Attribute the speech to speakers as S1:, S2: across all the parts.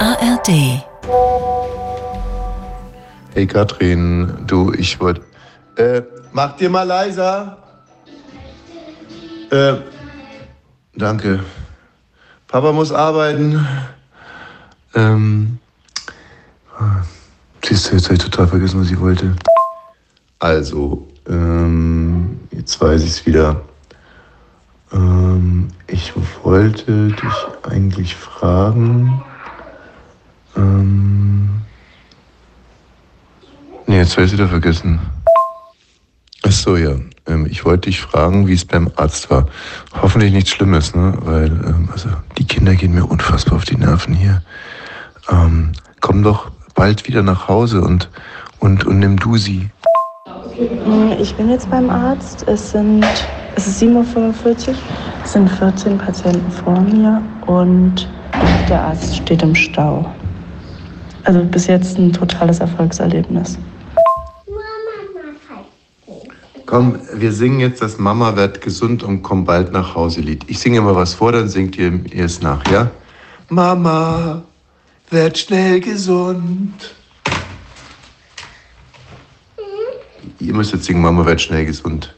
S1: ARD.
S2: Hey Katrin, du, ich wollte. Äh, mach dir mal leiser. Äh, danke. Papa muss arbeiten. Ähm. ah, Siehst du, jetzt habe ich total vergessen, was ich wollte. Also, ähm, jetzt weiß ich es wieder. Ähm, ich wollte dich eigentlich fragen. Ähm. Nee, jetzt habe ich es wieder vergessen. Ach so, ja. Ähm, ich wollte dich fragen, wie es beim Arzt war. Hoffentlich nichts Schlimmes, ne? Weil, ähm, also, die Kinder gehen mir unfassbar auf die Nerven hier. Ähm, komm doch bald wieder nach Hause und, und, und nimm du sie.
S3: Ich bin jetzt beim Arzt. Es sind es ist 7.45 Uhr. Es sind 14 Patienten vor mir und der Arzt steht im Stau. Also bis jetzt ein totales Erfolgserlebnis.
S2: Komm, wir singen jetzt das Mama wird gesund und komm bald nach Hause Lied. Ich singe mal was vor, dann singt ihr ihr es nach, ja? Mama wird schnell gesund. Ihr müsst jetzt singen, Mama wird schnell gesund.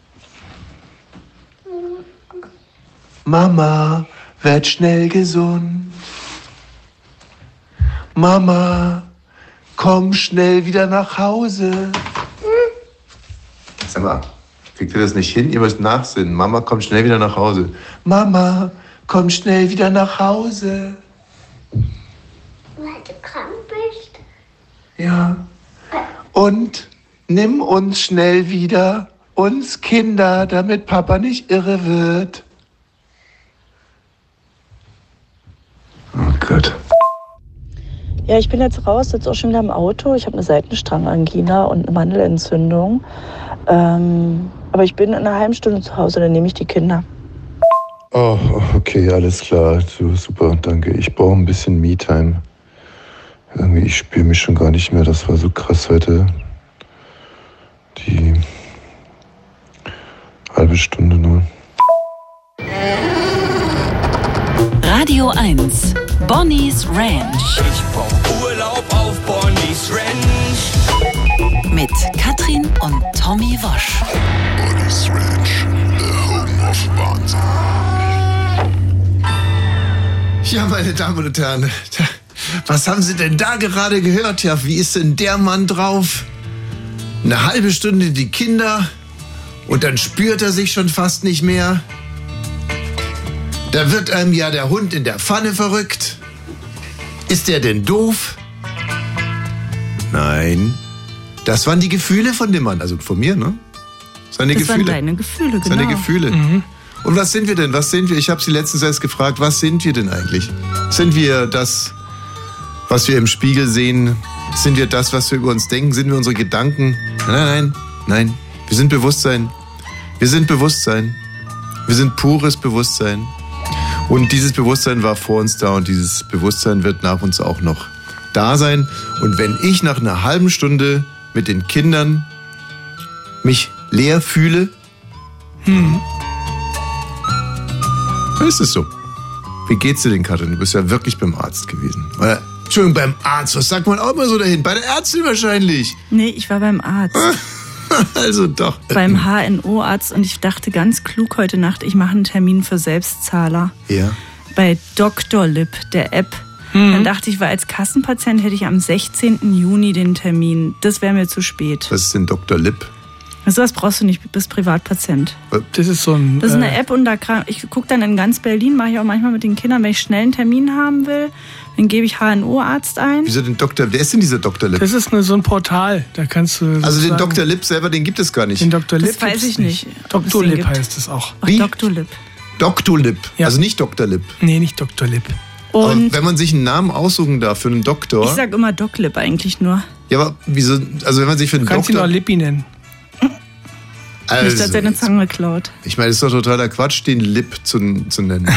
S2: Mama wird schnell gesund. Mama, komm schnell wieder nach Hause. Sag mal, kriegt ihr das nicht hin? Ihr müsst nachsinnen. Mama, komm schnell wieder nach Hause. Mama, komm schnell wieder nach Hause.
S4: Weil du krank bist?
S2: Ja. Und nimm uns schnell wieder, uns Kinder, damit Papa nicht irre wird. Oh Gott.
S3: Ja, ich bin jetzt raus, sitze auch schon wieder im Auto. Ich habe eine Seitenstrangangina und eine Mandelentzündung. Ähm, aber ich bin in einer halben Stunde zu Hause, dann nehme ich die Kinder.
S2: Oh, okay, alles klar. So, super, danke. Ich brauche ein bisschen Me-Time. Irgendwie, ich spüre mich schon gar nicht mehr. Das war so krass heute. Die halbe Stunde nur.
S1: Radio 1. Bonnie's Ranch
S5: Ich brauch Urlaub auf Bonnie's Ranch.
S1: mit Katrin und Tommy Wosch.
S6: Ja, meine Damen und Herren, da- was haben Sie denn da gerade gehört? Ja, wie ist denn der Mann drauf? Eine halbe Stunde die Kinder und dann spürt er sich schon fast nicht mehr. Da wird einem ja der Hund in der Pfanne verrückt. Ist der denn doof? Nein. Das waren die Gefühle von dem Mann, also von mir, ne? Seine
S7: Das waren
S6: Gefühle.
S7: deine Gefühle, genau.
S6: Seine Gefühle. Und was sind wir denn? Was sind wir? Ich habe sie letztens erst gefragt, was sind wir denn eigentlich? Sind wir das, was wir im Spiegel sehen? Sind wir das, was wir über uns denken? Sind wir unsere Gedanken? Nein, nein, nein. Wir sind Bewusstsein. Wir sind Bewusstsein. Wir sind pures Bewusstsein. Und dieses Bewusstsein war vor uns da und dieses Bewusstsein wird nach uns auch noch da sein. Und wenn ich nach einer halben Stunde mit den Kindern mich leer fühle, dann ist es so. Wie geht's dir denn, Katrin? Du bist ja wirklich beim Arzt gewesen. Oder, Entschuldigung, beim Arzt. Was sagt man auch immer so dahin? Bei der Ärztin wahrscheinlich.
S7: Nee, ich war beim Arzt,
S6: also doch.
S7: beim HNO-Arzt und ich dachte ganz klug heute Nacht, ich mache einen Termin für Selbstzahler
S6: Ja.
S7: bei Dr. Lip, der App. Dann dachte ich, weil als Kassenpatient hätte ich am 16. Juni den Termin. Das wäre mir zu spät.
S6: Was ist denn Dr. Lipp?
S7: Also was brauchst du nicht, du bist Privatpatient.
S8: Das ist so ein.
S7: Das ist eine
S8: äh,
S7: App und da kann, ich gucke dann in ganz Berlin, mache ich auch manchmal mit den Kindern, wenn ich schnell einen Termin haben will, dann gebe ich HNO-Arzt ein.
S6: Wieso den Dr. Wer ist denn dieser Dr. Lipp?
S8: Das ist eine, so ein Portal. Da kannst du.
S6: Also den
S8: sozusagen-
S6: Dr. Lipp selber, den gibt es gar nicht.
S8: Den Dr.
S7: Das
S8: Lip.
S7: weiß
S8: gibt's
S7: ich nicht, ob es
S8: Dr.
S7: den
S8: Lip
S7: gibt.
S8: heißt es auch.
S7: Ach,
S6: Wie?
S7: Dr. Lip.
S6: Dr. Lipp.
S8: Ja.
S6: Also nicht Dr. Lipp.
S8: Nee, nicht Dr. Lip.
S6: Aber
S7: Und
S6: wenn man sich einen Namen aussuchen darf für einen Doktor.
S7: ich sag immer Doc Lip eigentlich nur.
S6: ja, aber wieso? Also wenn man sich für einen
S8: Du kannst ihn
S6: Doktor.
S8: auch Lippi nennen.
S7: Also, ich
S6: also,
S7: hab deine Zange klaut.
S6: ich meine, das ist doch totaler Quatsch, den Lipp zu, zu nennen.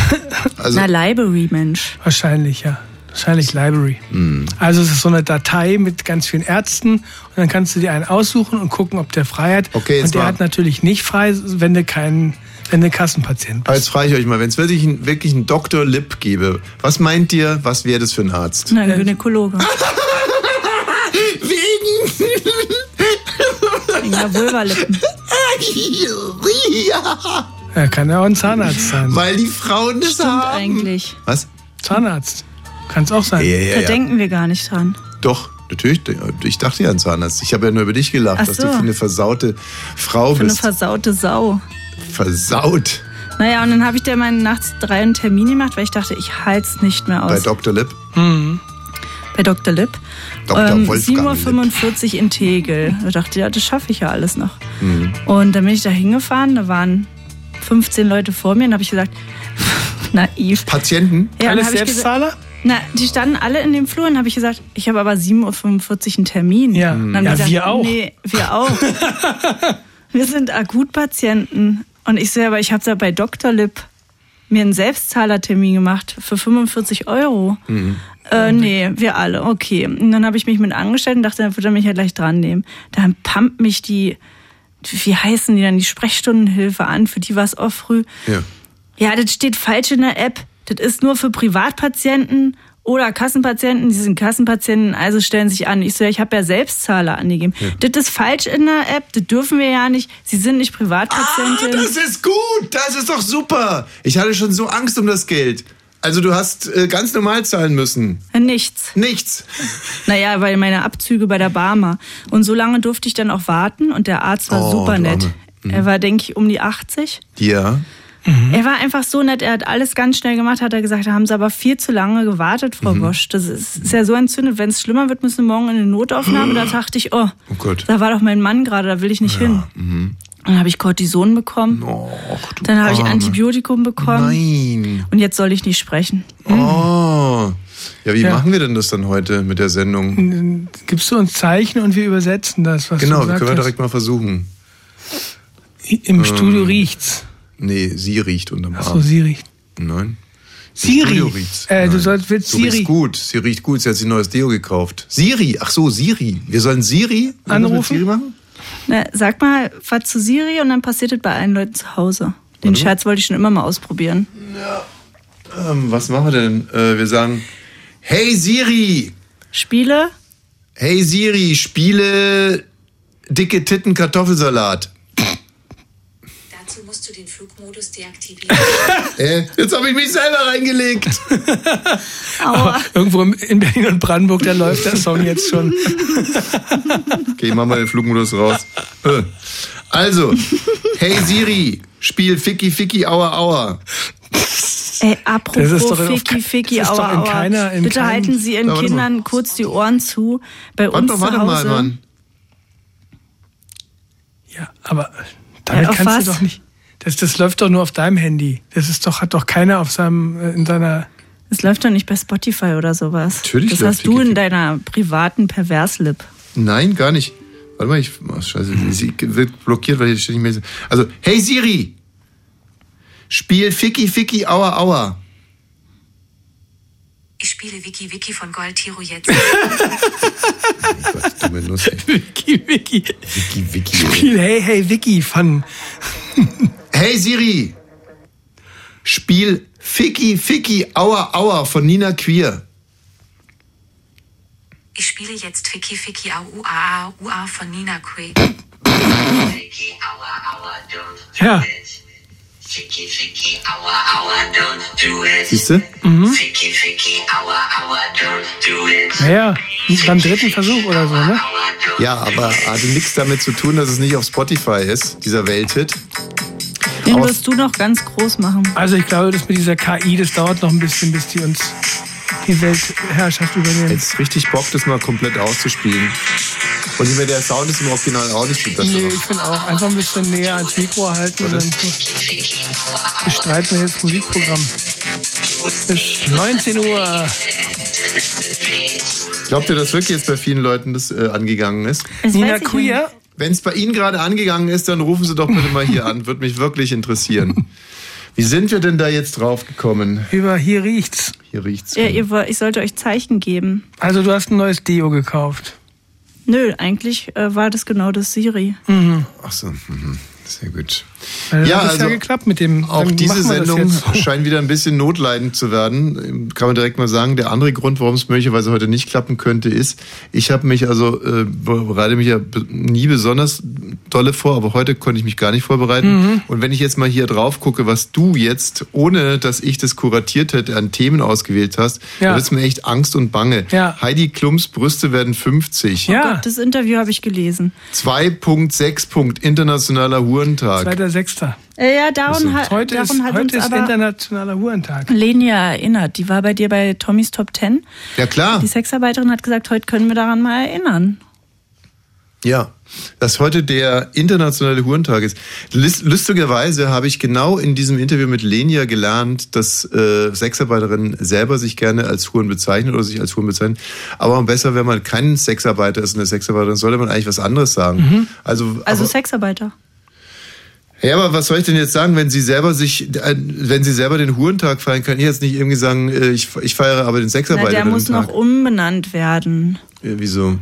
S6: Also,
S7: Na, Library, Mensch.
S8: Wahrscheinlich, ja. Wahrscheinlich Library.
S6: Hm.
S8: Also es ist so eine Datei mit ganz vielen Ärzten und dann kannst du dir einen aussuchen und gucken, ob der frei hat.
S6: Okay, jetzt
S8: und der
S6: mal-
S8: hat natürlich nicht frei, wenn du keinen wenn du Kassenpatient bist.
S6: Jetzt frage ich euch mal, wenn es wirklich, ein- wirklich einen Dr. Lip gäbe, was meint ihr, was wäre das für ein Arzt?
S7: Nein, Gynäkologe. Wegen der Vulvalippen.
S6: ja,
S8: Ja, kann ja auch ein Zahnarzt sein.
S6: weil die Frauen das
S7: Stimmt
S6: haben.
S7: eigentlich.
S6: Was?
S8: Zahnarzt. Kann es auch sein.
S6: Ja, ja,
S7: Da
S6: ja.
S7: denken wir gar nicht dran.
S6: Doch, natürlich. Ich dachte ja an Zahnarzt. Ich habe ja nur über dich gelacht,
S7: Ach
S6: dass
S7: so.
S6: du für eine versaute Frau
S7: Für eine
S6: bist.
S7: versaute Sau.
S6: Versaut
S7: Naja, und dann habe ich da mal nachts drei einen Termin gemacht, weil ich dachte, ich halt's nicht mehr
S6: bei
S7: aus.
S6: Dr. Lip.
S7: bei Dr. Lipp.
S6: Dr. Wolfgang Lipp.
S7: 7.45 Ähm, Uhr in Tegel. Da dachte ich, ja, das schaffe ich ja alles noch.
S6: Mhm.
S7: Und dann bin ich da hingefahren, da waren 15 Leute vor mir und habe ich gesagt, naiv.
S6: Patienten?
S7: Ja, dann
S8: Alles
S7: hab ich gesagt-
S8: Selbstzahler?
S7: Na, die standen alle in dem Flur und habe ich gesagt, ich habe aber 7.45 Uhr einen Termin.
S8: Ja.
S7: Und dann
S8: Ja,
S7: haben die
S8: wir auch.
S7: Nee, wir auch. wir sind Akutpatienten. Und ich sehe, aber ich habe da bei Dr. Lip mir einen Selbstzahlertermin gemacht für 45 Euro.
S8: Mhm.
S7: Äh, nee, wir alle, okay. Und dann habe ich mich mit angestellt und dachte, dann wird er mich ja gleich dran nehmen. Dann pumpt mich die, wie heißen die dann, die Sprechstundenhilfe an, für die war es auch früh.
S6: Ja.
S7: Ja, das steht falsch in der App. Das ist nur für Privatpatienten oder Kassenpatienten. Sie sind Kassenpatienten, also stellen sich an. Ich so, ja, ich habe ja Selbstzahler angegeben. Das ist falsch in der App, das dürfen wir ja nicht. Sie sind nicht
S6: Ah,
S7: Privatpatientin.
S6: das ist gut. Das ist doch super. Ich hatte schon so Angst um das Geld. Also du hast äh, ganz normal zahlen müssen.
S7: Äh, Nichts.
S6: Nichts.
S7: Naja, weil meine Abzüge bei der Barmer. Und so lange durfte ich dann auch warten und der Arzt war
S6: Oh,
S7: super
S6: du
S7: nett.
S6: Arme.
S7: Er war, denke ich, um die 80.
S6: Ja. Hm?
S7: Er war einfach so nett, er hat alles ganz schnell gemacht, hat er gesagt, da haben sie aber viel zu lange gewartet,
S6: Mhm.
S7: Frau Bosch. Das ist, ist ja so entzündet. Wenn es schlimmer wird, müssen wir morgen in eine Notaufnahme. Da dachte ich, oh,
S6: Oh Gott.
S7: da war doch mein Mann gerade, da will ich nicht hin. Dann habe ich Cortison bekommen,
S6: Och, Oh du
S7: dann habe ich
S6: Arme.
S7: Antibiotikum bekommen
S6: Nein.
S7: und jetzt soll ich nicht sprechen.
S6: Oh. Ja, wie
S8: Mhm. Ja.
S6: machen wir denn das dann heute mit der Sendung?
S8: Gibst du uns Zeichen und wir übersetzen das, was
S6: Genau,
S8: du gesagt
S6: können wir
S8: hast.
S6: direkt mal versuchen.
S8: Im Studio riecht's.
S6: Nee, sie riecht unterm
S8: Achso,
S6: Arm.
S8: sie riecht.
S6: Nein.
S8: Siri.
S6: Studio riecht's.
S8: Äh, du
S6: Nein.
S8: sollst willst
S6: Du riechst
S8: Siri
S6: gut. Sie riecht gut. Sie hat sich ein neues Deo gekauft. Siri. Ach so, Siri. Wir sollen Siri Sollen wir das mit
S8: Anrufen?
S6: Siri machen?
S7: Na, sag mal, was zu Siri und dann passiert das bei allen Leuten zu Hause. Den Scherz wollte ich schon immer mal ausprobieren.
S6: Ähm, was machen wir denn? Äh, wir sagen, hey Siri.
S7: Spiele?
S6: Hey Siri, spiele dicke Titten Kartoffelsalat.
S4: Dazu musst du den Flugmodus deaktivieren.
S6: Äh, jetzt habe ich mich selber reingelegt.
S7: Aua.
S8: irgendwo im- in Berlin und Brandenburg, da läuft der Song jetzt schon.
S6: Okay, machen wir den Flugmodus raus. Äh. Also, hey Siri, spiel Ficky Ficky Aua Aua.
S7: Ey, apropos
S8: Das ist doch in-
S7: Ficky, Ficky,
S8: das ist doch
S7: aua,
S8: in
S7: aua.
S8: keiner- in
S7: Bitte
S8: keinem-
S7: halten Sie Ihren
S6: Ja, warte mal.
S7: Kindern kurz die Ohren zu. Bei
S6: Warte
S7: uns
S6: doch,
S7: zu
S6: warte
S7: Hause.
S6: mal, Mann.
S8: Ja, aber damit
S7: Äh, auf
S8: kannst
S7: was?
S8: du doch nicht. Das, das läuft doch nur auf deinem Handy. Das ist doch, hat doch keiner auf seinem, äh, in seiner.
S7: Es läuft doch nicht bei Spotify oder sowas.
S6: Natürlich
S7: das
S6: läuft
S7: hast du
S6: Ficky,
S7: in
S6: Ficky.
S7: deiner privaten Perverslip.
S6: Nein, gar nicht. Warte mal, ich. Oh, scheiße, sie wird blockiert, weil hier steht nicht mehr. Also, hey Siri! Spiel Ficky Ficky Aua Aua.
S4: Ich spiele Wiki Wiki von Gold Tiro jetzt.
S6: Gott, dumme Nuss. ey.
S8: Vicky, Vicky.
S6: Vicky, Vicky. ey.
S8: Viel Hey, hey, Vicky von.
S6: Hey Siri! Spiel Ficky Ficky Aua Aua von Nina Queer.
S4: Ich spiele jetzt Wiki Wiki Au Ua Au Ua von Nina Quay.
S9: Ficky, aua, aua, don't do
S8: Ja.
S9: it. Ficky, ficky, aua, aua, don't do it.
S6: Siehste? Mhm.
S9: Ficky, ficky, aua, aua, don't do it.
S8: Naja, beim dritten Versuch oder so, ne?
S9: Aua, don't
S6: Ja, aber hatte nichts damit zu tun, dass es nicht auf Spotify ist, dieser Welthit.
S7: Den
S6: Aber-
S7: wirst du noch ganz groß machen.
S8: Also ich glaube, das mit dieser KI, das dauert noch ein bisschen, bis die uns die Weltherrschaft übernehmen.
S6: Jetzt richtig Bock, das mal komplett auszuspielen. Und ich meine, der Sound ist im Original auch nicht viel besser.
S8: Nee, ich finde auch. Einfach ein bisschen näher ans Mikro halten und dann bestreiten wir jetzt Musikprogramm. Bis 19 Uhr.
S6: Glaubt ihr, dass wirklich jetzt bei vielen Leuten das äh, angegangen ist?
S7: Das
S8: Nina
S7: weiß ich
S8: Queer.
S6: Wenn es bei Ihnen gerade angegangen ist, dann rufen Sie doch bitte mal hier an. Würde mich wirklich interessieren. Wie sind wir denn da jetzt drauf gekommen?
S8: Über hier riecht's.
S6: Hier riecht's.
S7: Ja, ihr, woll- ich sollte euch Zeichen geben.
S8: Also du hast ein neues Deo gekauft.
S7: Nö, eigentlich äh, war das genau das Siri.
S6: Ach so, mhm. sehr gut.
S8: Weil
S6: Ja,
S8: ja, Äh, hat es ja
S6: also
S8: geklappt mit dem.
S6: Auch
S8: dann
S6: diese
S8: machen wir das
S6: Sendung
S8: jetzt.
S6: scheint wieder ein bisschen notleidend zu werden. Kann man direkt mal sagen. Der andere Grund, warum es möglicherweise heute nicht klappen könnte, ist, ich habe mich also, äh, bereite mich ja be- nie besonders dolle vor, aber heute konnte ich mich gar nicht vorbereiten.
S8: Mhm.
S6: Und wenn ich jetzt mal hier drauf gucke, was du jetzt, ohne dass ich das kuratiert hätte, an Themen ausgewählt hast,
S8: Ja.
S6: da wird mir echt Angst und Bange.
S8: Ja.
S6: Heidi Klums Brüste werden 50.
S7: Oh
S8: Ja,
S7: Gott, das Interview habe ich gelesen.
S6: 2.6. Punkt, Internationaler Hurentag.
S8: zweiter Sechster.
S7: Äh, ja, daran,
S6: Also,
S7: hat
S8: Heute
S7: daran
S8: ist,
S7: hat uns
S8: heute ist
S7: aber
S8: internationaler Uhrentag.
S7: Lenia erinnert. Die war bei dir bei Tommys Top 10.
S6: Ja klar.
S7: Die Sexarbeiterin hat gesagt, heute können wir daran mal erinnern.
S6: Ja, dass heute der internationale Hurentag ist. List- Lustigerweise habe ich genau in diesem Interview mit Lenia gelernt, dass äh, Sexarbeiterinnen selber sich gerne als Huren bezeichnen oder sich als Huren bezeichnen. Aber besser, wenn man kein Sexarbeiter ist und eine Sexarbeiterin, sollte man eigentlich was anderes sagen. Also,
S7: Also
S6: aber-
S7: Sexarbeiter.
S6: ja, aber was soll ich denn jetzt sagen, wenn sie selber sich, äh, wenn sie selber den Hurentag feiern, kann ich jetzt nicht irgendwie sagen, äh, ich, ich feiere aber den
S7: Na, der muss noch
S6: Sexarbeiterinnen-Tag.
S7: umbenannt werden.
S6: Äh, Wieso?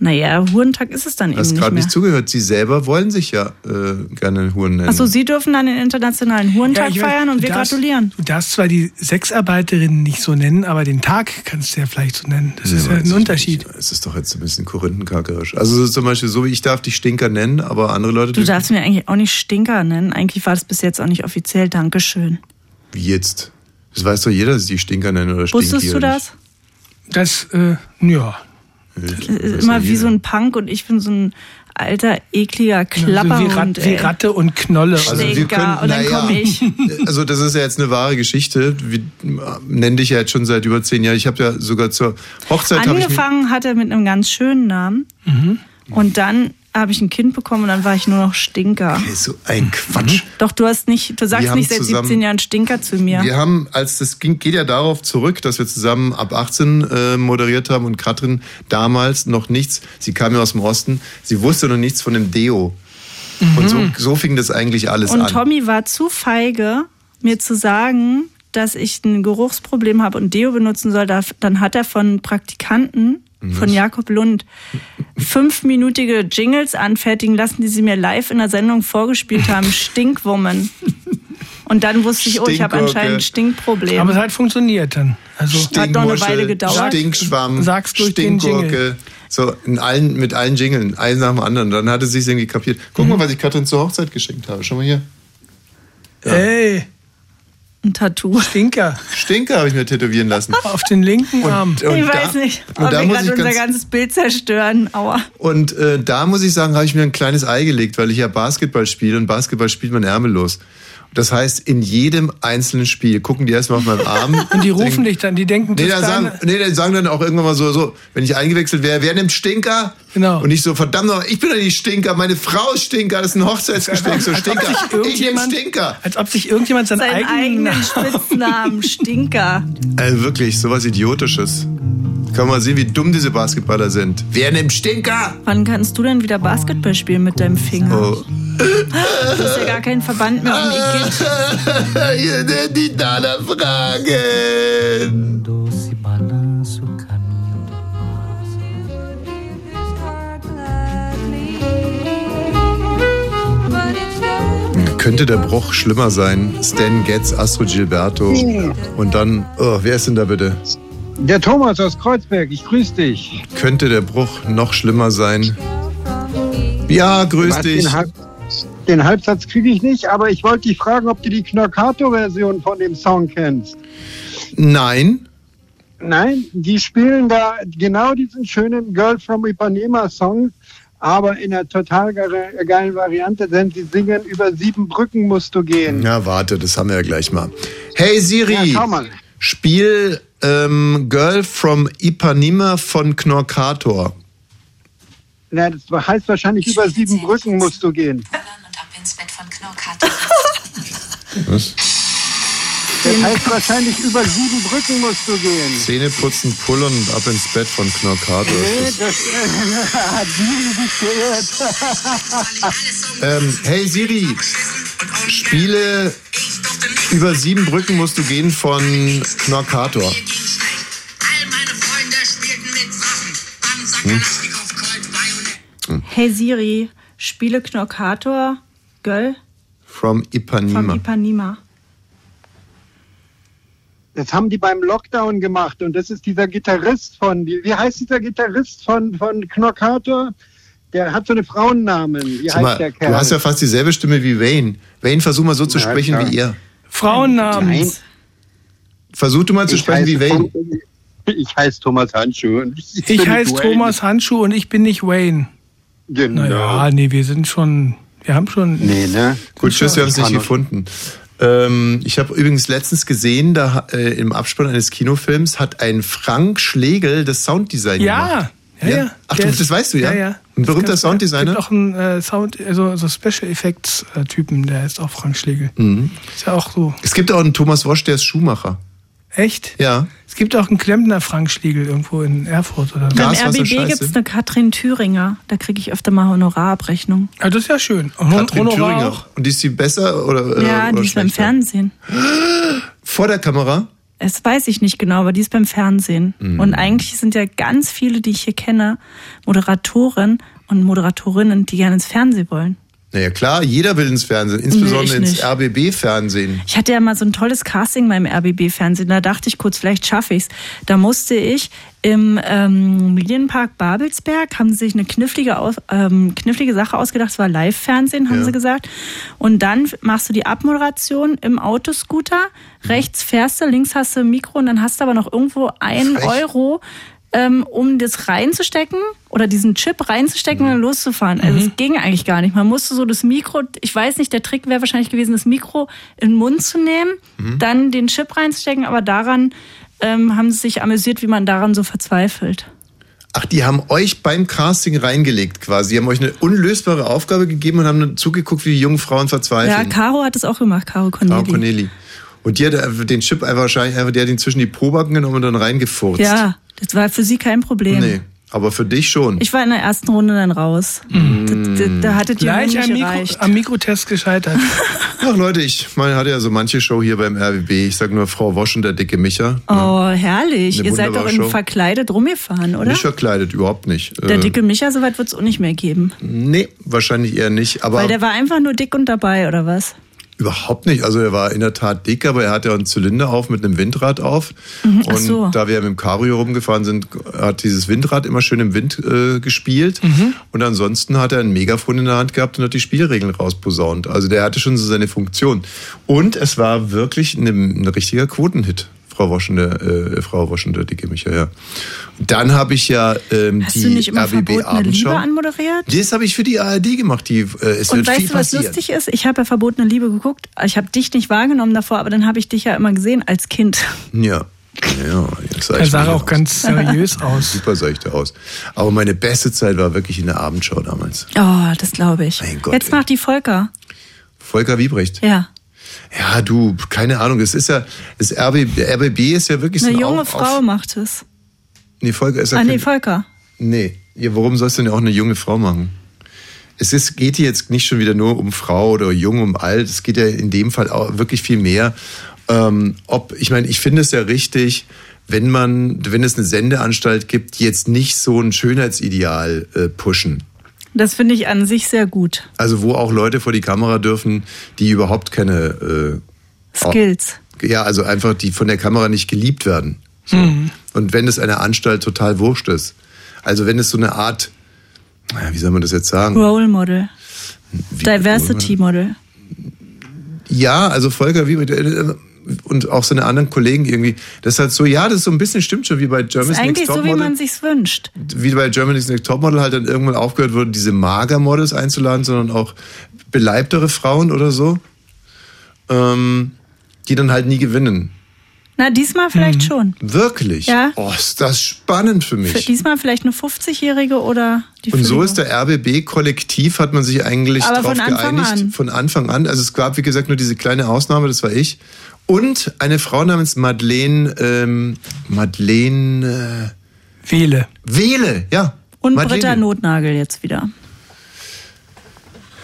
S7: Naja, Hurentag ist es dann
S6: Hast
S7: eben nicht
S6: gerade
S7: mehr.
S6: nicht zugehört. Sie selber wollen sich ja äh, gerne Huren nennen.
S7: Achso, Sie dürfen dann den internationalen Hurentag
S8: ich weiß,
S7: feiern und
S8: du
S7: wir
S8: darfst-
S7: gratulieren.
S8: Du darfst zwar die Sexarbeiterinnen nicht so nennen, aber den Tag kannst du ja vielleicht so nennen. Das ist ja
S6: weiß
S8: ein
S6: ich
S8: Unterschied.
S6: nicht. Es ist doch jetzt ein bisschen korinthenkackerisch. Also es ist zum Beispiel so, wie ich darf dich Stinker nennen, aber andere Leute
S7: Du
S6: dürfen-
S7: darfst mir eigentlich auch nicht Stinker nennen. Eigentlich war das bis jetzt auch nicht offiziell. Dankeschön.
S6: Wie jetzt? Das weiß doch jeder, dass ich die Stinker nenne oder Stinkier.
S7: Wusstest du das?
S8: Das, äh, ja.
S6: Nicht.
S7: Äh,
S6: Weiß
S7: Immer
S6: doch
S7: wie
S6: jeder.
S7: so ein Punk und ich bin so ein alter, ekliger äh,
S8: Also, wie, Rat,
S7: Klapperhund.
S8: wie
S7: ey.
S8: Ratte und Knolle.
S6: Also wir
S7: Stinker,
S6: können,
S7: und dann
S6: naja,
S7: komm ich.
S6: Also das ist ja jetzt eine wahre Geschichte. Wir nennen dich ja jetzt schon seit über zehn Jahren. Ich habe ja sogar zur Hochzeit habe ich mich,
S7: Angefangen hat er mit einem ganz schönen Namen. Und dann habe ich ein Kind bekommen und dann war ich nur noch Stinker.
S6: Ey, so ein Quatsch.
S7: Doch du hast nicht, du sagst
S6: haben
S7: nicht seit
S6: zusammen-
S7: 17 Jahren Stinker zu mir.
S6: Wir haben, als das ging, geht ja darauf zurück, dass wir zusammen ab 18 äh, moderiert haben und Katrin damals noch nichts, sie kam ja aus dem Osten, sie wusste noch nichts von dem Deo. Und so, so fing das eigentlich alles
S7: Mhm. Und
S6: an.
S7: Tommy war zu feige, mir zu sagen, dass ich ein Geruchsproblem habe und Deo benutzen soll. Da- Dann hat er von Praktikanten,
S6: Mhm.
S7: von Jakob Lund, fünfminütige Jingles anfertigen lassen, die sie mir live in der Sendung vorgespielt haben. Stinkwummen. Und dann wusste ich, oh, ich habe
S6: Stinkwurke.
S7: anscheinend ein Stinkproblem.
S8: Aber es hat funktioniert dann. Also,
S7: Hat doch eine Weile
S6: Stinkmuschel,
S7: gedauert.
S6: Stinkschwamm,
S8: Sag's durch den
S6: Stinkgurke.
S8: Jingle.
S6: So, in allen, mit allen Jingeln, eins nach dem anderen. Dann hatte sie es irgendwie kapiert. Guck
S7: Mhm.
S6: mal, was ich Katrin zur Hochzeit geschenkt habe. Schau mal hier.
S8: ey,
S7: ein Tattoo.
S8: Stinker.
S6: Stinker habe ich mir tätowieren lassen.
S8: Auf den linken Arm.
S6: Und, äh, und
S7: ich
S6: da-
S7: weiß nicht,
S6: und
S7: ob
S6: da
S7: wir
S6: muss
S7: gerade
S6: ich
S7: unser
S6: ganz
S7: ganzes Bild zerstören. Aua.
S6: Und äh, da muss ich sagen, habe ich mir ein kleines Ei gelegt, weil ich ja Basketball spiele und Basketball spielt man ärmellos. Das heißt, in jedem einzelnen Spiel gucken die erstmal auf meinen Arm.
S8: Und die rufen dich dann, die denken,
S6: Nee, dann
S8: das ist
S6: sagen,
S8: deine-
S6: nee, dann sagen dann auch irgendwann mal so, so, wenn ich eingewechselt wäre, wer nimmt Stinker?
S8: Genau.
S6: Und ich so, verdammt noch, ich bin doch nicht Stinker, meine Frau ist Stinker, das ist ein Hochzeitsgespräch, so Stinker. Ich nehme
S8: irgendjemand-
S6: Stinker.
S8: als ob sich irgendjemand seinen,
S7: Seinen
S8: eigenen,
S7: eigenen Spitznamen, Stinker.
S6: Äh, wirklich, sowas Idiotisches. Kann man sehen, wie dumm diese Basketballer sind. Wer nimmt Stinker?
S7: Wann kannst du denn wieder Basketball spielen mit deinem Finger?
S6: Oh.
S7: Du hast ja gar keinen Verband mehr um die Gitt.
S6: Ihr nennt die Dana Fragen. Könnte der Bruch schlimmer sein? Stan Getz, Astro Gilberto und dann, oh, wer ist denn da bitte?
S10: Der Thomas aus Kreuzberg, ich grüße dich.
S6: Könnte der Bruch noch schlimmer sein? Ja, grüß dich.
S10: Den, Halb, den Halbsatz kriege ich nicht, aber ich wollte dich fragen, ob du die Knorkato-Version von dem Song kennst.
S6: Nein,
S10: Nein, die spielen da genau diesen schönen Girl from Ipanema Song, aber in einer total ge- geilen Variante, denn sie singen über sieben Brücken musst du gehen.
S6: na warte, das haben wir ja gleich mal. Hey Siri,
S10: Ja, schau mal.
S6: spiel ähm, Girl from Ipanema von Knorkator.
S10: Na, das heißt wahrscheinlich über sieben Brücken musst du gehen.
S4: Ballern und ab ins Bett von Knorkater.
S10: Das heißt wahrscheinlich über sieben Brücken musst du gehen.
S6: Zähne putzen, pullern und ab ins Bett von Knorkator.
S10: Nee, das hat sie sich geirrt.
S6: Ähm, hey Siri, spiele über sieben Brücken musst du gehen von Knorkator. Hm? Äh.
S7: Hey Siri, spiele Knorkator, Göll?
S6: From Ipanema.
S7: Vom Ipanema.
S10: Das haben die beim Lockdown gemacht und das ist dieser Gitarrist von, wie wie heißt dieser Gitarrist von, von Knockator? Der hat so eine Frauennamen. Wie
S6: Sag
S10: heißt
S6: mal,
S10: der Kerl?
S6: du hast ja fast dieselbe Stimme wie Wayne. Wayne, versuch mal so zu
S10: Ja,
S6: sprechen
S10: klar.
S6: wie ihr.
S10: Nein,
S8: Frauennamens.
S6: Versuch du mal zu
S10: Ich
S6: sprechen wie
S10: heiße
S6: Wayne.
S10: ich heiße Thomas Handschuh. und bin
S8: Ich
S10: nicht
S8: heiße
S10: Wayne.
S8: Thomas Handschuh und ich bin nicht Wayne.
S10: Genau.
S8: Naja, nee, wir sind schon, wir haben schon,
S10: Nee, ne?
S6: Gut, tschüss, wir haben es nicht gefunden. Ähm, ich habe übrigens letztens gesehen, da äh, im Abspann eines Kinofilms hat ein Frank Schlegel das Sounddesign gemacht.
S8: ja, ja,
S6: Ja?
S8: ja.
S6: Ach,
S8: Der
S6: du-
S8: ist-
S6: das weißt du, ja?
S8: ja, ja.
S6: Ein berühmter
S8: Das
S6: Sounddesigner?
S8: Es gibt auch einen äh, Sound, also so Special Effects äh, Typen, der heißt auch Frank Schlegel.
S6: Mhm.
S8: Ist ja auch so.
S6: Es gibt auch einen Thomas Wosch, der ist Schuhmacher.
S8: Echt?
S6: Ja.
S8: Es gibt auch einen Klempner Frank Schlegel irgendwo in Erfurt oder so.
S6: Ja.
S7: Beim
S6: Glas, Wasser,
S7: RBB
S6: Scheiße.
S7: gibt es eine Katrin Thüringer. Da kriege ich öfter mal Honorarabrechnung.
S8: Ja, das ist ja schön. Und Hon-
S6: Katrin
S8: Honorar
S6: Thüringer.
S8: auch.
S6: Und ist sie besser oder, äh,
S7: Ja,
S6: oder
S7: die ist beim
S6: schlechter?
S7: Fernsehen.
S6: Vor der Kamera?
S7: Es weiß ich nicht genau, aber die ist beim Fernsehen.
S6: Mhm.
S7: Und eigentlich sind ja ganz viele, die ich hier kenne, Moderatoren und Moderatorinnen, die gerne ins Fernsehen wollen.
S6: Naja, klar, jeder will ins Fernsehen, insbesondere
S7: Nee, ich
S6: ins
S7: nicht.
S6: RBB-Fernsehen.
S7: Ich hatte ja mal so ein tolles Casting beim RBB-Fernsehen. Da dachte ich kurz, vielleicht schaffe ich's. Da musste ich im ähm, Medienpark Babelsberg, haben sie sich eine knifflige, aus, ähm, knifflige Sache ausgedacht. Es war Live-Fernsehen, haben
S6: Ja.
S7: sie gesagt. Und dann machst du die Abmoderation im Autoscooter. Rechts fährst du, links hast du ein Mikro und dann hast du aber noch irgendwo einen
S6: Frech.
S7: Euro. Ähm, um das reinzustecken oder diesen Chip reinzustecken
S6: Mhm.
S7: und dann loszufahren. Also es ging eigentlich gar nicht. Man musste so das Mikro, ich weiß nicht, der Trick wäre wahrscheinlich gewesen, das Mikro in den Mund zu nehmen,
S6: Mhm.
S7: dann den Chip reinzustecken, aber daran ähm, haben sie sich amüsiert, wie man daran so verzweifelt.
S6: Ach, die haben euch beim Casting reingelegt quasi. Die haben euch eine unlösbare Aufgabe gegeben und haben dann zugeguckt, wie die jungen Frauen
S7: Ja,
S6: verzweifeln.
S7: Caro hat es auch gemacht, Caro
S6: Frau
S7: Corneli.
S6: Also Corneli. Ah, Und die hat einfach den Chip einfach wahrscheinlich einfach, die hat ihn zwischen die Probacken genommen und dann reingefurzt.
S7: Ja, das war für sie kein Problem.
S6: Nee, aber für dich schon.
S7: Ich war in der ersten Runde dann raus.
S6: Mhm.
S7: Da, da, da hattet ihr
S8: Gleich
S7: nicht
S8: am, Mikro,
S7: erreicht.
S8: am Mikrotest gescheitert.
S6: Ach Leute, ich meine, hatte ja so manche Show hier beim RBB. Ich sag nur Frau Wosch und der dicke Micha.
S7: Oh, herrlich.
S6: Eine
S7: Ihr seid
S6: wunderbare
S7: doch in
S6: Show.
S7: verkleidet rumgefahren, oder?
S6: Nicht verkleidet, überhaupt nicht.
S7: Der
S6: Äh,
S7: dicke Micha, soweit wird es auch nicht mehr geben.
S6: Nee, wahrscheinlich eher nicht. Aber
S7: Weil der war einfach nur dick und dabei, oder was?
S6: Überhaupt nicht. Also er war in der Tat dick, aber er hatte einen Zylinder auf mit einem Windrad auf.
S7: Mhm. ach
S6: und
S7: so.
S6: da wir mit dem Cabrio rumgefahren sind, hat dieses Windrad immer schön im Wind äh, gespielt.
S7: Mhm.
S6: Und ansonsten hat er ein Megafon in der Hand gehabt und hat die Spielregeln rausposaunt. Also der hatte schon so seine Funktion. Und es war wirklich eine- ein richtiger Quotenhit. Frau Waschende, äh, Frau Waschende, dicke Micha, ja. Und Dann habe ich ja ähm,
S7: Hast
S6: die
S7: du nicht immer
S6: RBB
S7: verbotene
S6: Abendschau.
S7: Liebe anmoderiert?
S6: Das habe ich für die ARD gemacht. Die, äh, es
S7: Und
S6: wird viel
S7: weißt du, was
S6: passieren.
S7: lustig ist? Ich habe ja verbotene Liebe geguckt. Ich habe dich nicht wahrgenommen davor, aber dann habe ich dich ja immer gesehen als Kind.
S6: Ja. Ja, jetzt sah
S8: Er
S6: ich
S8: sah
S6: wieder
S8: auch
S6: aus.
S8: ganz seriös aus.
S6: super seichte aus. Aber meine beste Zeit war wirklich in der Abendschau damals.
S7: Oh, das glaube ich.
S6: Mein Gott,
S7: Jetzt
S6: ey.
S7: macht die Volker.
S6: Volker Wiebrecht.
S7: Ja.
S6: Ja, du, keine Ahnung, es ist ja das RB, der RBB ist ja wirklich so
S7: Eine
S6: ein
S7: junge
S6: auf,
S7: Frau
S6: Auf,
S7: macht es.
S6: nee, Volker ist ja
S7: Ah, nee,
S6: kein,
S7: Volker.
S6: nee, ja, warum sollst du denn auch eine junge Frau machen? Es ist, geht hier jetzt nicht schon wieder nur um Frau oder jung, um alt. Es geht ja in dem Fall auch wirklich viel mehr. Ähm, ob, ich meine, ich finde es ja richtig, wenn man, wenn es eine Sendeanstalt gibt, die jetzt nicht so ein Schönheitsideal äh, pushen.
S7: Das finde ich an sich sehr gut.
S6: Also wo auch Leute vor die Kamera dürfen, die überhaupt keine äh,
S7: Skills.
S6: ja, also einfach die von der Kamera nicht geliebt werden. So. Und wenn es einer Anstalt total wurscht ist. Also wenn es so eine Art, naja, wie soll man das jetzt sagen?
S7: Role Model.
S6: Wie-
S7: Diversity Model.
S6: Ja, also Volker wie mit, und auch seine anderen Kollegen irgendwie. Das ist halt so, ja, das ist so ein bisschen stimmt schon wie bei
S7: Das
S6: Germany's
S7: ist
S6: Next
S7: eigentlich so, wie
S6: Topmodel.
S7: man sich's wünscht.
S6: wie bei Germany's Next Topmodel halt dann irgendwann aufgehört wurde, diese Magermodels einzuladen, sondern auch beleibtere Frauen oder so, ähm, die dann halt nie gewinnen.
S7: Na, diesmal
S6: Mhm.
S7: vielleicht schon.
S6: Wirklich?
S7: Ja.
S6: Oh, ist das spannend für
S7: Für
S6: mich.
S7: diesmal vielleicht eine 50-Jährige oder die
S6: Und so
S7: Fliege.
S6: ist der RBB-Kollektiv, hat man sich eigentlich
S7: Aber
S6: drauf
S7: von Anfang
S6: geeinigt.
S7: an.
S6: Von Anfang an. Also es gab, wie gesagt, nur diese kleine Ausnahme, das war ich. Und eine Frau namens Madeleine, ähm, Madeleine
S8: Wähle.
S6: äh, Wehle, ja.
S7: Und
S6: Madeleine.
S7: Britta Notnagel jetzt wieder.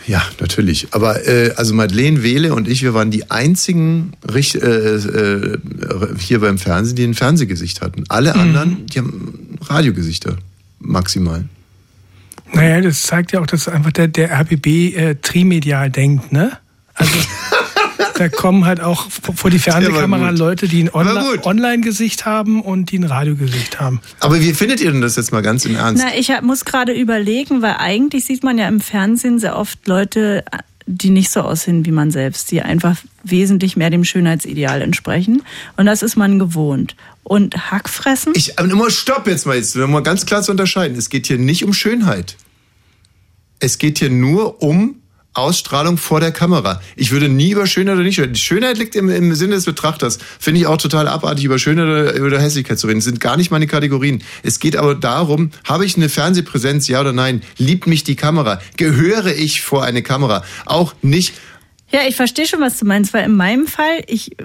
S6: Ja, natürlich. Aber äh, also Madeleine Wehle und ich, wir waren die einzigen Richt äh, äh, hier beim Fernsehen, die ein Fernsehgesicht hatten. Alle
S7: Hm.
S6: anderen, die haben Radiogesichter maximal.
S8: Naja, das zeigt ja auch, dass einfach der, der RBB äh, trimedial denkt, ne? Also, da kommen halt auch vor die Fernsehkamera Leute, die ein Onli- Online-Gesicht haben und die ein Radiogesicht haben.
S6: Aber wie findet ihr denn das jetzt mal ganz im Ernst?
S7: Na, ich hab- muss gerade überlegen, weil eigentlich sieht man ja im Fernsehen sehr oft Leute, die nicht so aussehen wie man selbst, die einfach wesentlich mehr dem Schönheitsideal entsprechen. Und das ist man gewohnt. Und Hackfressen?
S6: Ich, aber immer stopp jetzt mal, jetzt, um mal ganz klar zu unterscheiden. Es geht hier nicht um Schönheit. Es geht hier nur um Ausstrahlung vor der Kamera. Ich würde nie über Schönheit oder nicht Schönheit. Schönheit liegt im, im Sinne des Betrachters. Finde ich auch total abartig, über Schönheit oder, oder Hässlichkeit zu reden. Das sind gar nicht meine Kategorien. Es geht aber darum, habe ich eine Fernsehpräsenz, ja oder nein? Liebt mich die Kamera? Gehöre ich vor eine Kamera? Auch nicht.
S7: Ja, ich verstehe schon, was du meinst, weil in meinem Fall, ich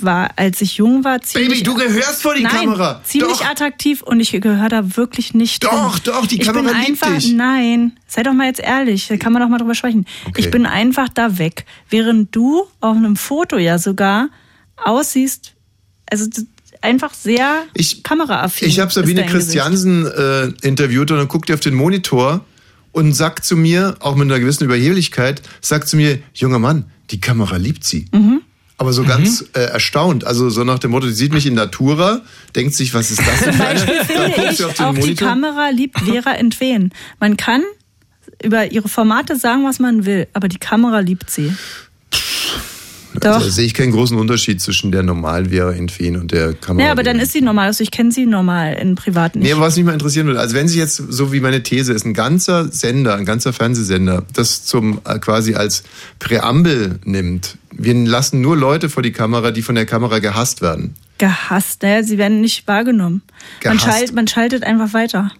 S7: war, als ich jung war, ziemlich...
S6: du gehörst vor die
S7: nein,
S6: Kamera.
S7: ziemlich
S6: Doch.
S7: attraktiv und ich gehöre da wirklich nicht
S6: Doch,
S7: hin.
S6: doch, die
S7: ich
S6: Kamera
S7: bin
S6: liebt
S7: einfach,
S6: dich.
S7: Nein, sei doch mal jetzt ehrlich, da kann man doch mal drüber sprechen.
S6: Okay.
S7: Ich bin einfach da weg, während du auf einem Foto ja sogar aussiehst, also d- einfach sehr kameraaffin.
S6: Ich habe
S7: ist
S6: Sabine
S7: dein Gesicht.
S6: Christiansen äh, interviewt und dann guckt die auf den Monitor und sagt zu mir, auch mit einer gewissen Überheblichkeit, sagt zu mir, junger Mann, die Kamera liebt sie.
S7: Mhm.
S6: Aber so ganz äh, erstaunt, also so nach dem Motto, die sieht mich in Natura, denkt sich, was ist das denn? für eine? Dann
S7: finde
S6: guckt
S7: ich,
S6: sie auf
S7: auch
S6: den
S7: die
S6: Monitor.
S7: Kamera liebt Vera entwehen. Man kann über ihre Formate sagen, was man will, aber die Kamera liebt sie.
S6: Also,
S7: Doch.
S6: da sehe ich keinen großen Unterschied zwischen der normalen Vera Infin und der Kamera.
S7: Ja, aber dann
S6: Vera.
S7: ist sie normal. Also ich kenne sie normal in privaten.
S6: Nee, aber was mich mal interessieren würde, also wenn sich jetzt, so wie meine These ist, ein ganzer Sender, ein ganzer Fernsehsender, das zum äh, quasi als Präambel nimmt, wir lassen nur Leute vor die Kamera, die von der Kamera gehasst werden.
S7: Gehasst. Naja, sie werden nicht wahrgenommen. Man,
S6: Gehasst.
S7: schalt, man schaltet einfach weiter.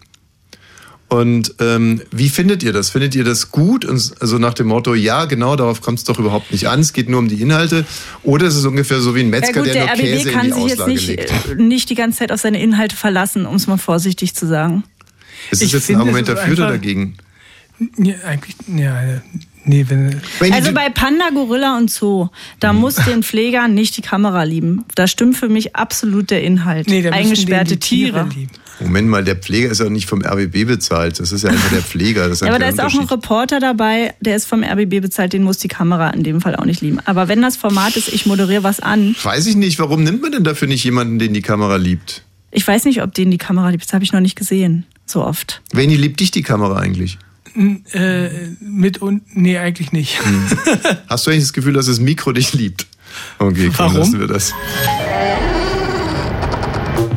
S6: Und ähm, wie findet ihr das? Findet ihr das gut? Und s- also nach dem Motto, ja, genau, darauf kommt es doch überhaupt nicht an, es geht nur um die Inhalte. Oder ist es ungefähr so wie ein Metzger,
S7: ja gut,
S6: der
S7: der,
S6: nur
S7: RBB
S6: Käse in
S7: kann
S6: die
S7: sich jetzt
S6: Auslage
S7: nicht,
S6: legt?
S7: äh, nicht die ganze Zeit auf seine Inhalte verlassen, um es mal vorsichtig zu sagen.
S6: Ist das
S8: Ich
S6: jetzt ein
S8: finde, es
S6: Argument
S8: ist
S6: dafür oder
S8: einfach-
S6: dagegen?
S8: Nee, eigentlich, ja, nee, wenn.
S7: also bei Panda, Gorilla und Zoo, da
S6: Mhm.
S7: muss den Pfleger nicht die Kamera lieben. Da stimmt für mich absolut der Inhalt.
S8: Nee, da müssen
S7: Eingesperrte
S8: denen die Tiere
S7: Tiere.
S8: lieben.
S6: Moment mal, der Pfleger ist ja nicht vom RBB bezahlt, das ist ja einfach der Pfleger. Das ist
S7: Ja,
S6: ein
S7: aber da ist
S6: kleiner
S7: auch ein
S6: Unterschied.
S7: Reporter dabei, der ist vom RBB bezahlt, den muss die Kamera in dem Fall auch nicht lieben. Aber wenn das Format ist, ich moderiere was an,
S6: Weiß ich nicht, warum nimmt man denn dafür nicht jemanden, den die Kamera liebt?
S7: ich weiß nicht, ob den die Kamera liebt, das habe ich noch nicht gesehen, so oft.
S6: Weni, liebt dich die Kamera eigentlich?
S8: N- Äh, mit und. Nee, eigentlich nicht.
S6: Hm. Hast du eigentlich das Gefühl, dass das Mikro dich liebt? Okay, komm,
S8: Warum?
S6: lassen wir das.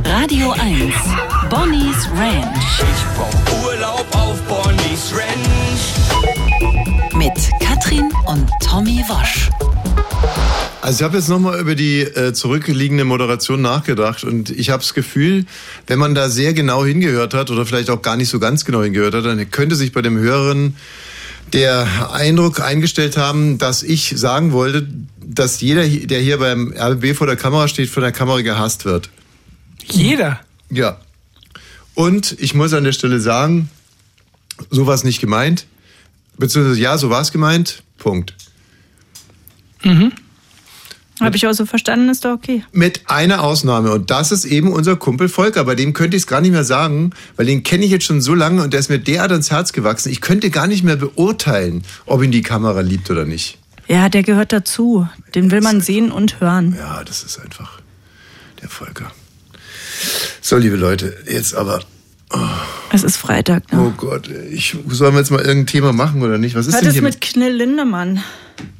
S1: Radio 1. Bonnie's Ranch.
S5: Ich brauch Urlaub auf Bonnie's Ranch.
S1: Mit Katrin und Tommy Wasch.
S6: Also ich habe jetzt nochmal über die äh, zurückliegende Moderation nachgedacht und ich habe das Gefühl, wenn man da sehr genau hingehört hat oder vielleicht auch gar nicht so ganz genau hingehört hat, dann könnte sich bei dem Höheren der Eindruck eingestellt haben, dass ich sagen wollte, dass jeder, der hier beim RBB vor der Kamera steht, von der Kamera gehasst wird.
S8: Jeder.
S6: Ja. Und ich muss an der Stelle sagen, so war es nicht gemeint. Beziehungsweise ja, so war es gemeint. Punkt.
S7: Habe ich auch so verstanden, ist doch okay.
S6: Mit einer Ausnahme. Und das ist eben unser Kumpel Volker. Bei dem könnte ich es gar nicht mehr sagen, weil den kenne ich jetzt schon so lange und der ist mir derart ans Herz gewachsen. Ich könnte gar nicht mehr beurteilen, ob ihn die Kamera liebt oder nicht.
S7: Ja, der gehört dazu. Den will man sehen und hören.
S6: Ja, das ist einfach der Volker. So, liebe Leute, jetzt aber.
S7: Es ist Freitag.
S6: Oh
S7: Ne?
S6: Gott, ich, sollen wir jetzt mal irgendein Thema machen oder nicht? Was ist
S7: Hört
S6: denn
S7: es
S6: hier
S7: mit Knill Lindemann.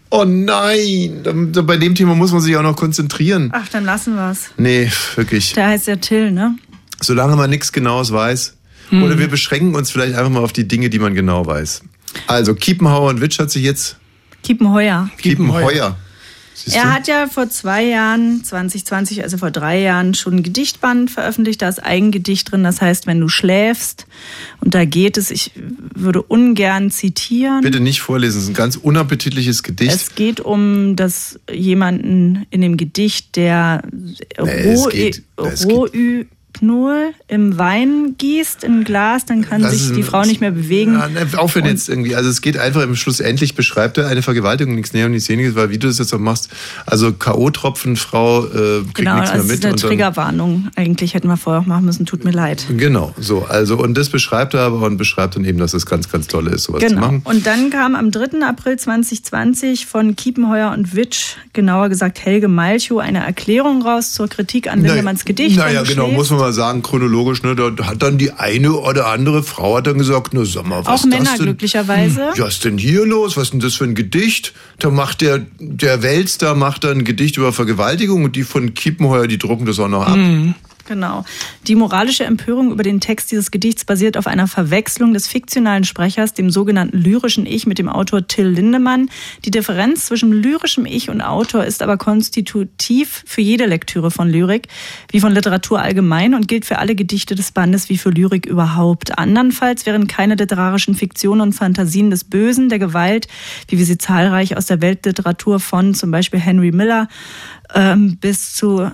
S6: Oh nein, da- da- bei dem Thema muss man sich auch noch konzentrieren.
S7: Ach, dann lassen wir's.
S6: Nee, wirklich.
S7: Der heißt ja Till, ne?
S6: Solange man nichts Genaues weiß.
S7: Hm.
S6: Oder wir beschränken uns vielleicht einfach mal auf die Dinge, die man genau weiß. Also, Kiepenhauer und Witsch hat sich jetzt
S7: Kiepenheuer.
S8: Kiepenheuer.
S6: Kiepenheuer. Siehst
S7: Er
S6: du?
S7: hat ja vor zwei Jahren, 2020, also vor drei Jahren, schon ein Gedichtband veröffentlicht. Da ist ein Gedicht drin, das heißt, wenn du schläfst. Und da geht es, ich würde ungern zitieren.
S6: Bitte nicht vorlesen, es ist ein ganz unappetitliches Gedicht.
S7: Es geht um das jemanden in dem Gedicht, der
S6: Nee, es
S7: roh,
S6: geht- es
S7: roh, Knol im Wein gießt, im Glas, dann kann
S6: Das
S7: sich
S6: ist-
S7: die Frau nicht mehr bewegen.
S6: Ja, ne, aufhören jetzt irgendwie. Also es geht einfach im Schluss endlich beschreibt er eine Vergewaltigung nichts näher und nichts weniger, weil wie du das jetzt auch machst, also K.O.-Tropfenfrau äh, kriegt
S7: Genau,
S6: nichts mehr
S7: das ist
S6: mit.
S7: eine
S6: und dann,
S7: Triggerwarnung. Eigentlich hätten wir vorher auch machen müssen, tut mir leid.
S6: genau, so. Also, und das beschreibt er aber und beschreibt dann eben, dass es ganz, ganz toll ist, sowas zu
S7: Genau.
S6: machen.
S7: Und dann kam am 3. April 2020 von Kiepenheuer und Witsch, genauer gesagt Helge Malchow, eine Erklärung raus zur Kritik an Windemanns Gedicht.
S6: Naja,
S7: Wenn du
S6: genau,
S7: schläfst.
S6: muss man mal sagen, chronologisch, ne, da hat dann die eine oder andere Frau hat dann gesagt, ne, sag mal, was
S7: Auch
S6: ist
S7: Männer
S6: das denn?
S7: glücklicherweise.
S6: Was ist denn hier los? Was ist denn das für ein Gedicht? Da macht der, der Weltstar macht dann ein Gedicht über Vergewaltigung und die von Kiepenheuer, die drucken das auch noch ab.
S7: Genau. Die moralische Empörung über den Text dieses Gedichts basiert auf einer Verwechslung des fiktionalen Sprechers, dem sogenannten lyrischen Ich, mit dem Autor Till Lindemann. Die Differenz zwischen lyrischem Ich und Autor ist aber konstitutiv für jede Lektüre von Lyrik, wie von Literatur allgemein und gilt für alle Gedichte des Bandes wie für Lyrik überhaupt. Andernfalls wären keine literarischen Fiktionen und Fantasien des Bösen, der Gewalt, wie wir sie zahlreich aus der Weltliteratur von zum Beispiel Henry Miller ähm, bis zu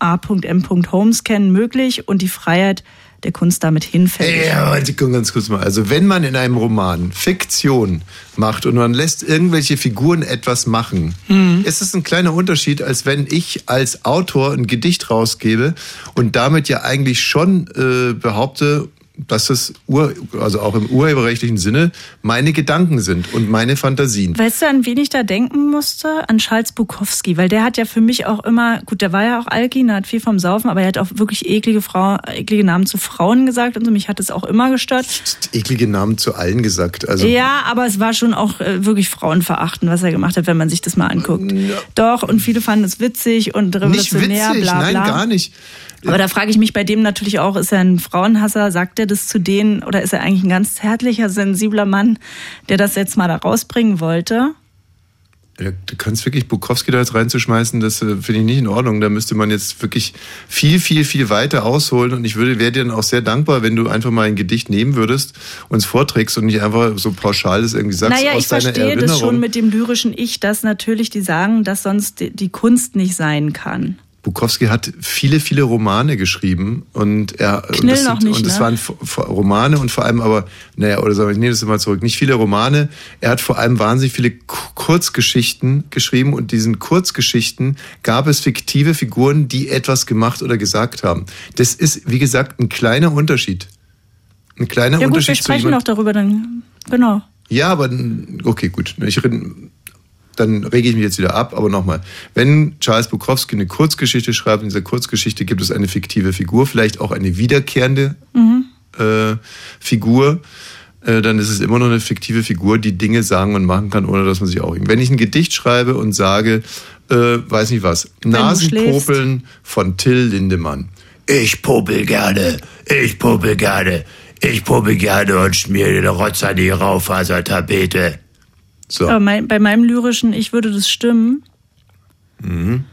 S7: A.M. Holmes kennen möglich und die Freiheit der Kunst damit hinfällig.
S6: Ja, aber die können ganz kurz mal. Also, wenn man in einem Roman Fiktion macht und man lässt irgendwelche Figuren etwas machen, ist es ein kleiner Unterschied, als wenn ich als Autor ein Gedicht rausgebe und damit ja eigentlich schon äh, behaupte, dass es, ur, also auch im urheberrechtlichen Sinne, meine Gedanken sind und meine Fantasien.
S7: Weißt du, an wen ich da denken musste? An Charles Bukowski, weil der hat ja für mich auch immer, gut, der war ja auch Alki, und hat viel vom Saufen, aber er hat auch wirklich eklige, Frau, eklige Namen zu Frauen gesagt und so. Mich hat das auch immer gestört.
S6: Eklige Namen zu allen gesagt. Also,
S7: Ja, aber es war schon auch äh, wirklich frauenverachtend, was er gemacht hat, wenn man sich das mal anguckt. Doch, und viele fanden es witzig und
S6: nicht witzig,
S7: revolutionär, bla bla.
S6: nein, gar nicht.
S7: Aber da frage ich mich bei dem natürlich auch, ist er ein Frauenhasser? Sagt er das zu denen? Oder ist er eigentlich ein ganz zärtlicher, sensibler Mann, der das jetzt mal da rausbringen wollte?
S6: Ja, Du kannst wirklich Bukowski da jetzt reinzuschmeißen, das äh, finde ich nicht in Ordnung. Da müsste man jetzt wirklich viel, viel, viel weiter ausholen. Und ich würde, wäre dir dann auch sehr dankbar, wenn du einfach mal ein Gedicht nehmen würdest, uns vorträgst und nicht einfach so pauschal das irgendwie sagst
S7: naja,
S6: aus
S7: ich
S6: deiner
S7: verstehe
S6: Erinnerung.
S7: das schon mit dem lyrischen Ich, dass natürlich die sagen, dass sonst die- die Kunst nicht sein kann.
S6: Bukowski hat viele, viele Romane geschrieben und er
S7: Knill
S6: und das,
S7: noch nicht,
S6: und das
S7: ne?
S6: waren v- v- Romane und vor allem aber naja oder sagen wir, ich nehme das mal zurück, nicht viele Romane. Er hat vor allem wahnsinnig viele Ku- Kurzgeschichten geschrieben und diesen Kurzgeschichten gab es fiktive Figuren, die etwas gemacht oder gesagt haben. Das ist wie gesagt ein kleiner Unterschied, ein kleiner
S7: Ja gut, wir
S6: Unterschied zu
S7: sprechen
S6: jemandem.
S7: noch darüber dann. Genau.
S6: Ja, aber okay, gut. Ich red- dann rege ich mich jetzt wieder ab, aber nochmal. Wenn Charles Bukowski eine Kurzgeschichte schreibt, in dieser Kurzgeschichte gibt es eine fiktive Figur, vielleicht auch eine wiederkehrende
S7: Mhm.
S6: äh, Figur, äh, dann ist es immer noch eine fiktive Figur, die Dinge sagen und machen kann, ohne dass man sich aufregt. Wenn ich ein Gedicht schreibe und sage, äh, weiß nicht was,
S11: du
S6: Nasenpopeln von Till Lindemann.
S11: Ich popel gerne, ich popel gerne, ich popel gerne und schmier den Rotz an die Raufasertapete.
S6: So.
S7: Aber mein, bei meinem lyrischen Ich würde das stimmen.
S6: Mhm.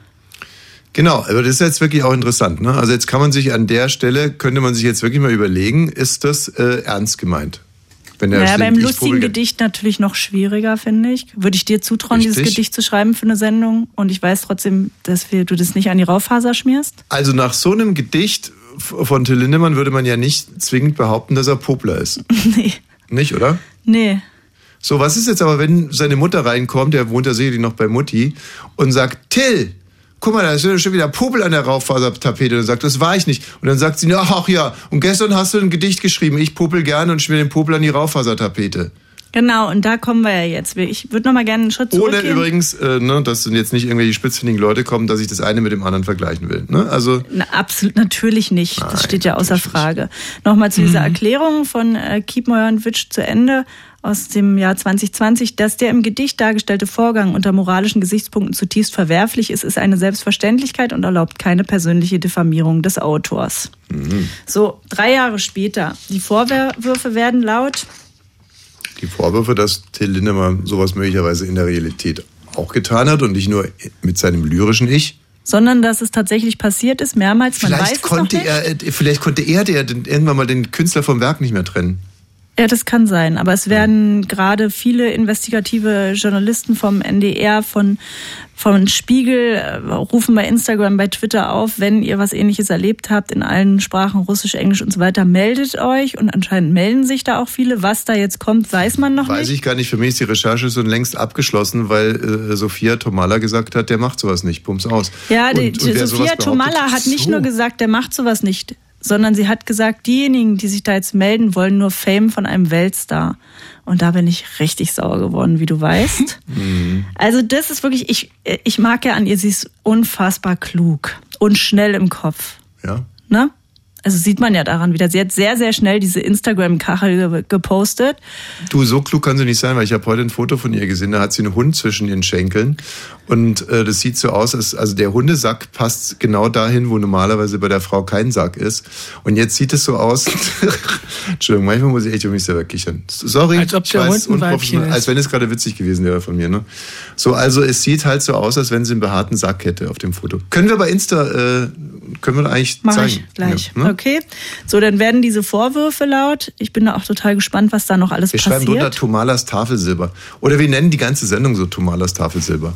S6: Genau, aber das ist jetzt wirklich auch interessant. Ne? Also jetzt kann man sich an der Stelle, könnte man sich jetzt wirklich mal überlegen, ist das äh, ernst gemeint? Wenn der
S7: naja,
S6: steht,
S7: beim
S6: ich
S7: lustigen
S6: probiere-
S7: Gedicht natürlich noch schwieriger, finde ich. Würde ich dir zutrauen, dieses
S6: Richtig.
S7: Gedicht zu schreiben für eine Sendung? Und ich weiß trotzdem, dass wir, du das nicht an die Raufaser schmierst?
S6: Also nach so einem Gedicht f- von Till Lindemann würde man ja nicht zwingend behaupten, dass er Popler ist.
S7: nee.
S6: Nicht, oder?
S7: Nee.
S6: So, was ist jetzt aber, wenn seine Mutter reinkommt, der wohnt ja sicherlich noch bei Mutti, und sagt, Till, guck mal, da ist ja schon wieder Popel an der Raufasertapete. Und sagt, das war ich nicht. Und dann sagt sie, "Na, ach ja, und gestern hast du ein Gedicht geschrieben, ich popel gerne und schmier den Popel an die Raufasertapete.
S7: Genau, und da kommen wir ja jetzt. Ich würde noch mal gerne einen Schritt
S6: Ohne
S7: zurückgehen.
S6: übrigens, äh, ne, dass dann jetzt nicht irgendwelche spitzfindigen Leute kommen, dass ich das eine mit dem anderen vergleichen will. Ne? Also,
S7: Na, absolut, natürlich nicht. Das steht ja außer Frage. Nochmal zu
S6: Mhm.
S7: dieser Erklärung von äh, Kiepenheuer und Witsch zu Ende aus dem Jahr 2020, dass der im Gedicht dargestellte Vorgang unter moralischen Gesichtspunkten zutiefst verwerflich ist, ist eine Selbstverständlichkeit und erlaubt keine persönliche Diffamierung des Autors.
S6: Mhm.
S7: So, drei Jahre später. Die Vorwürfe werden laut.
S6: die Vorwürfe, dass Till Lindemann sowas möglicherweise in der Realität auch getan hat und nicht nur mit seinem lyrischen Ich.
S7: Sondern dass es tatsächlich passiert ist, mehrmals. Man weiß
S6: Vielleicht
S7: es noch
S6: konnte,
S7: nicht.
S6: er, äh, vielleicht konnte er der denn irgendwann mal den Künstler vom Werk nicht mehr trennen.
S7: Ja, das kann sein. Aber es werden gerade viele investigative Journalisten vom NDR, von, vom Spiegel, äh, rufen bei Instagram, bei Twitter auf, wenn ihr was ähnliches erlebt habt, in allen Sprachen, Russisch, Englisch und so weiter, meldet euch. Und anscheinend melden sich da auch viele. Was da jetzt kommt, weiß man noch
S6: Weiß
S7: nicht.
S6: ich gar nicht. Für mich ist die Recherche schon längst abgeschlossen, weil äh, Sophia Tomala gesagt hat, der macht sowas nicht. Pumps aus.
S7: Ja, die,
S6: Und- und
S7: die
S6: wer sowas
S7: Sophia
S6: behauptet-
S7: Tomala hat nicht nur gesagt, der macht sowas nicht, sondern sie hat gesagt, diejenigen, die sich da jetzt melden, wollen nur Fame von einem Weltstar. Und da bin ich richtig sauer geworden, wie du weißt.
S6: Mhm.
S7: Also das ist wirklich, ich, ich mag ja an ihr, sie ist unfassbar klug und schnell im Kopf.
S6: Ja.
S7: Ne? Also sieht man ja daran wieder. Sie hat sehr, sehr schnell diese Instagram-Kachel ge- gepostet.
S6: Du, so klug kann sie nicht sein, weil ich habe heute ein Foto von ihr gesehen, da hat sie einen Hund zwischen den Schenkeln und äh, das sieht so aus, als, also der Hundesack passt genau dahin, wo normalerweise bei der Frau kein Sack ist und jetzt sieht es so aus, Entschuldigung, manchmal muss ich echt um mich selber kichern. Sorry,
S8: Als ob
S6: ich
S8: der
S6: weiß,
S8: Hund
S6: unprofessionell-
S8: ein Weibchen ist.
S6: als wenn es gerade witzig gewesen wäre von mir. Ne? So, also es sieht halt so aus, als wenn sie einen behaarten Sack hätte auf dem Foto. Können wir bei Insta, äh, können wir da eigentlich
S7: Mach
S6: zeigen?
S7: ich gleich.
S6: Ja, ne?
S7: Okay. So, dann werden diese Vorwürfe laut. Ich bin da auch total gespannt, was da noch alles
S6: Wir schreiben
S7: passiert.
S6: drunter Tomalas Tafelsilber. Oder wir nennen die ganze Sendung so Tomalas Tafelsilber.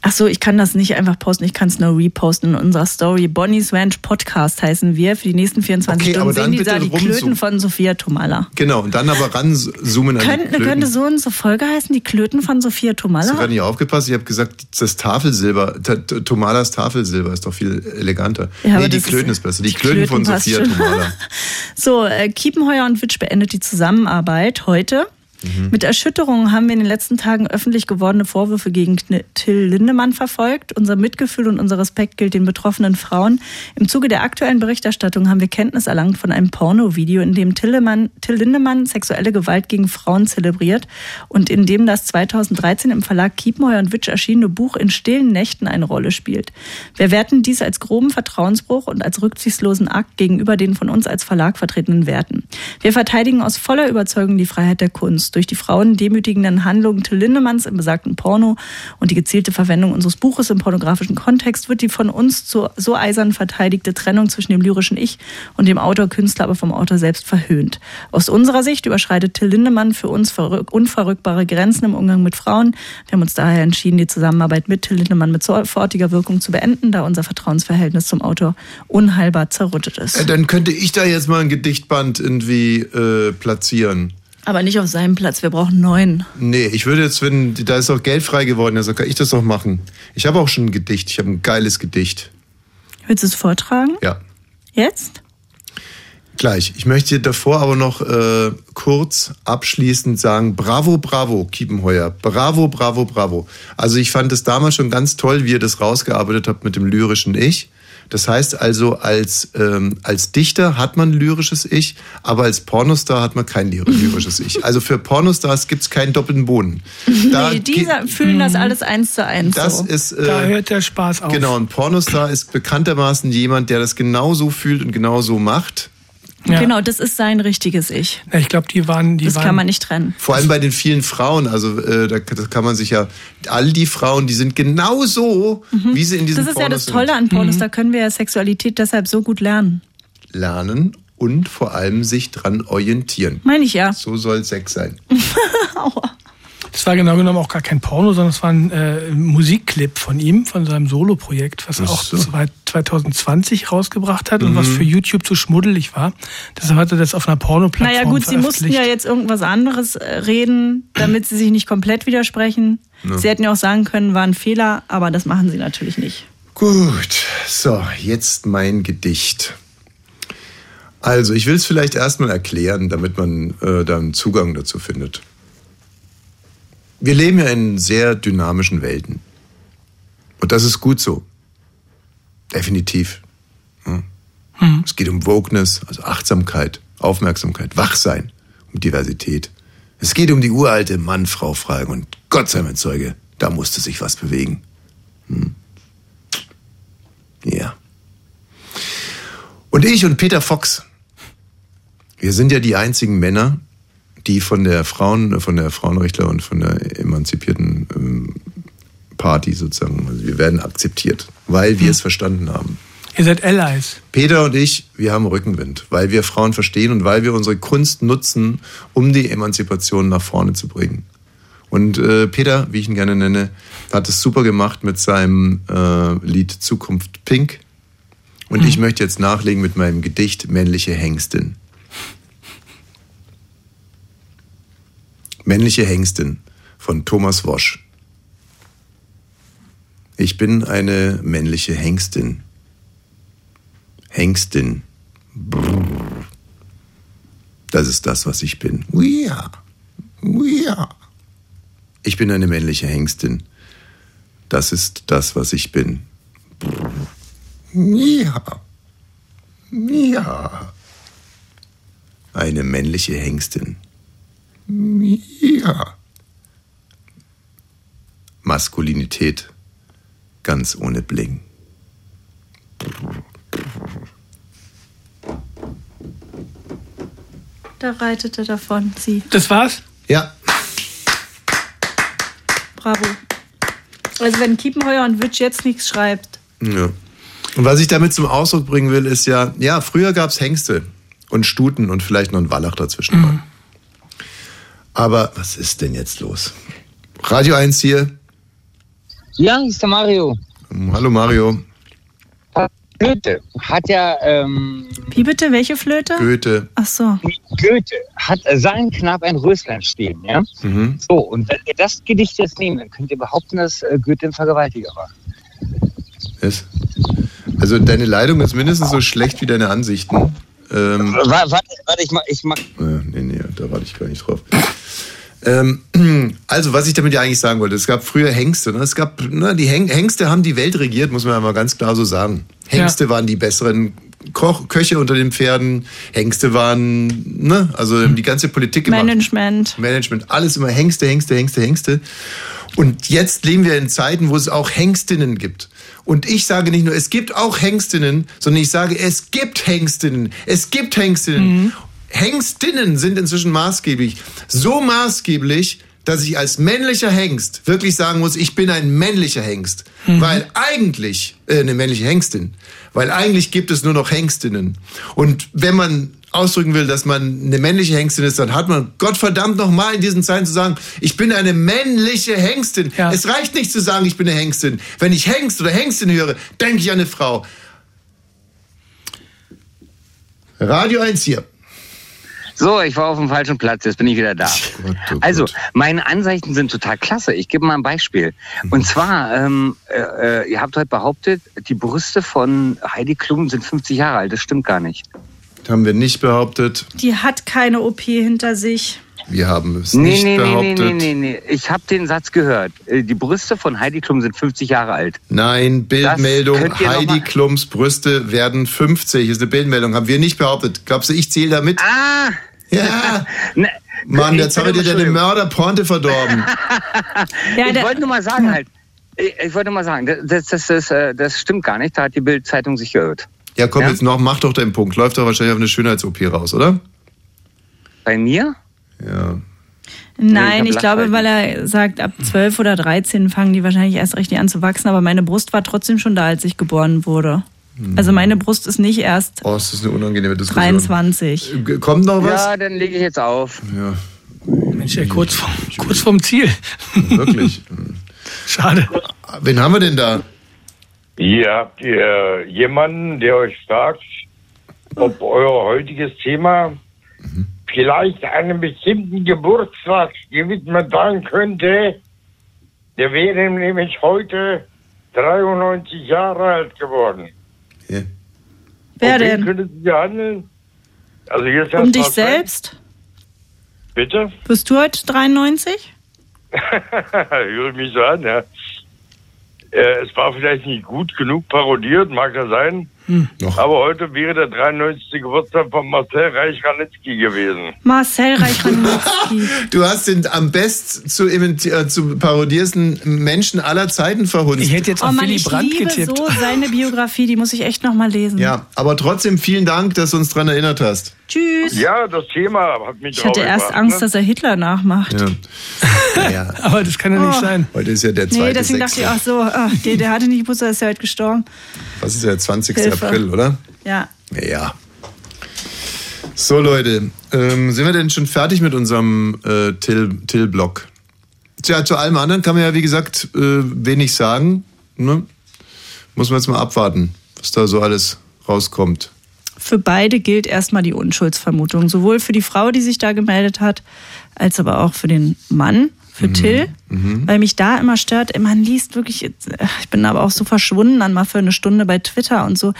S7: Ach so, ich kann das nicht einfach posten, ich kann es nur reposten in unserer Story. Bonnie's Ranch Podcast heißen wir. Für die nächsten 24
S6: Okay,
S7: Stunden
S6: aber dann
S7: sehen die da
S6: bitte
S7: die
S6: rumzoomen.
S7: Klöten von Sophia Tomala.
S6: Genau, und dann aber ranzoomen an die
S7: Könnte,
S6: Blöden.
S7: könnte so unsere Folge heißen, die Klöten von Sophia
S6: Hast du
S7: Tomala?
S6: gerade nicht aufgepasst? Ich habe gesagt, das Tafelsilber, Ta- Ta- Tomalas Tafelsilber ist doch viel eleganter.
S7: Ja, aber
S6: nee, die
S7: das ist-
S6: Klöten ist besser. Die,
S7: die
S6: Klöten, von
S7: Klöten passt
S6: Sophia
S7: schon.
S6: Tomala.
S7: So, äh, Kiepenheuer und Witsch beendet die Zusammenarbeit heute. Mit Erschütterung haben wir in den letzten Tagen öffentlich gewordene Vorwürfe gegen Kn- Till Lindemann verfolgt. Unser Mitgefühl und unser Respekt gilt den betroffenen Frauen. Im Zuge der aktuellen Berichterstattung haben wir Kenntnis erlangt von einem Pornovideo, in dem Tillemann, Till Lindemann sexuelle Gewalt gegen Frauen zelebriert und in dem das 2013 im Verlag Kiepenheuer und Witsch erschienene Buch in stillen Nächten eine Rolle spielt. Wir werten dies als groben Vertrauensbruch und als rücksichtslosen Akt gegenüber den von uns als Verlag vertretenen Werten. Wir verteidigen aus voller Überzeugung die Freiheit der Kunst. Durch die Frauen demütigenden Handlungen Till Lindemanns im besagten Porno und die gezielte Verwendung unseres Buches im pornografischen Kontext wird die von uns zu, so eisern verteidigte Trennung zwischen dem lyrischen Ich und dem Autor-Künstler, aber vom Autor selbst verhöhnt. Aus unserer Sicht überschreitet Till Lindemann für uns verrück- unverrückbare Grenzen im Umgang mit Frauen. Wir haben uns daher entschieden, die Zusammenarbeit mit Till Lindemann mit sofortiger Wirkung zu beenden, da unser Vertrauensverhältnis zum Autor unheilbar zerrüttet
S6: Äh,
S7: ist.
S6: Dann könnte ich da jetzt mal ein Gedichtband irgendwie äh, platzieren.
S7: Aber nicht auf seinem Platz, wir brauchen neuen.
S6: Nee, ich würde jetzt, wenn, da ist auch Geld frei geworden, also kann ich das doch machen. Ich habe auch schon ein Gedicht, ich habe ein geiles Gedicht.
S7: Willst du es vortragen?
S6: Ja.
S7: Jetzt?
S6: Gleich. Ich möchte davor aber noch äh, kurz abschließend sagen, bravo, bravo, Kiepenheuer. Bravo, bravo, bravo. Also ich fand es damals schon ganz toll, wie ihr das rausgearbeitet habt mit dem lyrischen Ich. Das heißt also, als, ähm, als Dichter hat man ein lyrisches Ich, aber als Pornostar hat man kein lyr- lyrisches Ich. Also für Pornostars gibt's keinen doppelten Boden. Da
S7: nee, die
S6: geht-
S7: sa- fühlen das alles eins zu eins.
S6: das
S7: so.
S6: ist, äh,
S8: Da hört der Spaß auf.
S6: genau, ein Pornostar ist bekanntermaßen jemand, der das genauso fühlt und genauso macht.
S8: Ja.
S7: Genau, das ist sein richtiges Ich.
S8: Ja, Ich glaube, die waren, die
S7: Das
S8: waren.
S7: kann man nicht trennen.
S6: Vor allem bei den vielen Frauen, also äh, da kann- das kann man sich ja, all die Frauen, die sind genau so, wie sie in diesen
S7: Mhm. Das ist ja das
S6: Pornos
S7: Tolle an Pornos, da können wir ja Sexualität deshalb so gut lernen.
S6: sind. lernen und vor allem sich dran orientieren.
S7: Meine ich ja.
S6: So soll Sex sein.
S8: Das war genau genommen auch gar kein Porno, sondern es war ein äh, Musikclip von ihm, von seinem Solo-Projekt, was er
S6: Ach
S8: auch
S6: so. Mhm.
S8: zwei- 2020 rausgebracht hat und was für YouTube zu schmuddelig war. Deshalb hat er das auf einer Porno-Plattform
S7: Naja gut, sie mussten
S8: veröffentlicht.
S7: ja jetzt irgendwas anderes äh, reden, damit sie sich nicht komplett widersprechen. Sie hätten ja auch sagen können, war ein Fehler, aber das machen sie natürlich nicht.
S6: Gut, so, jetzt mein Gedicht. Also, ich will es vielleicht erstmal erklären, damit man äh, da einen Zugang dazu findet. Wir leben ja in sehr dynamischen Welten. Und das ist gut so. Definitiv. Ja. Es geht um Wokeness, also Achtsamkeit, Aufmerksamkeit, Wachsein, um Diversität. Es geht um die uralte Mann-Frau-Frage und Gott sei mein Zeuge, da musste sich was bewegen. Ja. Und ich und Peter Fox, wir sind ja die einzigen Männer, die von der Frauen, von der Frauenrechtler und von der emanzipierten ähm, Party sozusagen, also wir werden akzeptiert, weil wir es verstanden haben.
S8: Ihr seid Allies.
S6: Peter und ich, wir haben Rückenwind, weil wir Frauen verstehen und weil wir unsere Kunst nutzen, um die Emanzipation nach vorne zu bringen. Und äh, Peter, wie ich ihn gerne nenne, hat es super gemacht mit seinem äh, Lied Zukunft Pink. Und ich möchte jetzt nachlegen mit meinem Gedicht Männliche Hengstin. Männliche Hengstin von Thomas Wosch. Ich bin eine männliche Hengstin. Hengstin. Brrr. Das ist das, was ich bin. Uia. Uia. Ich bin eine männliche Hengstin. Das ist das, was ich bin. Brrr. Mia. Mia. Eine männliche Hengstin. Mia. Maskulinität ganz ohne Bling.
S7: Da reitet er davon, sie.
S8: Das war's?
S6: Ja.
S7: Bravo. Also wenn Kiepenheuer und Witsch jetzt nichts schreibt.
S6: ja. Und was ich damit zum Ausdruck bringen will, ist ja, ja, früher gab es Hengste und Stuten und vielleicht noch einen Wallach dazwischen.
S8: Mhm.
S6: Aber was ist denn jetzt los? Radio 1 hier.
S12: Ja, ist der Mario.
S6: Hallo Mario.
S12: Goethe hat ja ähm,
S7: Wie bitte, welche Flöte?
S6: Goethe.
S7: Ach so.
S12: Goethe hat seinen Knab ein Röslein stehen, ja.
S6: Mhm.
S12: So und wenn ihr das Gedicht jetzt nehmt, dann könnt ihr behaupten, dass äh, Goethe ein Vergewaltiger war.
S6: Yes. Also deine Leitung ist mindestens so schlecht wie deine Ansichten. Ähm,
S12: Warte, warte, warte ich mach, ich mach.
S6: Äh, nee, nee, da warte ich gar nicht drauf. Ähm, also, was ich damit ja eigentlich sagen wollte, es gab früher Hengste. Ne? Es gab, ne, die Heng Hengste haben die Welt regiert, muss man ja mal ganz klar so sagen. Hengste waren die besseren Koch Köche unter den Pferden, Hengste waren, ne, also die ganze Politik gemacht.
S7: Management.
S6: Management, alles immer Hengste, Hengste, Hengste, Hengste. Und jetzt leben wir in Zeiten, wo es auch Hengstinnen gibt. Und ich sage nicht nur, es gibt auch Hengstinnen, sondern ich sage, es gibt Hengstinnen. Es gibt Hengstinnen. Hengstinnen sind inzwischen maßgeblich. So maßgeblich, dass ich als männlicher Hengst wirklich sagen muss, ich bin ein männlicher Hengst. Weil eigentlich, äh, eine männliche Hengstin, weil eigentlich gibt es nur noch Hengstinnen. Und wenn man ausdrücken will, dass man eine männliche Hengstin ist, dann hat man Gottverdammt nochmal in diesen Zeiten zu sagen, ich bin eine männliche Hengstin. Es reicht nicht zu sagen, ich bin eine Hengstin. Wenn ich Hengst oder Hengstin höre, denke ich an eine Frau. Radio 1 hier.
S12: So, ich war auf dem falschen Platz, jetzt bin ich wieder da. Also, meine Ansichten sind total klasse. Ich gebe mal ein Beispiel.
S6: Mhm.
S12: Und zwar, ähm, äh, äh, ihr habt heute behauptet, die Brüste von Heidi Klum sind 50 Jahre alt. Das stimmt gar nicht.
S6: Haben wir nicht behauptet.
S7: Die hat keine OP hinter sich.
S6: Wir haben es
S12: Nee,
S6: nicht
S12: nee, nee,
S6: behauptet.
S12: nee, nee, nee. Ich habe den Satz gehört. Äh, Die Brüste von Heidi Klum sind 50 Jahre alt.
S6: Nein, Bildmeldung,
S12: könnt ihr noch
S6: Heidi
S12: mal-
S6: Klums Brüste werden 50. Ist eine Bildmeldung, haben wir nicht behauptet. Glaubst du, ich zähle damit?
S12: Ah!
S6: Ja!
S12: Ne,
S6: Mann,
S12: ich
S6: jetzt
S12: bin
S6: haben wir dir deine
S12: Entschuldigung.
S6: Mörderpointe verdorben.
S12: ich wollte nur mal sagen halt, ich, ich wollte nur mal sagen, das, das, das, äh, das stimmt gar nicht. Da hat die Bild-Zeitung sich geirrt.
S6: Ja, komm
S12: Ja?
S6: jetzt noch, mach doch deinen Punkt. Läuft doch wahrscheinlich auf eine Schönheits-OP raus, oder?
S12: Bei mir?
S6: Ja.
S7: Nein,
S12: Nee, ich
S7: ich,
S12: hab
S7: glaube,
S12: Lachfalten.
S7: weil er sagt, ab 12 oder 13 fangen die wahrscheinlich erst richtig an zu wachsen, aber meine Brust war trotzdem schon da, als ich geboren wurde. Also meine Brust ist nicht erst
S6: Hm. Oh, ist das eine unangenehme Diskussion.
S7: 23.
S6: Äh, Kommt noch was?
S12: Ja, dann lege ich jetzt auf.
S6: Ja,
S8: Mensch, ja, kurz, vor, kurz vorm Ziel.
S6: wirklich.
S8: Schade.
S6: Wen haben wir denn da?
S13: Hier habt ihr jemanden, der euch fragt, ob euer heutiges Thema vielleicht einem bestimmten Geburtstag gewidmet sein könnte. Der wäre nämlich heute 93 Jahre alt geworden.
S7: Wer
S13: um
S7: denn?
S13: Wen könntet ihr handeln? Also jetzt
S7: Um
S13: erst
S7: dich
S13: mal Frank,
S7: selbst?
S13: Bitte?
S7: Bist du heute 93?
S13: Hör mich so an, ja. Äh, es war vielleicht nicht gut genug parodiert, mag ja sein. Aber heute wäre der 93. Geburtstag von Marcel Reich-Ranitzky gewesen.
S7: Marcel reich
S6: Du hast den am best zu, imiti- äh, zu parodiersten Menschen aller Zeiten verhunzt. Ich hätte
S8: jetzt
S7: Oh Mann, ich liebe so seine Biografie, die muss ich echt nochmal lesen.
S6: Ja, aber trotzdem vielen Dank, dass du uns daran erinnert hast.
S7: Tschüss.
S13: Ja, das Thema hat mich ne?
S7: Ich hatte erst Angst, dass er Hitler nachmacht.
S6: Ja. Naja,
S8: Aber das kann ja nicht
S7: Oh.
S8: sein.
S6: heute ist ja der
S7: Nee,
S6: zweite
S7: deswegen dachte ich auch so, ah, der, der hatte nicht Geburtstag, ist ja heute gestorben.
S6: Was ist der 20.
S7: Hilfe.
S6: April, oder?
S7: Ja.
S6: Ja. So, Leute, ähm, sind wir denn schon fertig mit unserem äh, Till- Till-Block? Tja, zu allem anderen kann man ja, wie gesagt, äh, wenig sagen. Ne? Muss man jetzt mal abwarten, was da so alles rauskommt.
S7: Für beide gilt erstmal die Unschuldsvermutung. Sowohl für die Frau, die sich da gemeldet hat, als aber auch für den Mann, für Till. Weil mich da immer stört, ey, man liest wirklich, äh, ich bin aber auch so verschwunden dann mal für eine Stunde bei Twitter und so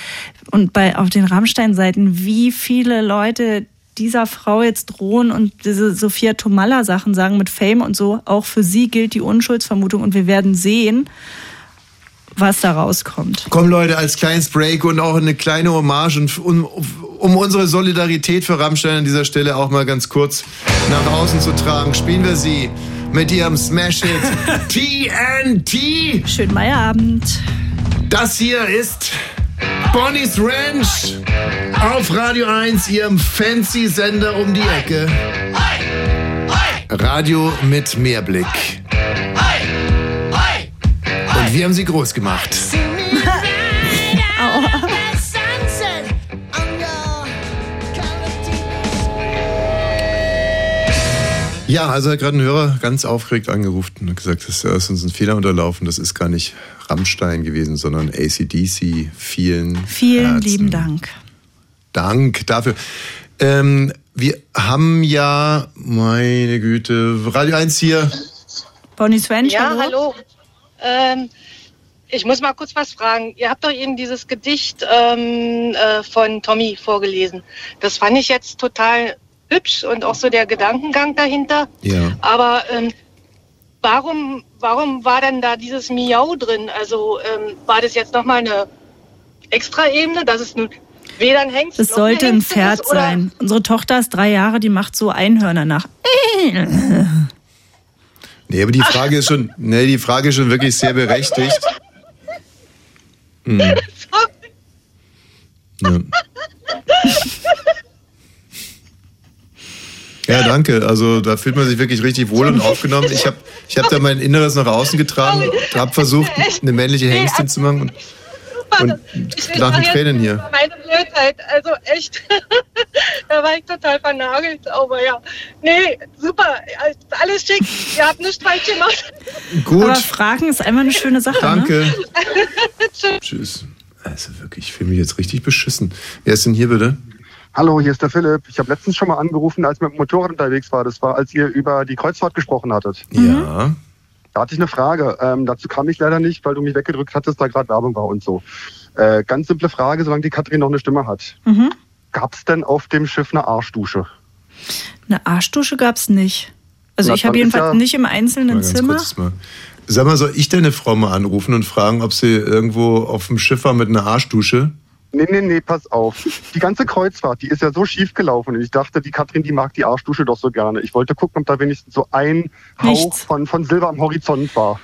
S7: und bei auf den Rammstein-Seiten, wie viele Leute dieser Frau jetzt drohen und diese Sophia Tomalla Sachen sagen mit Fame und so, auch für sie gilt die Unschuldsvermutung und wir werden sehen, was da rauskommt.
S6: Komm Leute, als kleines Break und auch eine kleine Hommage und um, um unsere Solidarität für Rammstein an dieser Stelle auch mal ganz kurz nach außen zu tragen, spielen wir sie mit ihrem Smash-Hit TNT.
S7: Schönen Meierabend.
S6: Das hier ist Bonnie's Ranch auf Radio 1, ihrem Fancy-Sender um die Ecke. Radio mit Mehrblick. Und wir haben sie groß gemacht. Ja, also hat gerade ein Hörer ganz aufgeregt angerufen und hat gesagt, das ist uns ein Fehler unterlaufen. Das ist gar nicht Rammstein gewesen, sondern ACDC. Vielen,
S7: Vielen
S6: Herzen
S7: lieben Dank.
S6: Dank dafür. Ähm, wir haben ja, meine Güte, Radio 1 hier.
S7: Bonnie Swench,
S14: Ja, hallo. Ähm, ich muss mal kurz was fragen. Ihr habt doch eben dieses Gedicht ähm, äh, von Tommy vorgelesen. Das fand ich jetzt total hübsch und auch so der Gedankengang dahinter.
S6: Ja.
S14: Aber ähm, warum, warum war denn da dieses Miau drin? Also ähm, war das jetzt nochmal eine Extraebene, dass es nun weder ein Hengst
S7: Es
S14: noch eine
S7: sollte ein
S14: Hexe
S7: Pferd
S14: ist, oder-
S7: sein. Unsere Tochter ist drei Jahre, die macht so Einhörner nach.
S6: Nee, aber die Frage ist schon, nee, die Frage ist schon wirklich sehr berechtigt. Hm. Ja. ja, danke. Also da fühlt man sich wirklich richtig wohl und aufgenommen. Ich habe ich hab da mein Inneres nach außen getragen und habe versucht, eine männliche Hengstin zu machen. Und,
S14: Ich
S6: und lachen
S14: sag jetzt,
S6: Tränen
S14: das
S6: hier.
S14: war Meine Blödheit, also echt. da war ich total vernagelt, aber ja. Nee, super, alles schick. Ihr habt nichts falsch gemacht.
S6: Gut.
S7: Aber Fragen ist einfach eine schöne Sache.
S6: Danke.
S7: Ne?
S6: Tschüss. Also wirklich, ich fühle mich jetzt richtig beschissen. Wer ist denn hier bitte?
S15: Hallo, hier ist der Philipp. Ich habe letztens schon mal angerufen, als ich mit dem Motorrad unterwegs war. Das war, als ihr über die Kreuzfahrt gesprochen hattet.
S7: Mhm.
S6: Ja.
S15: Da hatte ich eine Frage. Ähm, dazu kam ich leider nicht, weil du mich weggedrückt hattest, da gerade Werbung war und so. Äh, ganz simple Frage, solange die Katrin noch eine Stimme hat.
S7: Mhm.
S15: Gab es denn auf dem Schiff eine Arschdusche?
S7: Eine Arschdusche gab es nicht. Also
S6: Na,
S7: ich habe
S6: dann ist
S7: jedenfalls
S6: ja-
S7: nicht im einzelnen
S6: Mal ganz
S7: Zimmer.
S6: kurz mal. Sag mal, soll ich deine Frau mal anrufen und fragen, ob sie irgendwo auf dem Schiff war mit einer Arschdusche?
S15: Nee, nee, nee, pass auf. Die ganze Kreuzfahrt, die ist ja so schief gelaufen. Und ich dachte, die Katrin, die mag die Arschdusche doch so gerne. Ich wollte gucken, ob da wenigstens so ein Hauch
S7: Nichts.
S15: von, von Silber am Horizont war.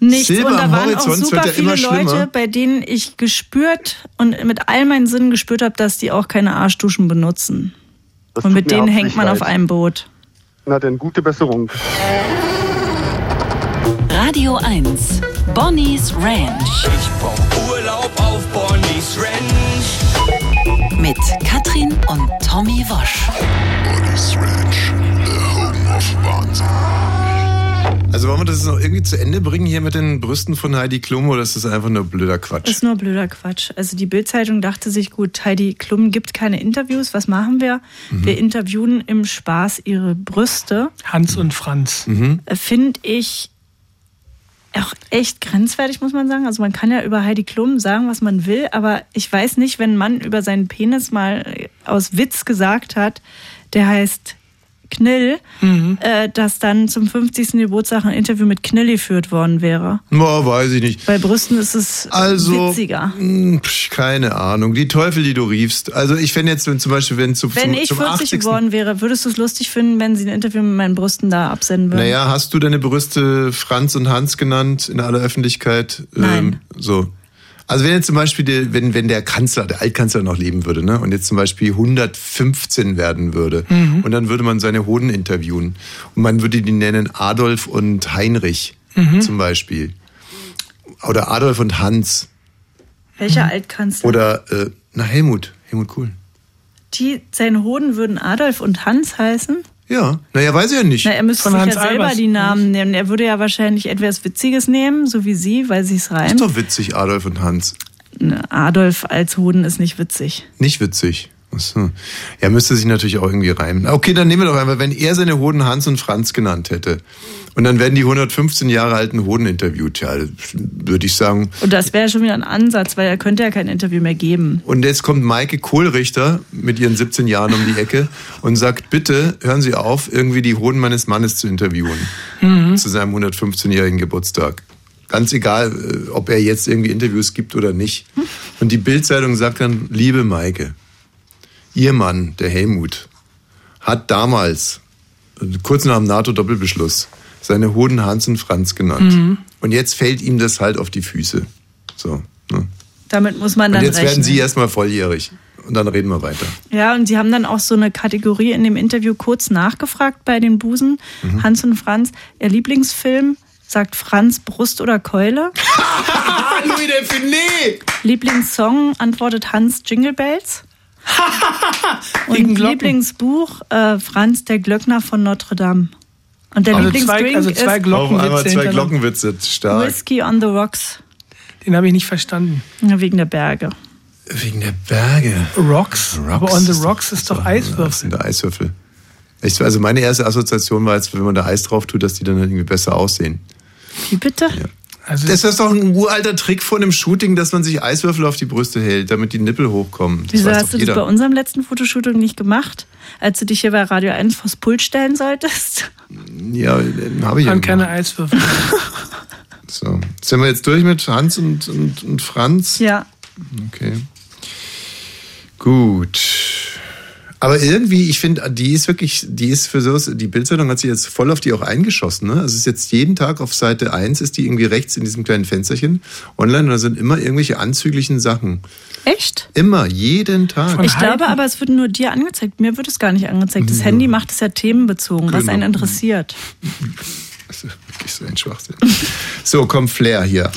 S7: Nichts.
S15: Silber
S7: und da
S15: am
S7: waren auch
S15: Horizont
S7: super
S15: wird ja
S7: viele
S15: immer schlimmer.
S7: Leute, bei denen ich gespürt und mit all meinen Sinnen gespürt habe, dass die auch keine Arschduschen benutzen. und
S15: tut
S7: mit
S15: mir
S7: denen
S15: auch
S7: hängt
S15: nicht
S7: man auf
S15: leid.
S7: einem Boot.
S15: Na denn, gute Besserung.
S1: Radio 1. Bonnie's Ranch.
S5: Ich brauch Urlaub auf Bonnie's Ranch.
S1: Mit Katrin und Tommy Wasch. Bonnie's Ranch. The home of
S6: Also wollen wir das noch irgendwie zu Ende bringen hier mit den Brüsten von Heidi Klum oder ist das einfach nur blöder Quatsch?
S7: Ist nur blöder Quatsch. Also die Bildzeitung dachte sich, gut, Heidi Klum gibt keine Interviews, was machen wir?
S8: Mhm.
S7: Wir interviewen im Spaß ihre Brüste.
S8: Hans und Franz.
S6: Mhm.
S7: Finde ich auch echt grenzwertig, muss man sagen. Also man kann ja über Heidi Klum sagen, was man will, aber ich weiß nicht, wenn ein Mann über seinen Penis mal äh, aus Witz gesagt hat, der heißt Knill,
S6: Mhm.
S7: äh, dass dann zum 50. Geburtstag ein Interview mit Knill geführt worden wäre.
S6: Boah, weiß ich nicht.
S7: Bei Brüsten ist es
S6: Also,
S7: witziger.
S6: mh, psch, keine Ahnung. Die Teufel, die du riefst. Also ich fände jetzt, wenn zum Beispiel, wenn zu,
S7: Wenn
S6: zum,
S7: ich
S6: zum
S7: 40
S6: 80.
S7: geworden wäre, würdest du es lustig finden, wenn sie ein Interview mit meinen Brüsten da absenden würden?
S6: Naja, hast du deine Brüste Franz und Hans genannt in aller Öffentlichkeit? Nein. Ähm, so. Also wenn jetzt zum Beispiel, der, wenn, wenn der Kanzler, der Altkanzler noch leben würde, ne? Und jetzt zum Beispiel 115 werden würde.
S8: Mhm.
S6: Und dann würde man seine Hoden interviewen. Und man würde die nennen Adolf und Heinrich
S8: Mhm.
S6: zum Beispiel. Oder Adolf und Hans.
S7: Welcher Altkanzler?
S6: Oder, äh, na, Helmut. Helmut Kohl.
S7: Die, seine Hoden würden Adolf und Hans heißen?
S6: Ja, naja, weiß ich ja nicht.
S7: Na, er müsste
S6: Von
S7: sich
S6: Hans
S7: ja selber
S6: Albers.
S7: die Namen nehmen. Er würde ja wahrscheinlich etwas Witziges nehmen, so wie Sie, weil sie es
S6: Ist
S7: reimt.
S6: doch witzig, Adolf und Hans.
S7: Ne, Adolf als Hoden ist nicht witzig.
S6: Nicht witzig. Achso. Ja, müsste sich natürlich auch irgendwie reimen. Okay, dann nehmen wir doch einfach, wenn er seine Hoden Hans und Franz genannt hätte. Und dann werden die 115 Jahre alten Hoden interviewt. Ja, würde ich sagen.
S7: Und das wäre schon wieder ein Ansatz, weil er könnte ja kein Interview mehr geben.
S6: Und jetzt kommt Maike Kohlrichter mit ihren 17 Jahren um die Ecke und sagt, bitte hören Sie auf, irgendwie die Hoden meines Mannes zu interviewen. Zu seinem 115-jährigen Geburtstag. Ganz egal, äh, ob er jetzt irgendwie Interviews gibt oder nicht. Und die Bildzeitung sagt dann, liebe Maike, Ihr Mann, der Helmut, hat damals, äh, kurz nach dem NATO-Doppelbeschluss, seine Hoden Hans und Franz genannt.
S7: Mhm.
S6: Und jetzt fällt ihm das halt auf die Füße. So. Ne?
S7: Damit muss man
S6: Und
S7: dann
S6: jetzt
S7: rechnen.
S6: werden Sie erstmal volljährig. Und dann reden wir weiter.
S7: Ja, und sie haben dann auch so eine Kategorie in dem Interview kurz nachgefragt bei den Busen.
S6: Mhm.
S7: Hans und Franz, ihr Lieblingsfilm, sagt Franz Brust oder Keule.
S6: Louis Delfiné!
S7: Lieblingssong, antwortet Hans Jingle Bells. und Lieblingsbuch, äh, Franz der Glöckner von Notre Dame. Und der
S8: Also
S7: Lieblingsdrink ist
S6: Auf einmal Also zwei Glockenwitze. Stark.
S7: Whiskey on the Rocks.
S8: Den habe ich nicht verstanden.
S7: Wegen der Berge.
S6: Wegen der Berge.
S8: Rocks.
S6: Rocks
S8: Aber on the
S6: ist ne?
S8: Rocks ist doch Eiswürfel.
S6: Das sind Eiswürfel. Ich, also meine erste Assoziation war jetzt, wenn man da Eis drauf tut, dass die dann irgendwie besser aussehen.
S7: Wie bitte?
S8: Also,
S6: das ist doch ein uralter Trick von einem Shooting, dass man sich Eiswürfel auf die Brüste hält, damit die Nippel hochkommen. Das
S7: Wieso
S6: weiß
S7: hast
S6: doch
S7: du
S6: jeder.
S7: das bei unserem letzten Fotoshooting nicht gemacht, als du dich hier bei Radio 1 vors Pult stellen solltest?
S6: Ja, habe ich ja.
S8: Waren keine Eiswürfel.
S6: So. Sind wir jetzt durch mit Hans und, und, und Franz?
S7: Ja.
S6: Okay. Gut. Aber irgendwie, ich finde, die ist wirklich, die ist für so, die Bildzeitung hat sich jetzt voll auf die auch eingeschossen. Ne? Also es ist jetzt jeden Tag auf Seite 1 ist die irgendwie rechts in diesem kleinen Fensterchen online und da sind immer irgendwelche anzüglichen Sachen.
S7: Echt?
S6: Immer, jeden Tag.
S7: ich glaube aber, es wird nur dir angezeigt. Mir wird es gar nicht angezeigt. Das
S6: Ja.
S7: Handy macht es ja themenbezogen, was
S6: Genau.
S7: einen interessiert.
S6: Das ist wirklich so ein Schwachsinn. So, kommt Flair hier.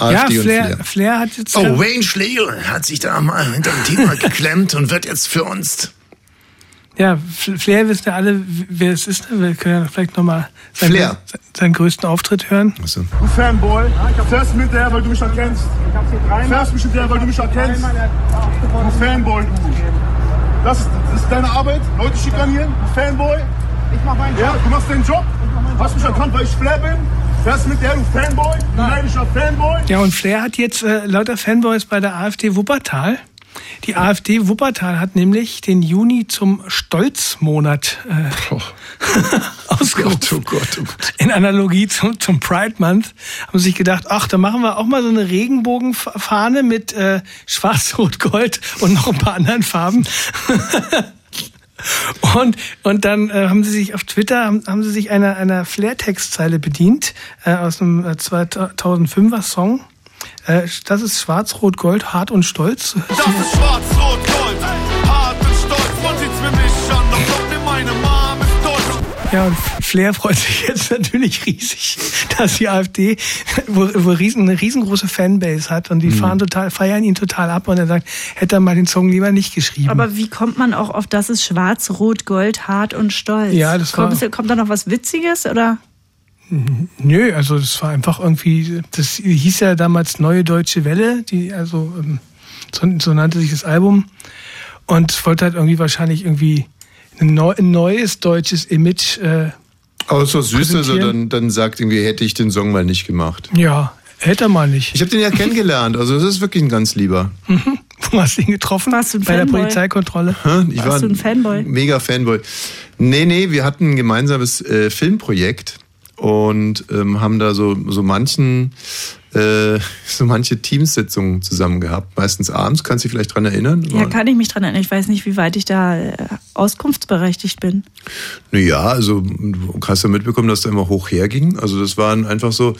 S6: AfD
S11: Ja, Flair-
S6: und Flair.
S8: Flair hat jetzt.
S11: Oh, Wayne Schlegel hat sich da mal hinter dem Thema geklemmt und wird jetzt für uns.
S8: Ja, F- Flair wissen ja alle, wer es ist. Wir können ja vielleicht nochmal seinen,
S11: Flair.
S8: seinen größten Auftritt hören.
S16: Du Fanboy, fährst mit der, weil du mich erkennst. Fährst mich mit der, weil du mich erkennst. Du Fanboy, du. Das ist, das ist deine Arbeit, Leute schikanieren, du Fanboy. Ich mach meinen Job. Ja, du machst deinen Job, hast mich erkannt, weil ich Flair bin. Fährst mit der, du Fanboy, du neidischer Fanboy.
S8: Ja, und Flair hat jetzt äh, lauter Fanboys bei der AfD Wuppertal. Die AfD Wuppertal hat nämlich den Juni zum Stolzmonat äh,
S6: oh
S8: ausgerufen. In Analogie zum, zum Pride Month haben sie sich gedacht, ach, da machen wir auch mal so eine Regenbogenfahne mit äh, Schwarz, Rot, Gold und noch ein paar anderen Farben. Und, und dann äh, haben sie sich auf Twitter, haben, haben sie sich einer, einer Flair-Textzeile bedient, äh, aus einem äh, 2005er Song. Äh, das ist Schwarz, Rot, Gold, hart und stolz.
S16: Das ist schwarz, rot, gold, hart und stolz. Man sieht's mir nicht an, doch glaub mir, meine Mom ist deutsch.
S8: Ja, und Flair freut sich jetzt natürlich riesig, dass die AfD wo, wo riesen, eine riesengroße Fanbase hat und die fahren total, feiern ihn total ab und er sagt, hätte er mal den Song lieber nicht geschrieben.
S7: Aber wie kommt man auch auf das ist schwarz, rot, gold, hart und stolz?
S8: Ja, das war-
S7: kommt, kommt da noch was Witziges oder?
S8: Nö, also das war einfach irgendwie, das hieß ja damals Neue Deutsche Welle, die, also ähm, so, so nannte sich das Album. Und es wollte halt irgendwie wahrscheinlich irgendwie ein, neu, ein neues deutsches Image. Äh,
S6: Aber es ist doch süß, also dann,
S8: präsentieren.
S6: dann sagt irgendwie, hätte ich den Song mal nicht gemacht.
S8: ja, hätte er mal nicht.
S6: Ich habe den ja kennengelernt, also es ist wirklich ein ganz lieber.
S8: Mhm. Wo hast du ihn getroffen? Warst
S7: du ein
S8: Bei der
S7: Fanboy?
S8: Polizeikontrolle.
S6: Hä? Ich
S7: Warst
S6: war
S7: du ein Fanboy?
S6: Mega Fanboy. Nee, nee, wir hatten ein gemeinsames äh, Filmprojekt und ähm, haben da so, so manchen äh, so manche Teamsitzungen zusammen gehabt. Meistens abends, kannst du dich vielleicht dran erinnern?
S7: Ja, kann ich mich dran erinnern. Ich weiß nicht, wie weit ich da äh, auskunftsberechtigt bin.
S6: Naja, also du hast ja mitbekommen, dass da immer hoch herging. Also das waren einfach so,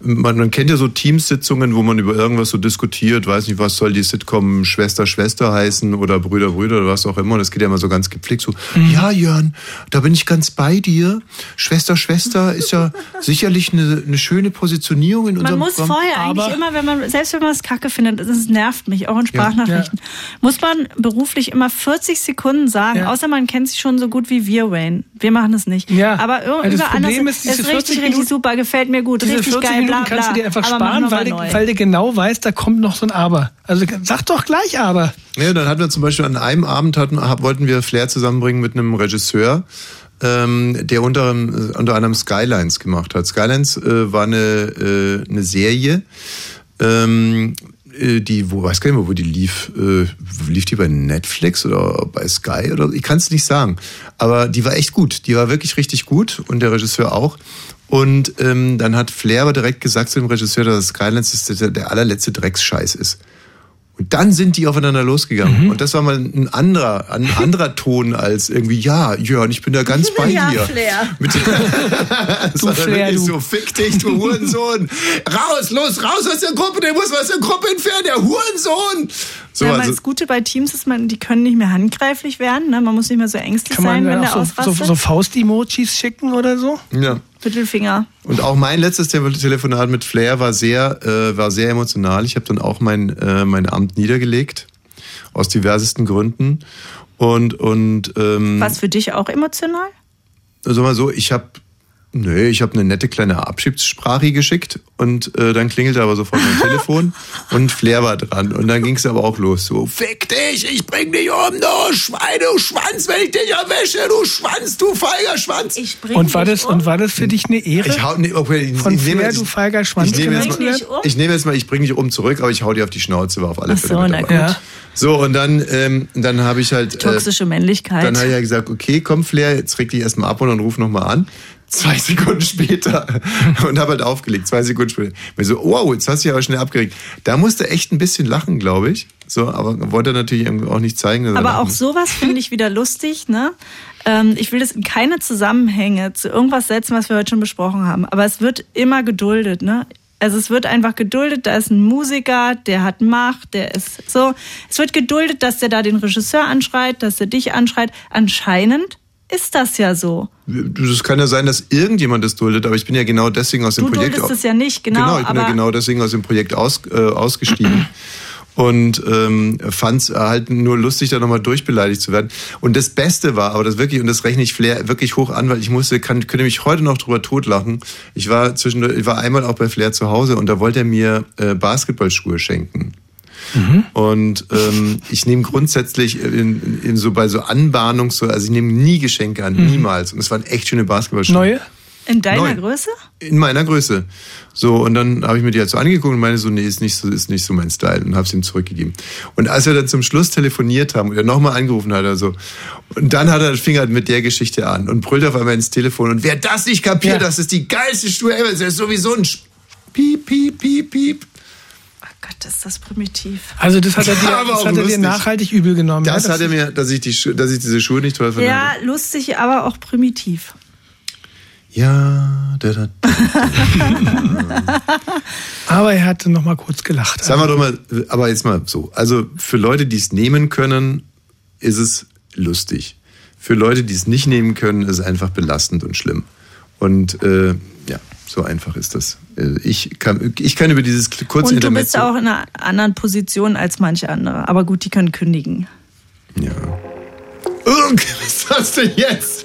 S6: man, man kennt ja so Teamsitzungen, wo man über irgendwas so diskutiert, weiß nicht, was soll die Sitcom Schwester Schwester heißen oder Brüder Brüder oder was auch immer. Und das geht ja immer so ganz gepflegt so,
S7: Mhm.
S6: ja Jörn, da bin ich ganz bei dir. Schwester Schwester ist ja sicherlich eine, eine schöne Positionierung in
S7: Man
S8: Also
S6: unserem
S7: muss
S6: Programm.
S7: vorher eigentlich immer, wenn man, selbst wenn man es kacke findet, das ist- nervt mich, auch in Sprachnachrichten, muss man beruflich immer 40 Sekunden sagen,
S8: Ja.
S7: außer man kennt sich schon so gut wie wir, Wayne. Wir machen es nicht. Aber ir-
S8: Ja, also das
S7: überall
S8: Problem
S7: anders
S8: ist, diese
S7: ist richtig,
S8: 40
S7: richtig
S8: Minuten-
S7: super, gefällt mir gut,
S8: Diese
S7: richtig
S8: 40
S7: geil, bla
S8: Minuten
S7: bla.
S8: kannst du dir einfach
S7: Aber mach
S8: sparen,
S7: noch mal
S8: weil, du-
S7: neu.
S8: weil du genau weißt, da kommt noch so ein Aber. Also sag doch gleich Aber.
S6: Ja, dann hatten wir zum Beispiel an einem Abend hatten, hab- wollten wir Flair zusammenbringen mit einem Regisseur, ähm, der unter, unter anderem Skylines gemacht hat. Skylines äh, war eine, äh, eine Serie, ähm, äh, die, wo, weiß gar nicht mehr, wo die lief. Äh, lief die bei Netflix oder bei Sky oder ich kann es nicht sagen. Aber die war echt gut. Die war wirklich richtig gut und der Regisseur auch. Und ähm, dann hat Flair aber direkt gesagt zu dem Regisseur, dass Skylines ist der, der allerletzte Drecksscheiß ist. Und dann sind die aufeinander losgegangen.
S8: Mhm.
S6: Und das war mal ein anderer, ein anderer Ton als irgendwie, ja, Jörn, ich bin da ganz bei
S7: ja,
S6: dir.
S7: Flair.
S6: Mit das war dann
S8: Flair,
S6: wirklich
S8: du.
S6: so, fick dich, du Hurensohn. raus, los, raus aus der Gruppe, der muss aus der Gruppe entfernen, der Hurensohn. So,
S7: ja,
S6: also,
S7: das Gute bei Teams ist, man, die können nicht mehr handgreiflich werden. Ne? Man muss nicht mehr so ängstlich
S6: Kann man dann
S7: sein, wenn
S6: auch
S7: der
S6: so-
S7: ausrastet.
S6: so- so
S8: Faust-Emojis schicken oder so?
S6: ja.
S7: Mittelfinger.
S6: Und auch mein letztes Te- Telefonat mit Flair war sehr, äh, war sehr emotional. Ich habe dann auch mein, äh, mein Amt niedergelegt. Aus diversesten Gründen. Und, und, ähm,
S7: Was für dich auch emotional?
S6: sag mal so, ich habe nee, ich habe eine nette kleine Abschiedssprache geschickt und äh, dann klingelte aber sofort mein Telefon und Flair war dran und dann ging es aber auch los so fick dich, ich bring dich um, du Schwein, du Schwanz, wenn ich dich erwische, du Schwanz, du feiger Schwanz. Ich bring
S8: Und war das, und war das für dich eine Ehre?
S6: Ich hau, nee, okay,
S8: Von
S6: ich nehme
S8: Flair,
S6: jetzt,
S8: du feiger Schwanz.
S6: ich nehme, jetzt
S8: genannt
S6: mal,
S8: werden?
S6: ich nehme jetzt mal, ich bring dich um zurück, aber ich hau dir auf die Schnauze, war auf alle
S7: Ach
S6: Fälle
S7: so,
S6: mit
S7: na
S6: dabei.
S7: gut.
S6: So, und dann, ähm, dann habe ich halt... äh,
S7: Toxische Männlichkeit.
S6: dann habe ich ja gesagt, okay, komm Flair, jetzt reg dich erstmal ab und dann ruf nochmal an. Zwei Sekunden später und habe halt aufgelegt, zwei Sekunden später. Mir so, wow, jetzt hast du dich aber schnell abgeregt. Da musste echt ein bisschen lachen, glaube ich. So, aber wollte natürlich irgendwie auch nicht zeigen. dass er
S7: Aber
S6: lachen
S7: auch
S6: muss.
S7: sowas finde ich wieder lustig, ne? Ähm, ich will das in keine Zusammenhänge zu irgendwas setzen, was wir heute schon besprochen haben. Aber es wird immer geduldet, ne? Also es wird einfach geduldet, da ist ein Musiker, der hat Macht, der ist so. Es wird geduldet, dass der da den Regisseur anschreit, dass der dich anschreit. Anscheinend ist das ja so.
S6: Das kann ja sein, dass irgendjemand das duldet, aber ich bin ja genau deswegen aus dem
S7: Du
S6: Projekt
S7: duldest es ja nicht, genau,
S6: Genau, ich bin ja
S7: aber-
S6: genau deswegen aus dem Projekt aus, äh, ausgestiegen. Und ähm, fand es halt nur lustig, da nochmal durchbeleidigt zu werden. Und das Beste war, aber das wirklich, und das rechne ich Flair wirklich hoch an, weil ich musste, kann, könnte mich heute noch drüber totlachen. Ich war zwischendurch, ich war einmal auch bei Flair zu Hause und da wollte er mir äh, Basketballschuhe schenken. Und ähm, ich nehme grundsätzlich in, in, in so bei so Anbahnung so, also ich nehme nie Geschenke an, niemals. Und es waren echt schöne Basketballschuhe. Neue?
S7: In deiner
S6: Neu.
S7: Größe?
S6: In meiner Größe. So, und dann habe ich mir die halt so angeguckt und meine so, nee, ist nicht so, ist nicht so mein Style und habe es ihm zurückgegeben. Und als wir dann zum Schluss telefoniert haben und er nochmal angerufen hat, also, und dann hat er den Finger mit der Geschichte an und brüllt auf einmal ins Telefon und wer das nicht kapiert,
S8: Ja.
S6: das ist die geilste Schuhe ever, das ist sowieso ein Sch Piep, piep, piep, piep.
S7: Gott, ist das primitiv.
S8: Also das hat er dir,
S6: Aber auch
S8: das hat er dir
S6: lustig.
S8: nachhaltig übel genommen.
S6: Das
S8: ja?
S6: hat er mir, dass ich, die, Schu- dass ich diese Schuhe nicht toll fand.
S7: Ja, lustig, aber auch primitiv.
S6: Ja, da, da,
S8: Aber er hatte noch mal kurz gelacht.
S6: Sagen wir doch mal, aber jetzt mal so. Also für Leute, die es nehmen können, ist es lustig. Für Leute, die es nicht nehmen können, ist es einfach belastend und schlimm. Und äh, ja, so einfach ist das. Äh, Ich kann, ich kann über dieses kurze
S7: Und du bist
S6: Intermezzo-
S7: auch in einer anderen Position als manche andere. Aber gut, die können kündigen.
S6: Oh, was hast du jetzt?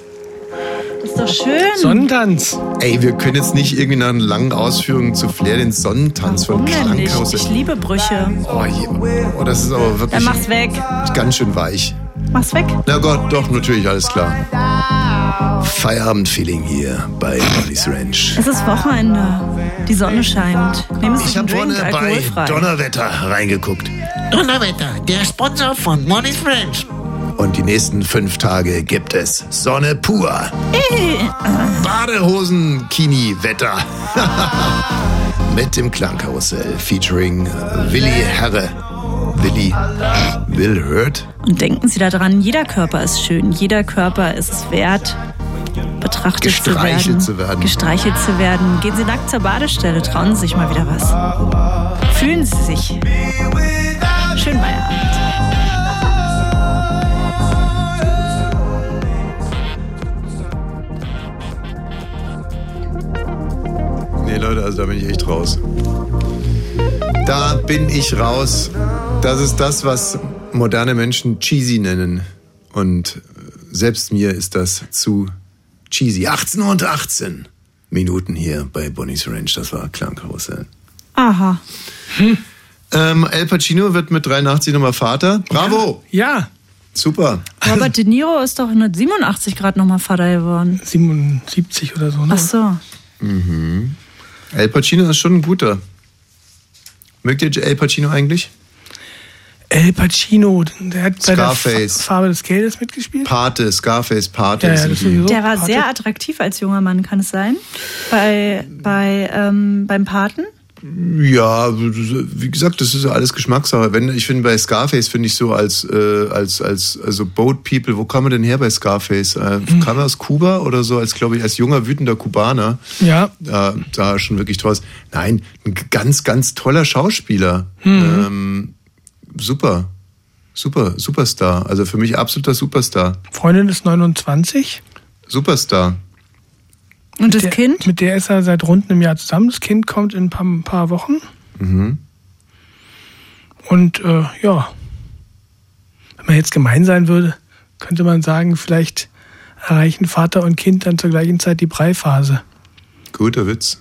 S7: Ist doch schön.
S8: Sonnentanz.
S6: Ey, wir können jetzt nicht irgendwie nach einer langen Ausführung zu Flair den Sonnentanz von
S7: Denn nicht.
S6: Klanghaus.
S7: Ich liebe Brüche.
S6: Oh, je, oh, das ist aber wirklich
S7: Dann mach's weg.
S6: ganz schön weich.
S7: Mach's weg.
S6: Na Gott, doch, natürlich, alles klar. Feierabendfeeling hier bei Donny's Ranch.
S7: Es ist Wochenende. Die Sonne scheint. Nehmen Sie
S11: Ich
S7: sich einen
S11: habe
S7: Drink,
S11: vorne bei
S7: alkoholfrei.
S11: Donnerwetter reingeguckt.
S1: Donnerwetter, der Sponsor von Morning's French.
S6: Und die nächsten fünf Tage gibt es Sonne pur. Badehosen, Kini, Wetter. Mit dem Klangkarussell featuring Willi äh, Herre. Willi. Will Hurt?
S7: Und denken Sie daran, jeder Körper ist schön, jeder Körper ist es wert, betrachtet
S6: Gestreichelt
S7: zu,
S6: zu
S7: werden,
S6: werden.
S7: Gestreichelt zu werden. Gehen Sie nackt zur Badestelle, trauen Sie sich mal wieder was. Fühlen Sie sich. Schön, Meier.
S6: Nee, Leute, also da bin ich echt raus. Da bin ich raus. Das ist das, was moderne Menschen cheesy nennen. Und äh, selbst mir ist das zu cheesy. 18 und 18 Minuten hier bei Bonnie's Ranch. Das war Klangkarussell.
S7: Aha.
S6: Ähm, El Pacino wird mit 83 nochmal Vater. Bravo!
S8: Ja.
S6: Super.
S7: Robert De Niro ist doch 187 Grad nochmal Vater geworden.
S8: 77 oder so,
S7: Ach
S8: ne?
S7: Oh. so.
S6: Mhm. El Pacino ist schon ein guter. Mögt ihr El Pacino eigentlich?
S8: El Pacino, der hat bei der
S6: Scarface.
S8: Fa Farbe des Geldes mitgespielt.
S6: Pate, Scarface, Pate.
S8: Ja, ja,
S6: sind
S8: das
S6: die.
S8: sowieso.
S7: Der war sehr attraktiv als junger Mann, kann es sein? Bei, bei, ähm, beim Paten?
S6: Ja, wie gesagt, das ist ja alles Geschmackssache. Wenn ich finde bei Scarface finde ich so als äh, als als also Boat People, wo kam er denn her bei Scarface? Äh, Kam er aus Kuba oder so als glaube ich als junger wütender Kubaner?
S8: Ja.
S6: Da sah er schon wirklich draus. Nein, ein ganz ganz toller Schauspieler. Ähm, super. Super, Superstar. Also für mich absoluter Superstar.
S8: Freundin ist 29.
S6: Superstar.
S7: Und das
S8: Kind? Mit der ist er seit rund einem Jahr zusammen. Das Kind kommt in ein paar, ein paar Wochen.
S6: Mhm.
S8: Und äh, ja, wenn man jetzt gemein sein würde, könnte man sagen, vielleicht erreichen Vater und Kind dann zur gleichen Zeit die Breiphase.
S6: Guter Witz.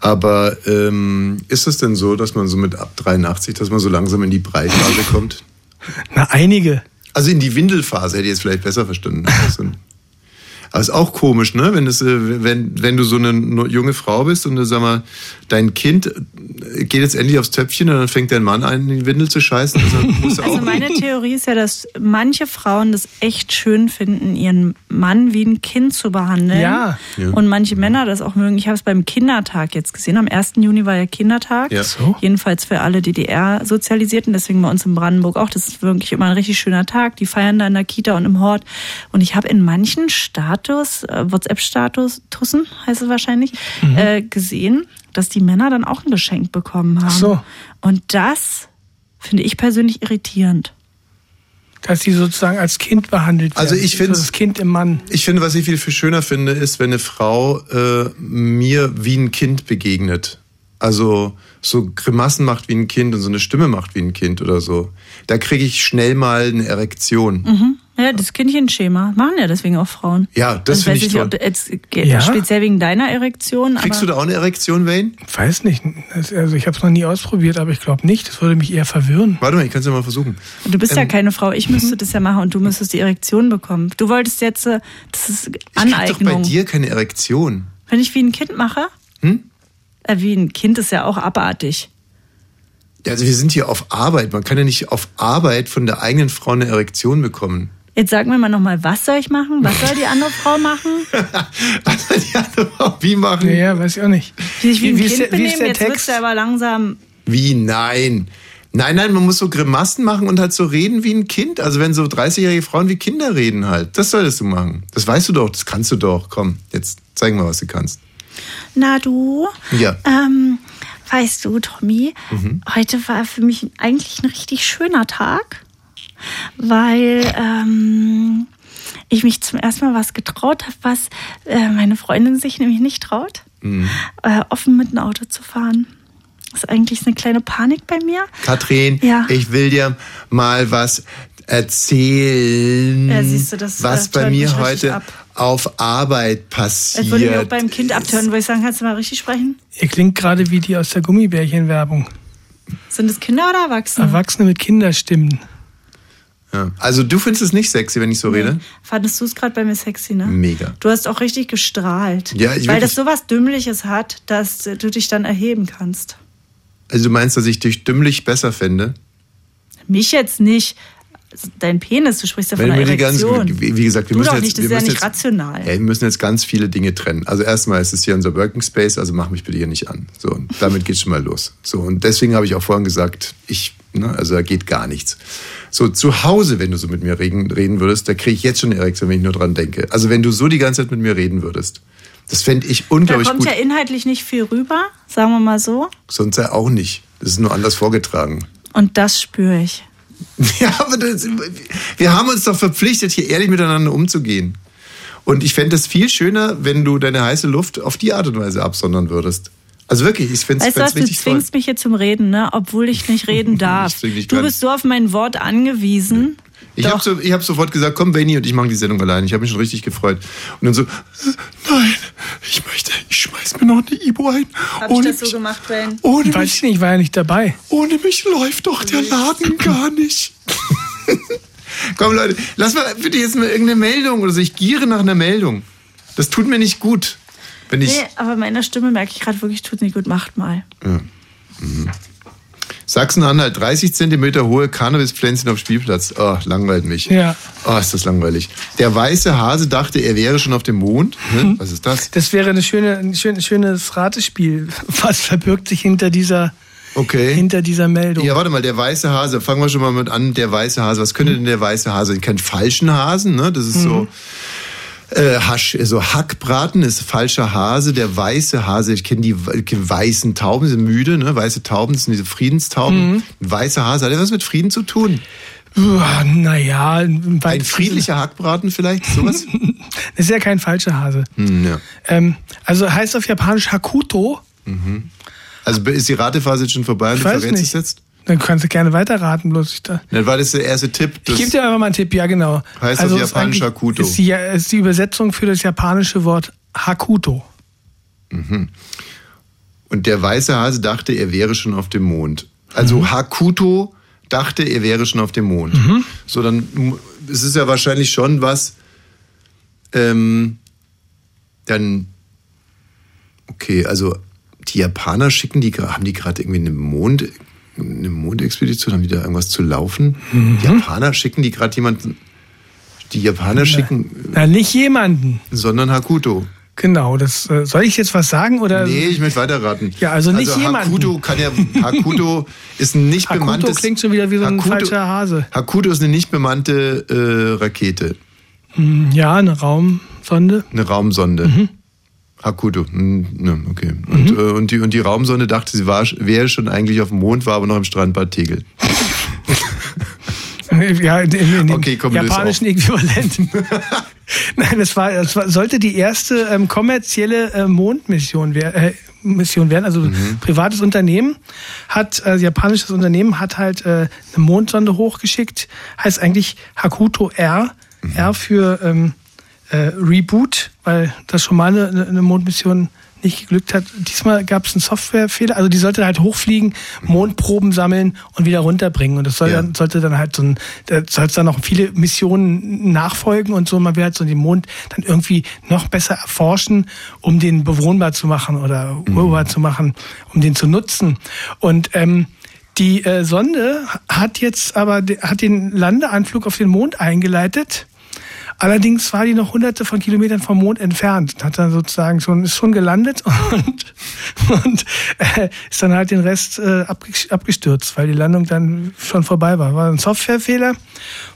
S6: Aber ähm, ist es denn so, dass man so mit ab 83, dass man so langsam in die Breiphase kommt?
S8: Na, einige.
S6: Also in die Windelphase hätte ich jetzt vielleicht besser verstanden. So ein- Aber ist auch komisch, ne? Wenn, es, äh, wenn, wenn du so eine no- junge Frau bist und äh, sag mal, dein Kind äh, geht jetzt endlich aufs Töpfchen und dann fängt dein Mann an, in die Windel zu scheißen. Also, muss er
S7: Also
S6: auch-
S7: meine Theorie ist ja, dass manche Frauen das echt schön finden, ihren Mann wie ein Kind zu behandeln.
S8: Ja. Ja.
S7: Und manche Männer das auch mögen. Ich habe es beim Kindertag jetzt gesehen. Am 1. Juni war ja Kindertag.
S8: Ja. So.
S7: Jedenfalls für alle DDR-Sozialisierten, deswegen bei uns in Brandenburg auch. Das ist wirklich immer ein richtig schöner Tag. Die feiern da in der Kita und im Hort. Und ich habe in manchen Status, äh, WhatsApp-Status, Tussen heißt es wahrscheinlich,
S8: Mhm.
S7: äh, gesehen, dass die Männer dann auch ein Geschenk bekommen haben. Ach
S8: so.
S7: Ähm, Und das finde ich persönlich irritierend.
S8: Dass die sozusagen als Kind behandelt werden.
S6: Also ich finde-
S8: das Kind im Mann.
S6: Ich finde, was ich viel, viel schöner finde, ist, wenn eine Frau äh, mir wie ein Kind begegnet. Also so Grimassen macht wie ein Kind und so eine Stimme macht wie ein Kind oder so. Da kriege ich schnell mal eine Erektion.
S7: Mhm. Ja, das Kindchenschema machen ja deswegen auch Frauen.
S6: Ja, das
S7: Und
S6: finde
S7: weiß
S6: ich
S7: nicht,
S6: toll.
S7: ob jetzt ge-
S6: Ja?
S7: speziell wegen deiner Erektion.
S6: Kriegst du
S7: aber
S6: da auch eine Erektion, Wayne?
S8: Weiß nicht. Das- Also ich habe es noch nie ausprobiert, aber ich glaube nicht. Das würde mich eher verwirren.
S6: Warte mal, ich kann es ja mal versuchen.
S7: du bist ja
S6: Ähm,
S7: keine Frau. Ich müsste das ja machen und du müsstest die Erektion bekommen. Du wolltest jetzt, äh, das ist
S6: Ich krieg doch bei
S7: Aneignung.
S6: dir keine Erektion.
S7: Wenn ich wie ein Kind mache?
S6: Hm?
S7: Äh, wie ein Kind ist ja auch abartig.
S6: Also wir sind hier auf Arbeit. Man kann ja nicht auf Arbeit von der eigenen Frau eine Erektion bekommen.
S7: Jetzt sag mir mal nochmal, was soll ich machen? Was soll die andere Frau machen?
S6: Wie machen?
S8: Ja, weiß ich auch nicht.
S7: Sich wie ein
S8: Wie ist
S7: Kind
S8: der- wie
S7: benehmen?
S8: ist der
S7: jetzt wird's
S8: Text?
S7: ja aber langsam.
S6: Wie nein? Nein, nein, man muss so Grimassen machen und halt so reden wie ein Kind. Also wenn so 30-jährige Frauen wie Kinder reden halt. Das solltest du machen. Das weißt du doch, das kannst du doch. Komm, jetzt zeig mal, was du kannst.
S7: Na du,
S6: Ja.
S7: ähm, weißt du, Tommy,
S6: Mhm.
S7: heute war für mich eigentlich ein richtig schöner Tag, weil ähm, ich mich zum ersten Mal was getraut habe, was äh, meine Freundin sich nämlich nicht traut,
S6: Mhm.
S7: äh, offen mit einem Auto zu fahren. Das ist eigentlich eine kleine Panik bei mir.
S6: Katrin,
S7: Ja.
S6: ich will dir mal was erzählen,
S7: Ja, siehst du, das,
S6: was
S7: äh,
S6: bei
S7: tönt mich
S6: mir
S7: richtig
S6: heute
S7: ab.
S6: auf Arbeit
S7: Das würde mich auch
S6: passiert.
S7: beim Kind abtören, wo ich sagen, kannst du mal richtig sprechen?
S8: Ihr klingt gerade wie die aus der Gummibärchen-Werbung.
S7: Sind es Kinder oder Erwachsene?
S8: Erwachsene mit Kinderstimmen.
S6: Ja. Also du findest es nicht sexy, wenn ich so rede?
S7: Fandest du es gerade bei mir sexy, ne?
S6: Mega.
S7: Du hast auch richtig gestrahlt.
S6: Ja, ich
S7: weil
S6: wirklich.
S7: das sowas Dümmliches hat, dass du dich dann erheben kannst.
S6: Also du meinst, dass ich dich dümmlich besser fände?
S7: Mich jetzt nicht. Dein Penis, du sprichst ja von
S6: Wenn
S7: einer
S6: du mir die ganzen-
S7: Erektion.
S6: wie wie gesagt, wir
S7: du
S6: müssen
S7: doch
S6: jetzt,
S7: nicht, das
S6: wir
S7: ist ja
S6: müssen
S7: nicht
S6: jetzt,
S7: rational.
S6: Ey, wir müssen jetzt ganz viele Dinge trennen. Also erstmal ist es hier unser Working Space, also mach mich bitte hier nicht an. So, und damit geht's schon mal los. So, und deswegen habe ich auch vorhin gesagt, ich Ne? Also da geht gar nichts. So zu Hause, wenn du so mit mir reden, reden würdest, da kriege ich jetzt schon eine Erektion, wenn ich nur dran denke. Also wenn du so die ganze Zeit mit mir reden würdest. Das fände ich
S7: Da
S6: unglaublich
S7: kommt
S6: gut.
S7: ja inhaltlich nicht viel rüber, sagen wir mal so.
S6: Sonst ja auch nicht. Das ist nur anders vorgetragen.
S7: Und das spüre ich.
S6: Ja, aber das, wir haben uns doch verpflichtet, hier ehrlich miteinander umzugehen. Und ich fände es viel schöner, wenn du deine heiße Luft auf die Art und Weise absondern würdest. Also wirklich, ich fände
S7: weißt du was,
S6: es
S7: du
S6: richtig toll.
S7: zwingst mich hier zum Reden, ne? obwohl ich nicht reden darf.
S6: zwing dich
S7: du
S6: gar
S7: bist so auf mein Wort angewiesen.
S6: Ich habe so, ich hab sofort gesagt, komm Benny und ich mache die Sendung allein. Ich habe mich schon richtig gefreut. Und dann so, "Äh, nein, ich möchte, ich schmeiß mir noch eine Ibo ein.
S7: Hab
S6: Ohne,
S7: so gemacht, Ben?
S6: ohne,
S8: Weiß ich
S6: mich,
S8: nicht, war ja nicht dabei.
S6: ohne mich läuft doch der Laden gar nicht. komm Leute, lass mal bitte jetzt mal irgendeine Meldung oder so. Ich giere nach einer Meldung. Das tut mir nicht gut. Wenn ich,
S7: nee, aber meiner Stimme merke ich gerade wirklich, tut nicht gut, macht mal.
S6: Sachsen-Anhalt, 30 Zentimeter hohe Cannabispflänzchen auf Spielplatz. Oh, langweilt mich.
S8: Ja.
S6: Oh, ist das langweilig. Der weiße Hase dachte, er wäre schon auf dem Mond. Hm? Was ist das?
S8: Das wäre eine schöne, ein schön, schönes Ratespiel. Was verbirgt sich hinter dieser,
S6: Okay.
S8: hinter dieser Meldung?
S6: Ja, warte mal, der weiße Hase. Fangen wir schon mal mit an. Der weiße Hase. Was
S8: Mhm.
S6: könnte denn der weiße Hase? Kein falschen Hasen, ne? Das ist so. Äh, Hasch, so Hackbraten ist falscher Hase, der weiße Hase. Ich kenne die we- weißen Tauben, sind müde, ne? Weiße Tauben das sind diese Friedenstauben.
S8: Mhm.
S6: Ein weißer Hase, hat das was mit Frieden zu tun?
S8: Naja,
S6: Ein friedlicher Hackbraten vielleicht, sowas?
S8: Das ist ja kein falscher Hase.
S6: Hm, ja.
S8: Ähm, also heißt auf Japanisch Hakuto.
S6: Mhm. Also ist die Ratephase jetzt schon vorbei und
S8: Ich
S6: du
S8: weiß
S6: verrätst
S8: nicht.
S6: es jetzt?
S8: Dann kannst du gerne weiterraten, bloß ich da.
S6: Dann war das der erste Tipp.
S8: Ich
S6: Das
S8: gebe dir einfach mal einen Tipp, ja genau.
S6: Heißt auf
S8: ist
S6: Japanisch
S8: eigentlich-
S6: Hakuto.
S8: Ist die, ist die Übersetzung für das japanische Wort Hakuto.
S6: mhm. Und der weiße Hase dachte, er wäre schon auf dem Mond. Also Hakuto dachte, er wäre schon auf dem Mond. So, dann m- es ist ja wahrscheinlich schon was. Ähm, dann. Okay, also die Japaner schicken die gra- haben die gerade irgendwie eine Mond eine Mondexpedition, haben die da irgendwas zu laufen? Die Japaner schicken die gerade jemanden. Die Japaner schicken,
S8: Na, nicht jemanden.
S6: sondern Hakuto.
S8: Genau, das äh, soll ich jetzt was sagen oder
S6: Nee, ich möchte weiterraten.
S8: Ähm, Ja, also nicht jemanden.
S6: Hakuto kann ja, Hakuto ist ein nicht
S8: Hakuto
S6: bemanntes.
S8: klingt schon wieder wie so ein falscher Hase.
S6: Hakuto ist eine nicht bemannte äh, Rakete,
S8: Hm, Ja, eine Raumsonde.
S6: eine Raumsonde.
S8: Mhm.
S6: Hakuto, hm, ne, okay. Und, äh, und, die, und die Raumsonde dachte, sie war, wäre schon eigentlich auf dem Mond, war aber noch im Strandbad Tegel.
S8: Ja, in, in dem
S6: Okay, komm, löse
S8: japanischen Äquivalent. Nein, das war, das war, sollte die erste ähm, kommerzielle äh, Mondmission wer, äh, Mission werden. Also
S6: Mhm.
S8: privates Unternehmen hat, äh, japanisches Unternehmen hat halt äh, eine Mondsonde hochgeschickt. Heißt eigentlich Hakuto R.
S6: Mhm.
S8: R für ähm, äh, Reboot, weil das schon mal eine, eine Mondmission nicht geglückt hat. Diesmal gab es einen Softwarefehler. Also die sollte halt hochfliegen, Mondproben sammeln und wieder runterbringen. Und das soll
S6: Mhm. Ja.
S8: dann, sollte dann halt so ein, da soll es dann noch viele Missionen nachfolgen und so. Man will halt so den Mond dann irgendwie noch besser erforschen, um den bewohnbar zu machen oder urbar zu machen, um den zu nutzen. Und ähm, die äh, Sonde hat jetzt aber de- hat den Landeanflug auf den Mond eingeleitet. Allerdings war die noch hunderte von Kilometern vom Mond entfernt. Hat dann sozusagen schon, ist schon gelandet und, und äh, ist dann halt den Rest äh, abge- abgestürzt, weil die Landung dann schon vorbei war. War ein Softwarefehler.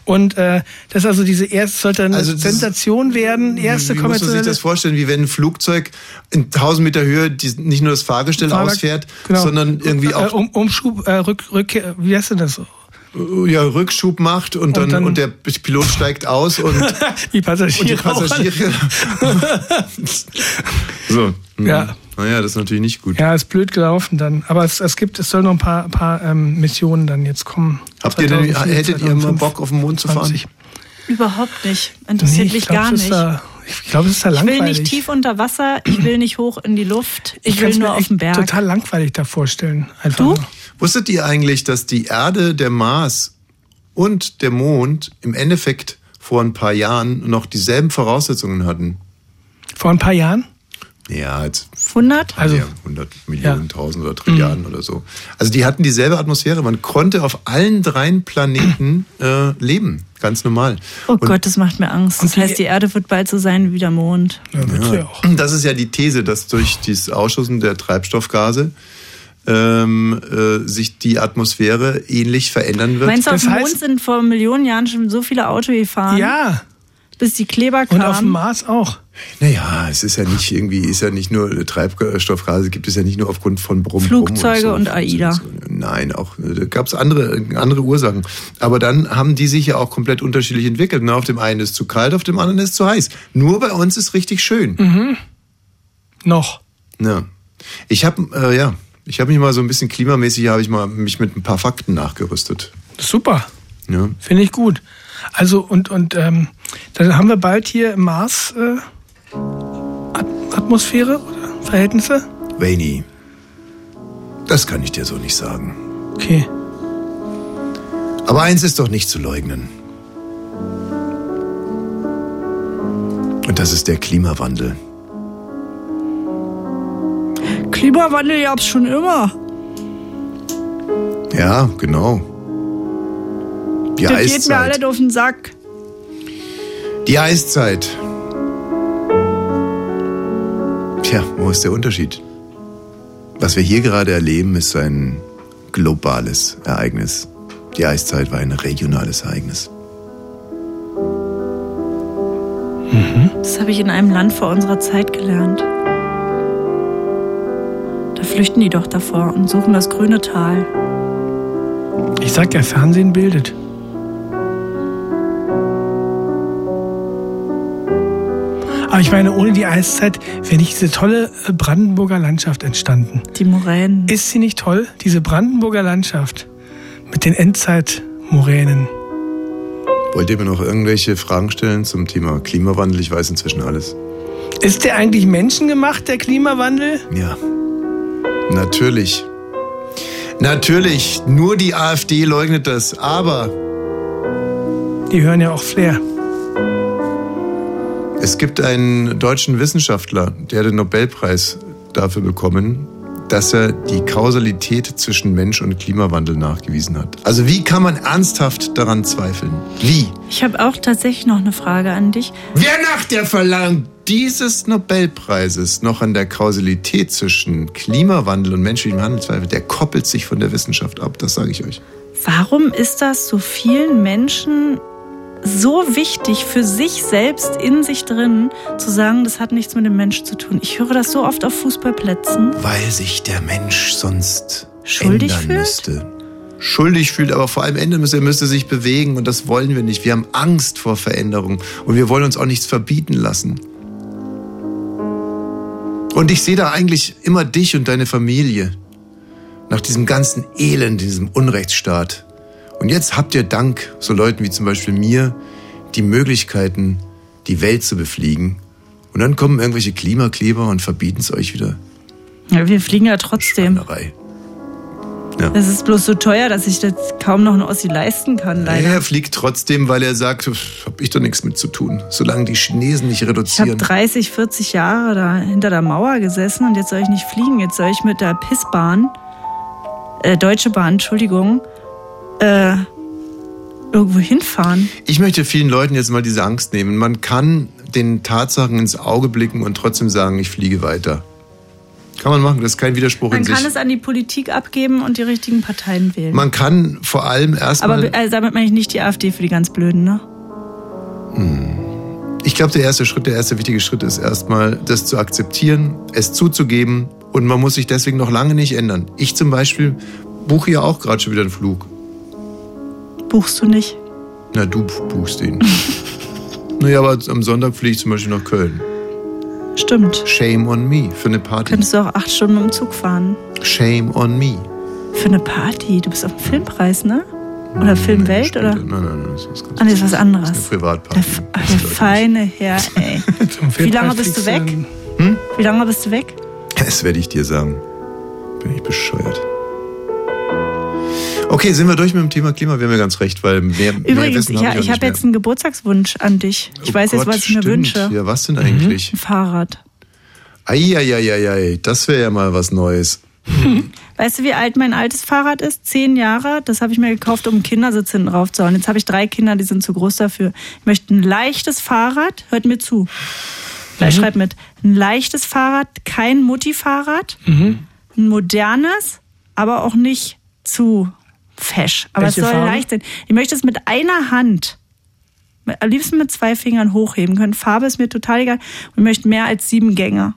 S8: Und äh, das ist also diese erste, sollte eine
S6: Also das-
S8: Sensation werden, erste
S6: Wie muss man sich
S8: kommerzielle.
S6: das vorstellen, wie wenn ein Flugzeug in 1000 Meter Höhe die, nicht nur das Fahrgestell
S8: Fahrwerk-
S6: ausfährt,
S8: genau.
S6: sondern irgendwie
S8: Äh,
S6: auch
S8: um, Umschub, äh, Rück, Rück, wie heißt denn das?
S6: äh, ja, Rückschub macht und dann, und,
S8: dann-
S6: der Pilot steigt aus und,
S8: Die Passagiere.
S6: und die
S8: auch alle.
S6: Passagiere. so. hm.
S8: Ja.
S6: Naja, das ist natürlich nicht gut.
S8: Ja, ist blöd gelaufen dann. Aber es, es gibt, es soll noch ein paar, paar ähm, Missionen dann jetzt kommen.
S6: Habt ihr denn, hättet ihr mal Bock auf den Mond zu fahren?
S8: 20.
S7: Überhaupt nicht. Interessiert
S8: Nee, ich
S7: mich
S8: glaub,
S7: gar
S8: es ist
S7: nicht.
S8: da- ich glaube, es ist da
S7: ich will
S8: langweilig.
S7: nicht tief unter Wasser, ich will nicht hoch in die Luft, ich, will
S8: kann's
S7: nur
S8: mir
S7: auf
S8: echt
S7: den Berg.
S8: total langweilig da vorstellen. Einfach
S7: Du?
S8: nur.
S6: Wusstet ihr eigentlich, dass die Erde, der Mars und der Mond im Endeffekt vor ein paar Jahren noch dieselben Voraussetzungen hatten?
S8: Vor ein paar Jahren?
S6: Ja, jetzt
S7: 100?
S8: Also,
S6: ja, 100 Millionen, 1000 oder Trilliarden oder so. Also die hatten dieselbe Atmosphäre. Man konnte auf allen dreien Planeten äh, leben, ganz normal.
S7: oh Gott, das macht mir Angst. Das heißt, die Erde wird bald so sein wie der Mond.
S8: Ja,
S6: Das ist ja die These, dass durch dieses Ausschüssen der Treibstoffgase ähm, äh, sich die Atmosphäre ähnlich verändern wird.
S7: Meinst du, auf dem Mond sind vor Millionen Jahren schon so viele Auto gefahren?
S8: Ja.
S7: Bis die Kleber kamen.
S8: Und auf dem Mars auch.
S6: Naja, es ist ja nicht irgendwie, ist ja nicht nur Treibstoffgase, gibt es ja nicht nur aufgrund von Brumm.
S7: Flugzeuge
S6: Brumm
S7: und AIDA.
S6: Nein, auch äh, gab es andere, andere Ursachen. Aber dann haben die sich ja auch komplett unterschiedlich entwickelt. Na, auf dem einen ist zu kalt, auf dem anderen ist zu heiß. Nur bei uns ist richtig schön.
S8: Mhm. Noch.
S6: Ja. Ich habe äh, ja, ich habe mich mal so ein bisschen klimamäßig, habe ich mal mich mit ein paar Fakten nachgerüstet.
S8: Super.
S6: Ja.
S8: Finde ich gut. Also und und ähm, dann haben wir bald hier Mars äh, At Atmosphäre oder Verhältnisse.
S6: Rainy, das kann ich dir so nicht sagen.
S8: Okay.
S6: Aber eins ist doch nicht zu leugnen. Und das ist der Klimawandel.
S7: Klimawandel gab's schon immer.
S6: Ja, genau. Die
S7: das geht
S8: halt.
S7: mir
S6: Eiszeit.
S7: alles auf den Sack.
S6: Die Eiszeit. Tja, wo ist der Unterschied? Was wir hier gerade erleben, ist ein globales Ereignis. Die Eiszeit war ein regionales Ereignis.
S7: Das habe ich in einem Land vor unserer Zeit gelernt. Da flüchten die doch davor und suchen das grüne Tal.
S8: Ich sag ja, Fernsehen bildet. Aber ich meine, ohne die Eiszeit wäre nicht diese tolle äh, Brandenburger Landschaft entstanden.
S7: Die Moränen.
S8: Ist sie nicht toll, diese Brandenburger Landschaft mit den Endzeitmoränen?
S6: Wollt ihr mir noch irgendwelche Fragen stellen zum Thema Klimawandel? Ich weiß inzwischen alles.
S8: Ist der eigentlich menschengemacht, der Klimawandel?
S6: Ja. Natürlich. Natürlich, nur die AfD leugnet das, aber
S8: Die hören ja auch Flair.
S6: Es gibt einen deutschen Wissenschaftler, der hat den Nobelpreis dafür bekommen, dass er die Kausalität zwischen Mensch und Klimawandel nachgewiesen hat. Also wie kann man ernsthaft daran zweifeln? Wie?
S7: Ich habe auch tatsächlich noch eine Frage an dich.
S6: Wer nach der Verleihung dieses Nobelpreises noch an der Kausalität zwischen Klimawandel und menschlichem Handeln zweifelt, der koppelt sich von der Wissenschaft ab, das sage ich euch.
S7: Warum ist das so vielen Menschen so wichtig für sich selbst in sich drin zu sagen, das hat nichts mit dem Mensch zu tun? Ich höre das so oft auf Fußballplätzen.
S6: Weil sich der Mensch sonst
S7: Schuldig
S6: ändern
S7: fühlt?
S6: müsste. Schuldig fühlt, aber vor allem ändern müsste. Er müsste sich bewegen und das wollen wir nicht. Wir haben Angst vor Veränderung und wir wollen uns auch nichts verbieten lassen. Und ich sehe da eigentlich immer dich und deine Familie. Nach diesem ganzen Elend, diesem Unrechtsstaat. Und jetzt habt ihr dank so Leuten wie zum Beispiel mir die Möglichkeiten, die Welt zu befliegen. Und dann kommen irgendwelche Klimakleber und verbieten es euch wieder.
S7: Ja, wir fliegen ja trotzdem. Es ist bloß so teuer, dass ich das kaum noch ein Ossi leisten kann, leider.
S6: Er fliegt trotzdem, weil er sagt, "Pff, hab ich doch nichts mit zu tun, solange die Chinesen nicht
S7: Ich habe
S6: reduzieren.
S7: 30, 40 Jahre da hinter der Mauer gesessen und jetzt soll ich nicht fliegen. Jetzt soll ich mit der Pissbahn, äh, Deutsche Bahn, Entschuldigung, äh, irgendwo hinfahren.
S6: Ich möchte vielen Leuten jetzt mal diese Angst nehmen. Man kann den Tatsachen ins Auge blicken und trotzdem sagen, ich fliege weiter. Kann man machen, das ist kein Widerspruch
S7: Man
S6: in sich.
S7: kann es an die Politik abgeben und die richtigen Parteien wählen.
S6: man kann vor allem erstmal.
S7: Aber be- also damit meine ich nicht die AfD für die ganz Blöden, ne?
S6: Ich glaube, der erste Schritt, der erste wichtige Schritt ist erstmal, das zu akzeptieren, es zuzugeben und man muss sich deswegen noch lange nicht ändern. Ich zum Beispiel buche ja auch gerade schon wieder einen Flug.
S7: Buchst du nicht?
S6: Na, du buchst ihn. naja, aber am Sonntag fliege ich zum Beispiel nach Köln.
S7: Stimmt.
S6: Shame on me für eine Party.
S7: Könntest du auch acht Stunden mit dem Zug fahren.
S6: Shame on me.
S7: Für eine Party. Du bist auf dem Filmpreis, ne? Oder Filmwelt, oder?
S6: Nein, nein, nein, das ist was ganz
S7: Ah, nee, das ist was
S6: das
S7: anderes.
S6: ist eine Privatparty.
S7: Ach, der feine Herr, ey. Wie lange bist du weg? Wie lange bist du weg?
S6: Das werde ich dir sagen. Bin ich bescheuert. Okay, sind wir durch mit dem Thema Klima? Wir haben ja ganz recht, weil mehr, mehr
S7: Übrigens,
S6: Wissen
S7: ich,
S6: habe
S7: ich
S6: ich, auch
S7: habe jetzt
S6: nicht
S7: einen Geburtstagswunsch an dich. Ich weiß jetzt,
S6: Gott,
S7: was ich mir
S6: stimmt.
S7: wünsche. Mhm.
S6: Ja, was denn eigentlich?
S7: Ein Fahrrad.
S6: mehr. Eieieiei, das wäre ja mal was Neues.
S7: Weißt du, wie alt mein altes Fahrrad ist? Zehn Jahre. Das habe ich mir gekauft, um einen Kindersitz hinten drauf zu hauen. Jetzt habe ich drei Kinder, die sind zu groß dafür. Ich möchte ein leichtes Fahrrad. Hört mir zu.
S8: Mhm.
S7: Gleich
S8: Mhm.
S7: schreibt mit. Ein leichtes Fahrrad, kein Mutti-Fahrrad. Ein modernes, aber auch nicht zu fesch. Aber
S8: Welche
S7: es soll
S8: Farbe?
S7: leicht sein. Ich möchte es mit einer Hand, mit- am liebsten mit zwei Fingern hochheben können. Farbe ist mir total egal. Und ich möchte mehr als sieben Gänge.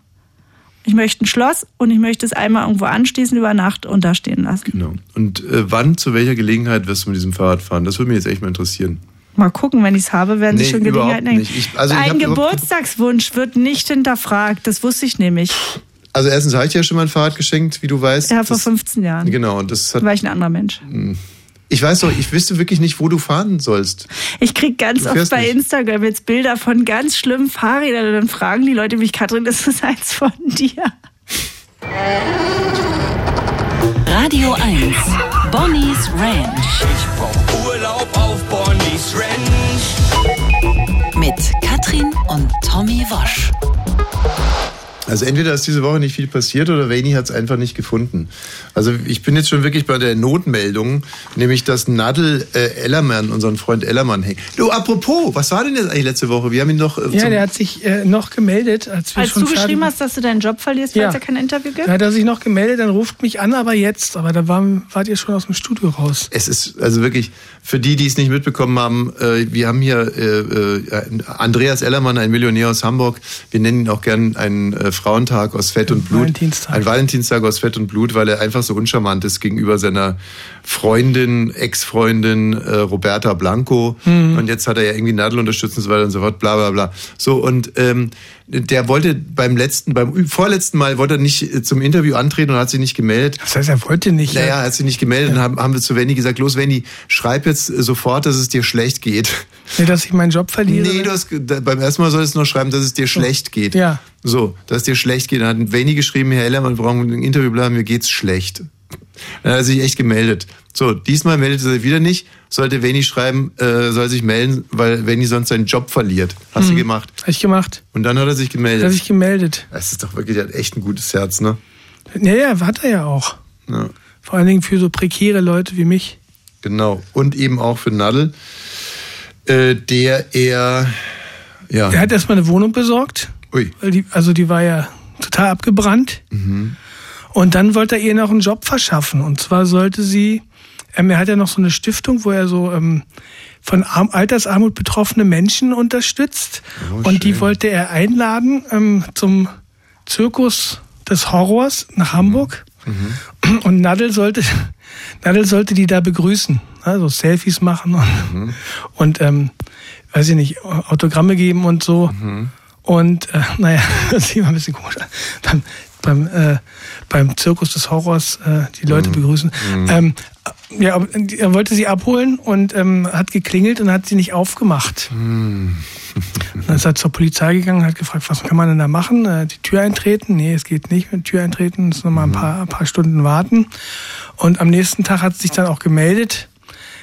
S7: Ich möchte ein Schloss und ich möchte es einmal irgendwo anschließen, über Nacht und da stehen lassen.
S6: Genau. Und äh, wann, zu welcher Gelegenheit wirst du mit diesem Fahrrad fahren? Das würde mich jetzt echt mal interessieren.
S7: Mal gucken, wenn ich es habe, werden sich
S6: Nee,
S7: schon
S6: überhaupt
S7: Gelegenheiten ergeben.
S6: nicht. Ich- also ich
S7: Ein
S6: hab überhaupt-
S7: Geburtstagswunsch wird nicht hinterfragt. Das wusste ich nämlich.
S6: Also erstens habe ich dir ja schon mal ein Fahrrad geschenkt, wie du weißt.
S7: Ja, vor
S6: Das-
S7: 15 Jahren.
S6: Genau, Mhm. und das
S7: Da
S6: hat.
S7: war ich ein anderer Mensch.
S6: Ich weiß doch, ich wüsste wirklich nicht, wo du fahren sollst.
S7: Ich krieg ganz
S6: Du
S7: oft
S6: fährst
S7: bei
S6: nicht.
S7: Instagram jetzt Bilder von ganz schlimmen Fahrrädern und dann fragen die Leute mich, Katrin, ist das eins von dir?
S1: Radio 1. Bonnie's Ranch.
S5: Urlaub auf Bonnie's Ranch.
S1: Mit Katrin und Tommy Wosch.
S6: Also entweder ist diese Woche nicht viel passiert oder Vaini hat es einfach nicht gefunden. Also ich bin jetzt schon wirklich bei der Notmeldung, nämlich dass Nadel äh, Ellermann, unseren Freund Ellermann, hey. Du, apropos, was war denn jetzt eigentlich letzte Woche? Wir haben ihn noch. äh,
S8: Ja,
S6: zum-
S8: der hat sich äh, noch gemeldet, als wir
S7: Als
S8: schon
S7: du geschrieben
S8: fertig-
S7: hast, dass du deinen Job verlierst, weil
S8: Ja.
S7: es ja kein Interview gibt.
S8: Da hat er sich noch gemeldet, dann ruft mich an, aber jetzt. Aber da waren, wart ihr schon aus dem Studio raus.
S6: Es ist also wirklich, für die, die es nicht mitbekommen haben, äh, wir haben hier äh, äh, Andreas Ellermann, ein Millionär aus Hamburg. Wir nennen ihn auch gern einen äh, Frauentag aus Fett und Blut. Valentinstag. Ein Valentinstag aus Fett und Blut, weil er einfach so uncharmant ist gegenüber seiner Freundin, Ex-Freundin äh, Roberta Blanco.
S17: Mhm.
S6: Und jetzt hat er ja irgendwie Nadel unterstützt und so weiter und so fort, bla bla bla. So, und ähm, der wollte beim letzten, beim ü- vorletzten Mal wollte er nicht äh, zum Interview antreten und hat sich nicht gemeldet.
S8: Das heißt, er wollte nicht.
S6: Naja, er hat sich nicht gemeldet und haben, haben wir zu Wendy gesagt, los Wendy, schreib jetzt äh, sofort, dass es dir schlecht geht.
S8: Nee, dass ich meinen Job verliere. ne?
S6: Nee, du hast, ge- da- beim ersten Mal solltest du noch schreiben, dass es dir schlecht geht.
S8: Ja.
S6: So, dass es dir schlecht geht. Dann hat Wendy geschrieben, Herr Ellermann, wir brauchen ein Interview bleiben, mir geht's schlecht. Dann hat er sich echt gemeldet. So, diesmal meldet er sich wieder nicht. Sollte Wendy schreiben, äh, soll sich melden, weil Wendy sonst seinen Job verliert. Hast du
S8: Hm.
S6: gemacht.
S8: Hab ich gemacht.
S6: Und dann hat er sich
S8: Hat
S6: gemeldet.
S8: er sich gemeldet.
S6: das ist doch wirklich, der hat echt ein gutes Herz, ne?
S8: Naja, hat er ja auch.
S6: Ja.
S8: Vor allen Dingen für so prekäre Leute wie mich.
S6: Genau. Und eben auch für Nadel, äh, der er, ja.
S8: Er hat erstmal eine Wohnung besorgt.
S6: Ui.
S8: Weil die, also die war ja total abgebrannt. Und dann wollte er ihr noch einen Job verschaffen. Und zwar sollte sie, ähm, er hat ja noch so eine Stiftung, wo er so ähm, von Arm, Altersarmut betroffene Menschen unterstützt. und die wollte er einladen ähm, zum Zirkus des Horrors nach Hamburg. Und Nadel sollte, Nadel sollte die da begrüßen. Also Selfies machen und, und ähm, weiß ich nicht, Autogramme geben und so. Und äh, naja, das sieht mal ein bisschen komisch an. Beim, beim, äh, beim Zirkus des Horrors äh, die Leute begrüßen. Ähm, ja, aber äh, er wollte sie abholen und ähm, hat geklingelt und hat sie nicht aufgemacht. Dann ist er zur Polizei gegangen und hat gefragt, was kann man denn da machen? Äh, Die Tür eintreten? Nee, es geht nicht mit Tür eintreten, muss nochmal ein paar, ein paar Stunden warten. Und am nächsten Tag hat sie sich dann auch gemeldet.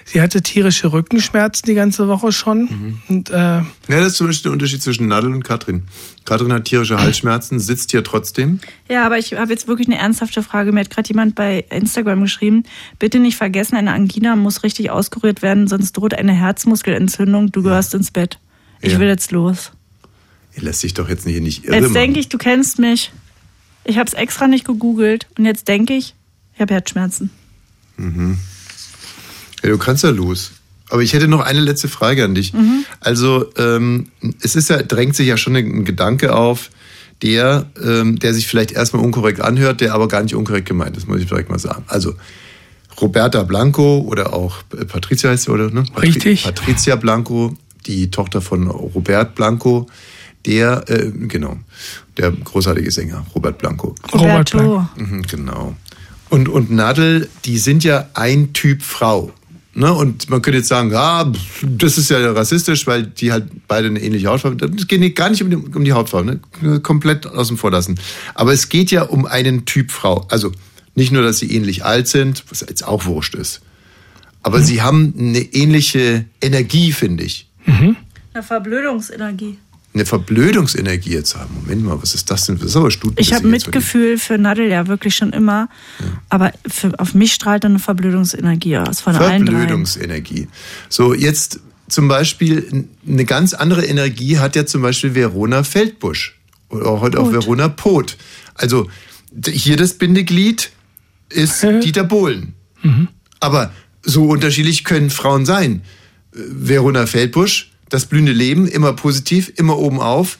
S8: Sie hatte tierische Rückenschmerzen die ganze Woche schon. Und äh,
S6: Ja, das ist zum Beispiel der Unterschied zwischen Nadel und Katrin. Katrin hat tierische Halsschmerzen, sitzt hier trotzdem.
S7: Ja, aber ich habe jetzt wirklich eine ernsthafte Frage. Mir hat gerade jemand bei Instagram geschrieben, bitte nicht vergessen, eine Angina muss richtig ausgerührt werden, sonst droht eine Herzmuskelentzündung. Du gehörst ins Bett. Ich
S6: Ja.
S7: will jetzt los.
S6: Ihr lässt sich doch jetzt nicht, nicht irre
S7: Jetzt
S6: machen.
S7: denke ich, du kennst mich. Ich habe es extra nicht gegoogelt und jetzt denke ich, ich habe Herzschmerzen.
S6: Mhm. Ja, du kannst ja los. Aber ich hätte noch eine letzte Frage an dich. Also, ähm, es ist ja, drängt sich ja schon ein Gedanke auf, der, ähm, der sich vielleicht erstmal unkorrekt anhört, der aber gar nicht unkorrekt gemeint ist, muss ich direkt mal sagen. Also, Roberta Blanco oder auch äh, Patricia heißt sie, oder? Ne? Richtig. Patricia Blanco, die Tochter von Robert Blanco, der, äh, genau, der großartige Sänger, Robert Blanco.
S7: Roberto. Blanco.
S6: Mhm, genau. Und, und Nadel, die sind ja ein Typ Frau. Ne? Und man könnte jetzt sagen, ja, pf, das ist ja rassistisch, weil die halt beide eine ähnliche Hautfarbe haben. Es geht nicht- gar nicht um die, um die Hautfarbe, ne? komplett außen vor lassen. Aber es geht ja um einen Typ Frau. Also nicht nur, dass sie ähnlich alt sind, was jetzt auch wurscht ist. Aber sie haben eine ähnliche Energie, finde ich.
S7: Eine Verblödungsenergie.
S6: Eine Verblödungsenergie jetzt haben. Moment mal, was ist das denn? Das ist aber Stuten.
S7: Ich habe Mitgefühl für Nadel ja wirklich schon immer, aber für, auf mich strahlt eine Verblödungsenergie aus von allen dreien.
S6: Verblödungsenergie. So, jetzt zum Beispiel n- eine ganz andere Energie hat ja zum Beispiel Verona Feldbusch oder heute auch Verona Poth. Also d- hier das Bindeglied, ist Dieter Bohlen.
S7: Mhm.
S6: Aber so unterschiedlich können Frauen sein. Äh, Verona Feldbusch, das blühende Leben, immer positiv, immer oben auf.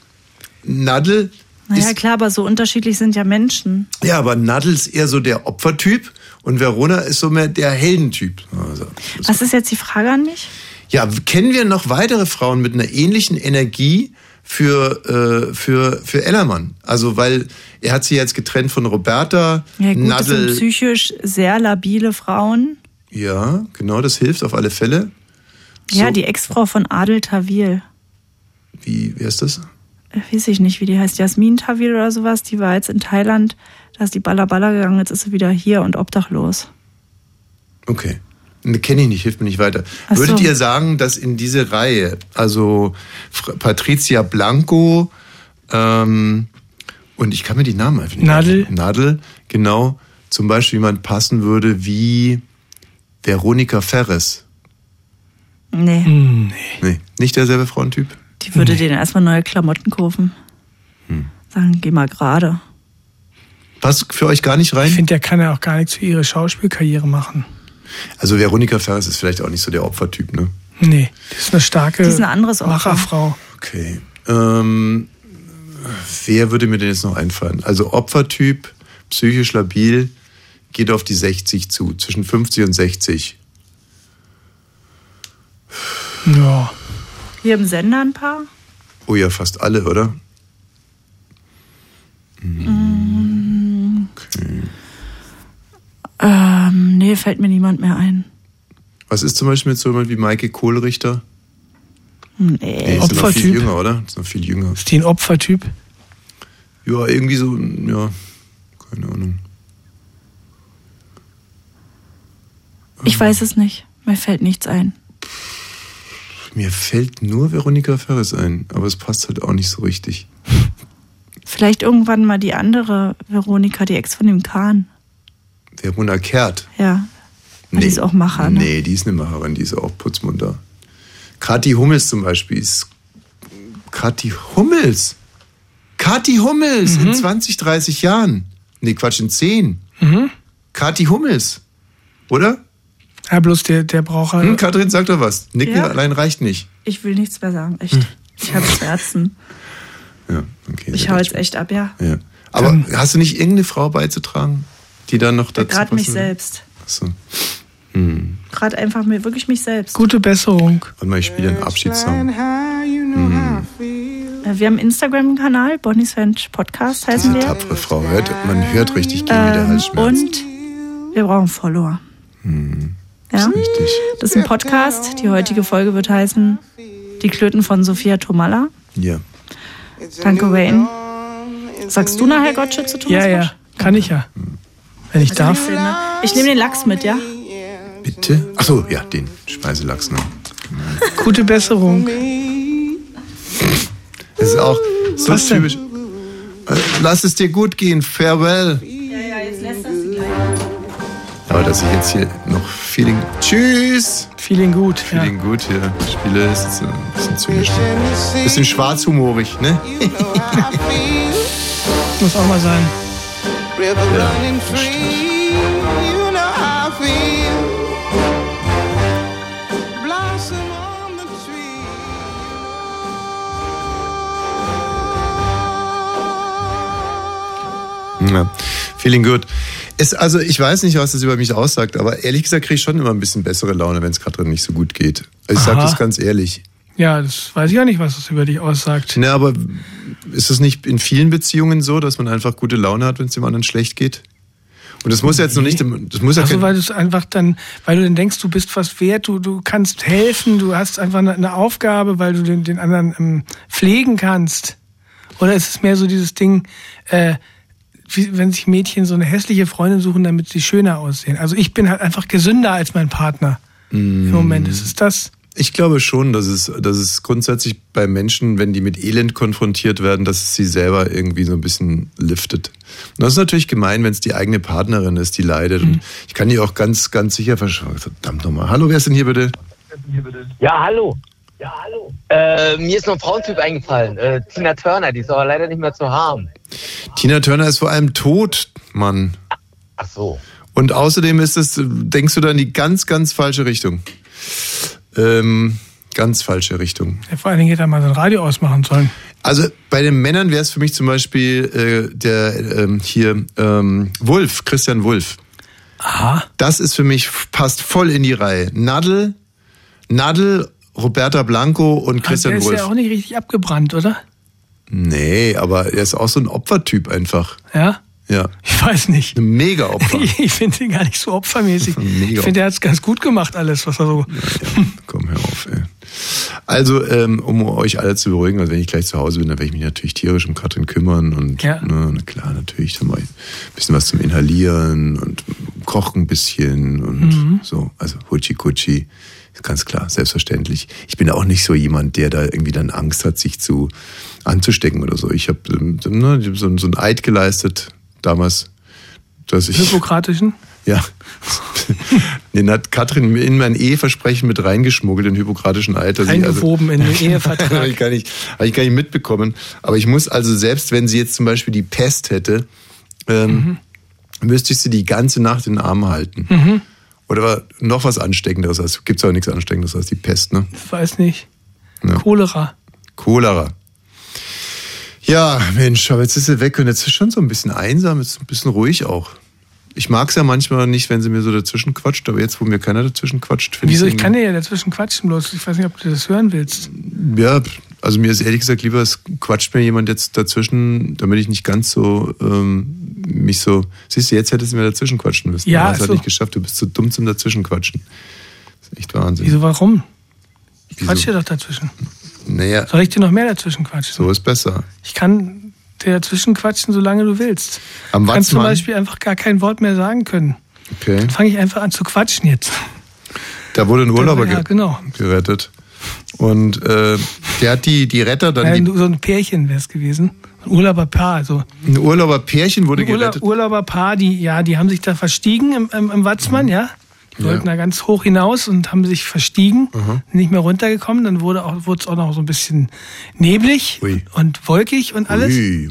S6: Nadel,
S7: Naja, klar, aber so unterschiedlich sind ja Menschen.
S6: ja, aber Nadel ist eher so der Opfertyp und Verona ist so mehr der Heldentyp. Also,
S7: Was ist jetzt die Frage an mich?
S6: ja, kennen wir noch weitere Frauen mit einer ähnlichen Energie für, äh, für, für Ellermann? Also, weil er hat sie jetzt getrennt von Roberta,
S7: Ja, gut, das sind
S6: Nadel.
S7: psychisch sehr labile Frauen.
S6: Ja, genau, das hilft auf alle Fälle.
S7: Ja, die Ex-Frau von Adel Tawil.
S6: Wie, wer ist das?
S7: Äh, Weiß ich nicht, wie die heißt. Jasmin Tawil oder sowas. Die war jetzt in Thailand. Da ist die Baller Baller gegangen. Jetzt ist sie wieder hier und obdachlos.
S6: Okay. Ne, Kenne ich nicht, hilft mir nicht weiter.
S7: Ach so.
S6: Würdet ihr sagen, dass in diese Reihe, also Fr Patricia Blanco ähm, und ich kann mir die Namen einfach nicht Nadel. Nadel, genau, zum Beispiel jemand passen würde wie Veronika Ferres.
S7: Nee.
S6: Nee, nicht derselbe Frauentyp?
S7: Die würde denen erstmal neue Klamotten kaufen. Sagen, geh mal gerade.
S6: Passt für euch gar nicht rein?
S8: Ich finde, der kann ja auch gar nichts für ihre Schauspielkarriere machen.
S6: Also Veronika Ferres ist vielleicht auch nicht so der Opfertyp, ne?
S8: Nee, das ist eine starke
S7: Die ist ein anderes Opfer.
S8: Macherfrau.
S6: Okay. Ähm, wer würde mir denn jetzt noch einfallen? Also Opfertyp, psychisch labil, geht auf die 60 zu, zwischen 50 und 60.
S8: Ja.
S7: Hier im Sender ein paar.
S6: Oh ja, fast alle, oder?
S7: Ähm, nee, fällt mir niemand mehr ein.
S6: Was ist zum Beispiel mit so jemand wie Maike Kohlrichter? ist ja
S7: Nee.
S6: noch viel
S8: Opfertyp.
S6: jünger, oder? Ist noch viel jünger.
S8: Ist die ein Opfertyp?
S6: Ja, irgendwie so, ja, keine Ahnung.
S7: Ich weiß es nicht. Mir fällt nichts ein.
S6: Mir fällt nur Veronika Ferres ein, aber es passt halt auch nicht so richtig.
S7: Vielleicht irgendwann mal die andere Veronika, die Ex von dem Kahn.
S6: Verona Kehrt.
S7: Ja. Die ist auch Macher, ne?
S6: Nee, die ist eine Macherin, die ist auch putzmunter. Kathi Hummels zum Beispiel ist. Kathi Hummels! Kathi Hummels in 20, 30 Jahren. Nee, Quatsch, in 10.
S8: Mhm.
S6: Kathi Hummels. Oder?
S8: Ja, bloß der, der braucht halt.
S6: Hm, Katrin, sag doch was. Nicken
S7: Ja.
S6: allein reicht nicht.
S7: Ich will nichts mehr sagen, echt. Ich habe
S6: Hm.
S7: Schmerzen.
S6: Ja, okay.
S7: Ich hau jetzt echt ab, ja.
S6: Ja. Aber hast du nicht irgendeine Frau beizutragen, die dann noch dazu
S7: Gerade mich
S6: passen würde?
S7: selbst.
S6: Achso. Hm.
S7: Gerade einfach mir, wirklich mich selbst.
S8: Gute Besserung.
S6: Warte mal, ich spiele einen Abschiedssong. Hm.
S7: Äh, Wir haben einen Instagram-Kanal, Bonnie's Ranch Podcast
S6: Diese
S7: heißen wir.
S6: tapfere Frau hört, man hört richtig gegen wieder
S7: Ähm,
S6: Halsschmerzen.
S7: und wir brauchen Follower.
S6: Hm.
S7: Ja? Das ist ein Podcast. Die heutige Folge wird heißen Die Klöten von Sophia Tomalla.
S6: Ja.
S7: Danke, Wayne. Sagst du nachher Gottschütze, Thomas?
S8: Ja, ja,
S7: Bosch?
S8: kann ich ja. Wenn ich
S7: Also,
S8: darf.
S7: den Film, ne? Ich nehme den Lachs mit, ja?
S6: Bitte? Achso, ja, den Speiselachs. Ne?
S8: Gute Besserung.
S6: Das ist auch so
S8: Was denn?
S6: typisch. Äh, Lass es dir gut gehen, farewell. Aber dass ich jetzt hier noch Feeling. Tschüss!
S8: Feeling gut.
S6: Feeling gut hier spiele, ist jetzt ein bisschen zynisch. Bisschen schwarzhumorig, ne?
S8: Muss auch mal sein.
S17: River running free, you know how I feel. Blossom on the tree.
S6: Ja, feeling good. Es, also ich weiß nicht, was das über mich aussagt, aber ehrlich gesagt kriege ich schon immer ein bisschen bessere Laune, wenn es gerade nicht so gut geht. Also ich sage
S8: Aha.
S6: das ganz ehrlich.
S8: Ja, das weiß ich auch nicht, was das über dich aussagt.
S6: Na, aber ist es nicht in vielen Beziehungen so, dass man einfach gute Laune hat, wenn es dem anderen schlecht geht? Und das muss jetzt noch nicht, im- das muss ja
S8: Also
S6: kein,
S8: weil du es einfach dann, weil du dann denkst, du bist was wert, du, du kannst helfen, du hast einfach eine, eine Aufgabe, weil du den, den anderen ähm, pflegen kannst. Oder ist es mehr so dieses Ding, äh, wie, wenn sich Mädchen so eine hässliche Freundin suchen, damit sie schöner aussehen. Also ich bin halt einfach gesünder als mein Partner.
S6: Mm.
S8: Im Moment ist es das.
S6: ich glaube schon, dass es, dass es grundsätzlich bei Menschen, wenn die mit Elend konfrontiert werden, dass es sie selber irgendwie so ein bisschen liftet. Und das ist natürlich gemein, wenn es die eigene Partnerin ist, die leidet. Und ich kann dir auch ganz, ganz sicher verschwören. Verdammt nochmal. Hallo, wer ist denn hier bitte?
S18: Ja, hallo. Ja, hallo. Äh, mir ist noch ein Frauentyp eingefallen. Äh, Tina Turner, die ist aber leider nicht mehr zu haben.
S6: Tina Turner ist vor allem tot, Mann.
S18: Ach so.
S6: Und außerdem ist es, denkst du da in die ganz, ganz falsche Richtung. Ähm, ganz falsche Richtung.
S8: Ja, vor allen Dingen hätte er mal sein Radio ausmachen sollen.
S6: Also bei den Männern wäre es für mich zum Beispiel äh, der ähm, hier ähm, Wulf, Christian Wulf. Aha. Das ist für mich passt voll in die Reihe. Nadel, Nadel, Roberta Blanco und Christian
S8: Ah, der ist
S6: Wulff. Wulf.
S8: ja auch nicht richtig abgebrannt, oder?
S6: Nee, aber er ist auch so ein Opfertyp einfach.
S8: Ja?
S6: Ja.
S8: Ich weiß nicht.
S6: Ein Mega-Opfer.
S8: Ich finde ihn gar nicht so opfermäßig.
S6: Mega.
S8: Ich finde, er hat es ganz gut gemacht, alles, was er so.
S6: Also, ähm, um euch alle zu beruhigen, also wenn ich gleich zu Hause bin, dann werde ich mich natürlich tierisch um Katrin kümmern und
S8: Ja.
S6: ne, na klar, natürlich dann mal ein bisschen was zum Inhalieren und kochen ein bisschen und
S8: Mhm.
S6: so. Also Hutschi Kutschi, ist ganz klar, selbstverständlich. Ich bin auch nicht so jemand, der da irgendwie dann Angst hat, sich zu anzustecken oder so. Ich habe ähm, ne, so, so ein Eid geleistet damals, dass ich.
S8: Hypokratischen?
S6: Ja. Den hat Katrin mir in mein Eheversprechen mit reingeschmuggelt, den hypokratischen Eid. dass ich
S8: Eingewoben in
S6: also-
S8: den Ehevertrag.
S6: also, ähm,
S8: Mhm.
S6: Oder noch was Ansteckenderes. Also, Gibt es auch nichts Ansteckenderes als die Pest, ne?
S8: Ich weiß nicht.
S6: Ja.
S8: Cholera.
S6: Cholera. Ja, Mensch, aber jetzt ist sie weg und jetzt ist sie schon so ein bisschen einsam, jetzt ein bisschen ruhig auch. Ich mag es ja manchmal nicht, wenn sie mir so dazwischen quatscht, aber jetzt, wo mir keiner dazwischen quatscht, finde ich
S8: Wieso? Ich kann
S6: irgendwie-
S8: dir ja dazwischen quatschen, bloß ich weiß nicht, ob du das hören willst.
S6: Ja, also mir ist ehrlich gesagt lieber, es quatscht mir jemand jetzt dazwischen, damit ich nicht ganz so ähm, mich so. Siehst du, jetzt hättest du mir dazwischen quatschen müssen.
S8: Ja,
S6: aber hast du
S8: so.
S6: halt nicht geschafft, du bist zu dumm zum dazwischen quatschen. Das ist echt Wahnsinn.
S8: Wieso, warum? Ich
S6: Wieso?
S8: quatsche dir doch dazwischen.
S6: Naja,
S8: Soll ich dir noch mehr dazwischen quatschen?
S6: so ist besser.
S8: Ich kann dir dazwischen quatschen, solange du willst.
S6: Am
S8: Kannst zum
S6: Watzmann-
S8: Beispiel einfach gar kein Wort mehr sagen können.
S6: Okay.
S8: Dann fange ich einfach an zu quatschen jetzt.
S6: Da wurde ein Urlauber
S8: Ja,
S6: ge
S8: genau.
S6: gerettet. Und äh, der hat die, die Retter dann.
S8: Nein,
S6: die,
S8: so ein Pärchen wäre es gewesen. Ein Urlauberpaar. Also
S6: ein Urlauberpärchen wurde
S8: ein Urla
S6: gerettet.
S8: Urlauberpaar, die, ja, die haben sich da verstiegen im, im, im Watzmann, ja. Die
S6: Mhm. Ja.
S8: wollten da ganz hoch hinaus und haben sich verstiegen,
S6: Mhm.
S8: nicht mehr runtergekommen. Dann wurde auch, wurde es auch noch so ein bisschen neblig und wolkig und alles.
S6: Ui,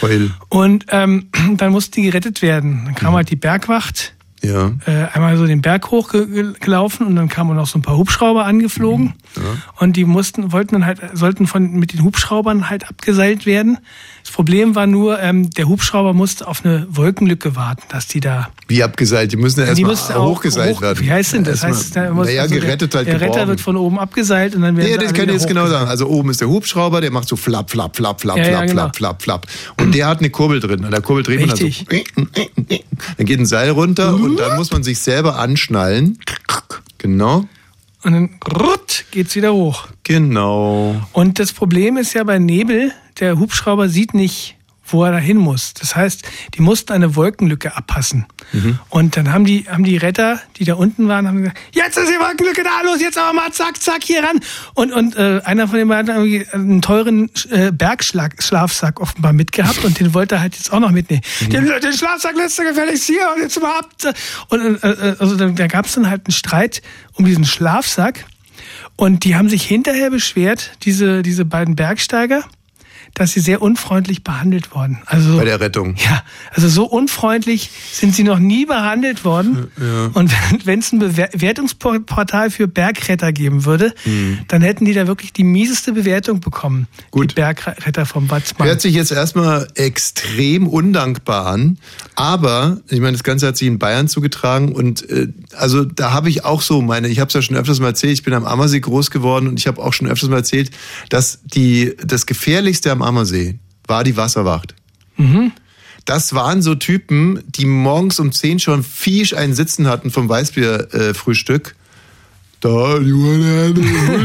S6: heul.
S8: Und ähm, dann mussten die gerettet werden. Dann
S6: Mhm.
S8: kam halt die Bergwacht,
S6: Ja.
S8: äh, einmal so den Berg hochgelaufen und dann kamen noch so ein paar Hubschrauber angeflogen.
S6: Mhm.
S8: Und die mussten, wollten dann halt, sollten von, mit den Hubschraubern halt abgeseilt werden. Das Problem war nur, ähm, der Hubschrauber musste auf eine Wolkenlücke warten, dass die da.
S6: Wie abgeseilt, die müssen ja
S8: die mussten
S6: erstmal
S8: auch
S6: hochgeseilt
S8: hoch-
S6: werden.
S8: Wie heißt denn das?
S6: Erstmal-
S8: heißt, da muss-
S6: naja,
S8: also der-
S6: gerettet halt
S8: Der Retter
S6: geborgen.
S8: wird von oben abgeseilt und dann werden
S6: Ja,
S8: sie
S6: das
S8: alle
S6: kann ich
S8: wieder
S6: jetzt genau
S8: hochgeseilt.
S6: sagen. Also oben ist der Hubschrauber, der macht so flapp, flapp, flapp, flapp,
S8: Ja, ja,
S6: flapp,
S8: genau.
S6: flapp, flapp, flapp. Und der hat eine Kurbel drin. An der Kurbel dreht man dann so.
S8: Richtig.
S6: Dann geht ein Seil runter und dann muss man sich selber anschnallen. Genau.
S8: Und dann rutt, geht's wieder hoch.
S6: Genau.
S8: Und das Problem ist ja bei Nebel, der Hubschrauber sieht nicht, wo er dahin muss. Das heißt, die mussten eine Wolkenlücke abpassen. Und dann haben die, haben die Retter, die da unten waren, haben gesagt, jetzt ist die Wolkenlücke da, los, jetzt aber mal zack, zack, hier ran. Und, und äh, einer von den beiden hat irgendwie einen teuren äh, Bergschlafsack offenbar mitgehabt und den wollte er halt jetzt auch noch mitnehmen. Den, den Schlafsack lässt er gefälligst hier und jetzt mal ab. Und äh, äh, also dann, da gab es dann halt einen Streit um diesen Schlafsack. Und die haben sich hinterher beschwert, diese, diese beiden Bergsteiger, dass sie sehr unfreundlich behandelt wurden. Also,
S6: Bei der Rettung.
S8: ja, also so unfreundlich sind sie noch nie behandelt worden.
S6: Ja.
S8: Und wenn es ein Bewertungsportal für Bergretter geben würde,
S6: Hm.
S8: dann hätten die da wirklich die mieseste Bewertung bekommen. Gut. Die Bergretter vom Watzmann.
S6: Hört sich jetzt erstmal extrem undankbar an, aber ich meine, das Ganze hat sich in Bayern zugetragen und äh, also da habe ich auch so meine, ich habe es ja schon öfters mal erzählt, ich bin am Ammersee groß geworden und ich habe auch schon öfters mal erzählt, dass die das gefährlichste am Ammersee war die Wasserwacht.
S8: Mhm.
S6: Das waren so Typen, die morgens um 10 schon fiesch einen Sitzen hatten vom Weißbierfrühstück. Äh, Frühstück. da, die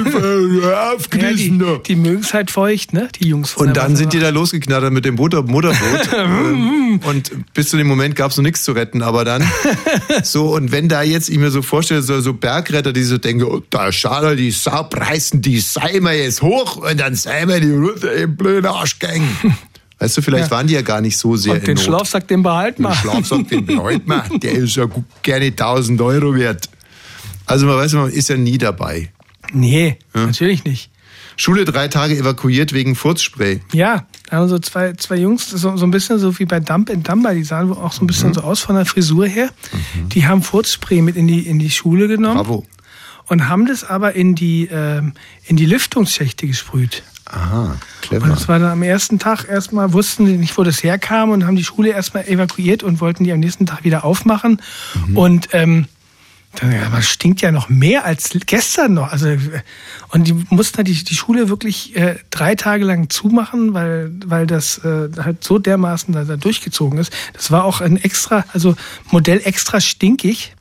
S8: Ja, die die mögen es halt feucht, ne? Die Jungs von
S6: Und
S8: der
S6: dann sind
S8: Wasserwacht.
S6: die da losgeknattert mit dem Butter Mutterboot. Ähm, und bis zu dem Moment gab es noch nichts zu retten, aber dann so, und wenn da jetzt, ich mir so vorstelle, so, so Bergretter, die so denken, oh, da schade, die Sau reißen die Seimer jetzt hoch und dann Seimer die runter im blöden Arschgang. Weißt du, vielleicht
S8: Ja.
S6: waren die ja gar nicht so sehr
S8: Und
S6: in
S8: den
S6: Not.
S8: Schlafsack, den behalten wir.
S6: Den Schlafsack, den behalten wir. Der ist ja gut, gerne 1000 Euro wert. Also man weiß, man ist ja nie dabei.
S8: Nee, natürlich nicht. Hm?
S6: Schule drei Tage evakuiert wegen Furzspray.
S8: Ja, Da haben so zwei, zwei Jungs, so, so ein bisschen so wie bei Dump and Dumber, die sahen wohl auch so ein bisschen so aus von der Frisur her. Die haben Furzspray mit in die, in die Schule genommen. Bravo. Und haben das aber in die, ähm, in die Lüftungsschächte gesprüht.
S6: Aha,
S8: Und
S6: clever.
S8: das war dann am ersten Tag erstmal, wussten sie nicht, wo das herkam und haben die Schule erstmal evakuiert und wollten die am nächsten Tag wieder aufmachen. Und ähm, dann, ja, aber stinkt ja noch mehr als gestern noch. Also, äh, und die mussten halt die, die Schule wirklich äh, drei Tage lang zumachen, weil, weil das äh, halt so dermaßen da, da durchgezogen ist. Das war auch ein extra, also Modell extra stinkig.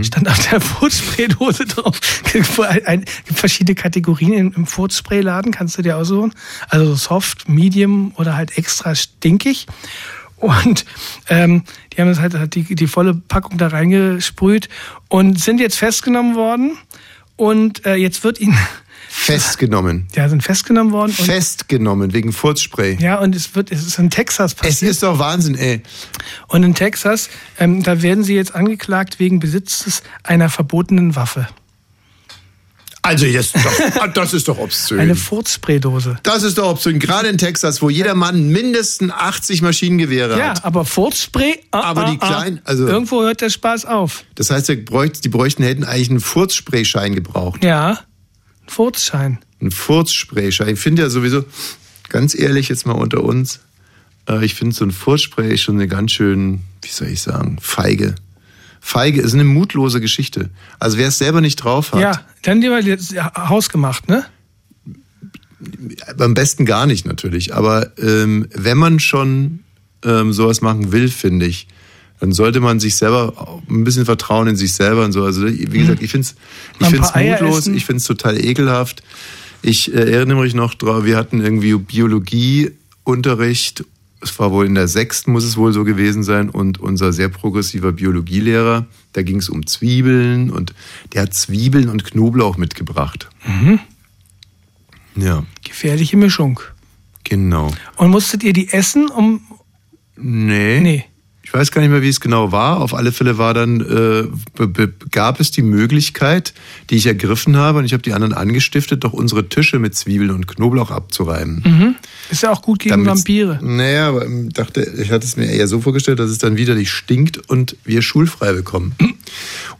S8: Stand auf der Furzspraydose drauf. Ein, ein, gibt verschiedene Kategorien im, im Furzsprayladen, kannst du dir aussuchen. Also so soft, medium oder halt extra stinkig. Und ähm, die haben das halt, halt die, die volle Packung da reingesprüht und sind jetzt festgenommen worden. Und äh, jetzt wird ihnen,
S6: Festgenommen.
S8: ja, sind festgenommen worden. Und,
S6: Festgenommen wegen Furzspray.
S8: ja, und es wird, es ist in Texas passiert.
S6: Es ist doch Wahnsinn, ey.
S8: Und in Texas, ähm, da werden sie jetzt angeklagt wegen Besitzes einer verbotenen Waffe.
S6: Also, jetzt, doch, das ist doch obszön.
S8: Eine Furzspraydose.
S6: das ist doch obszön. Gerade in Texas, wo jeder Mann mindestens 80 Maschinengewehre
S8: Ja,
S6: hat.
S8: aber Furzspray. ah,
S6: Aber
S8: ah,
S6: die
S8: ah.
S6: kleinen, also-
S8: Irgendwo hört der Spaß auf.
S6: Das heißt, wir bräuchten- die bräuchten, hätten eigentlich einen Furzsprayschein gebraucht.
S8: Ja, ein Furzschein.
S6: Ein Furzsprayschein. Ich finde ja sowieso, ganz ehrlich jetzt mal unter uns, äh, ich finde so ein Furzspray ist schon eine ganz schön, wie soll ich sagen, feige. Feige ist eine mutlose Geschichte. Also wer es selber nicht drauf hat,
S8: Ja, dann lieber jetzt, ja, hausgemacht, ne?
S6: am besten gar nicht natürlich. Aber ähm, wenn man schon ähm, sowas machen will, finde ich, dann sollte man sich selber auch ein bisschen vertrauen in sich selber und so. Also wie gesagt, ich finde es ich
S8: Mal Mhm. ein
S6: find's
S8: paar Eier
S6: mutlos,
S8: essen.
S6: ich finde es total ekelhaft. Ich äh, erinnere mich noch drauf, wir hatten irgendwie Biologieunterricht. Es war wohl in der sechsten, muss es wohl so gewesen sein. Und unser sehr progressiver Biologielehrer, da ging es um Zwiebeln und der hat Zwiebeln und Knoblauch mitgebracht.
S8: Mhm.
S6: Ja,
S8: Gefährliche Mischung.
S6: genau.
S8: Und musstet ihr die essen, um.
S6: Nee.
S8: Nee.
S6: Ich weiß gar nicht mehr, wie es genau war. Auf alle Fälle war dann, äh, be- be- gab es die Möglichkeit, die ich ergriffen habe, und ich habe die anderen angestiftet, doch unsere Tische mit Zwiebeln und Knoblauch abzureiben.
S8: Mhm. Ist ja auch gut gegen
S6: Damit's-
S8: Vampire.
S6: Naja, aber ähm, dachte, ich hatte es mir eher so vorgestellt, dass es dann widerlich stinkt und wir schulfrei bekommen.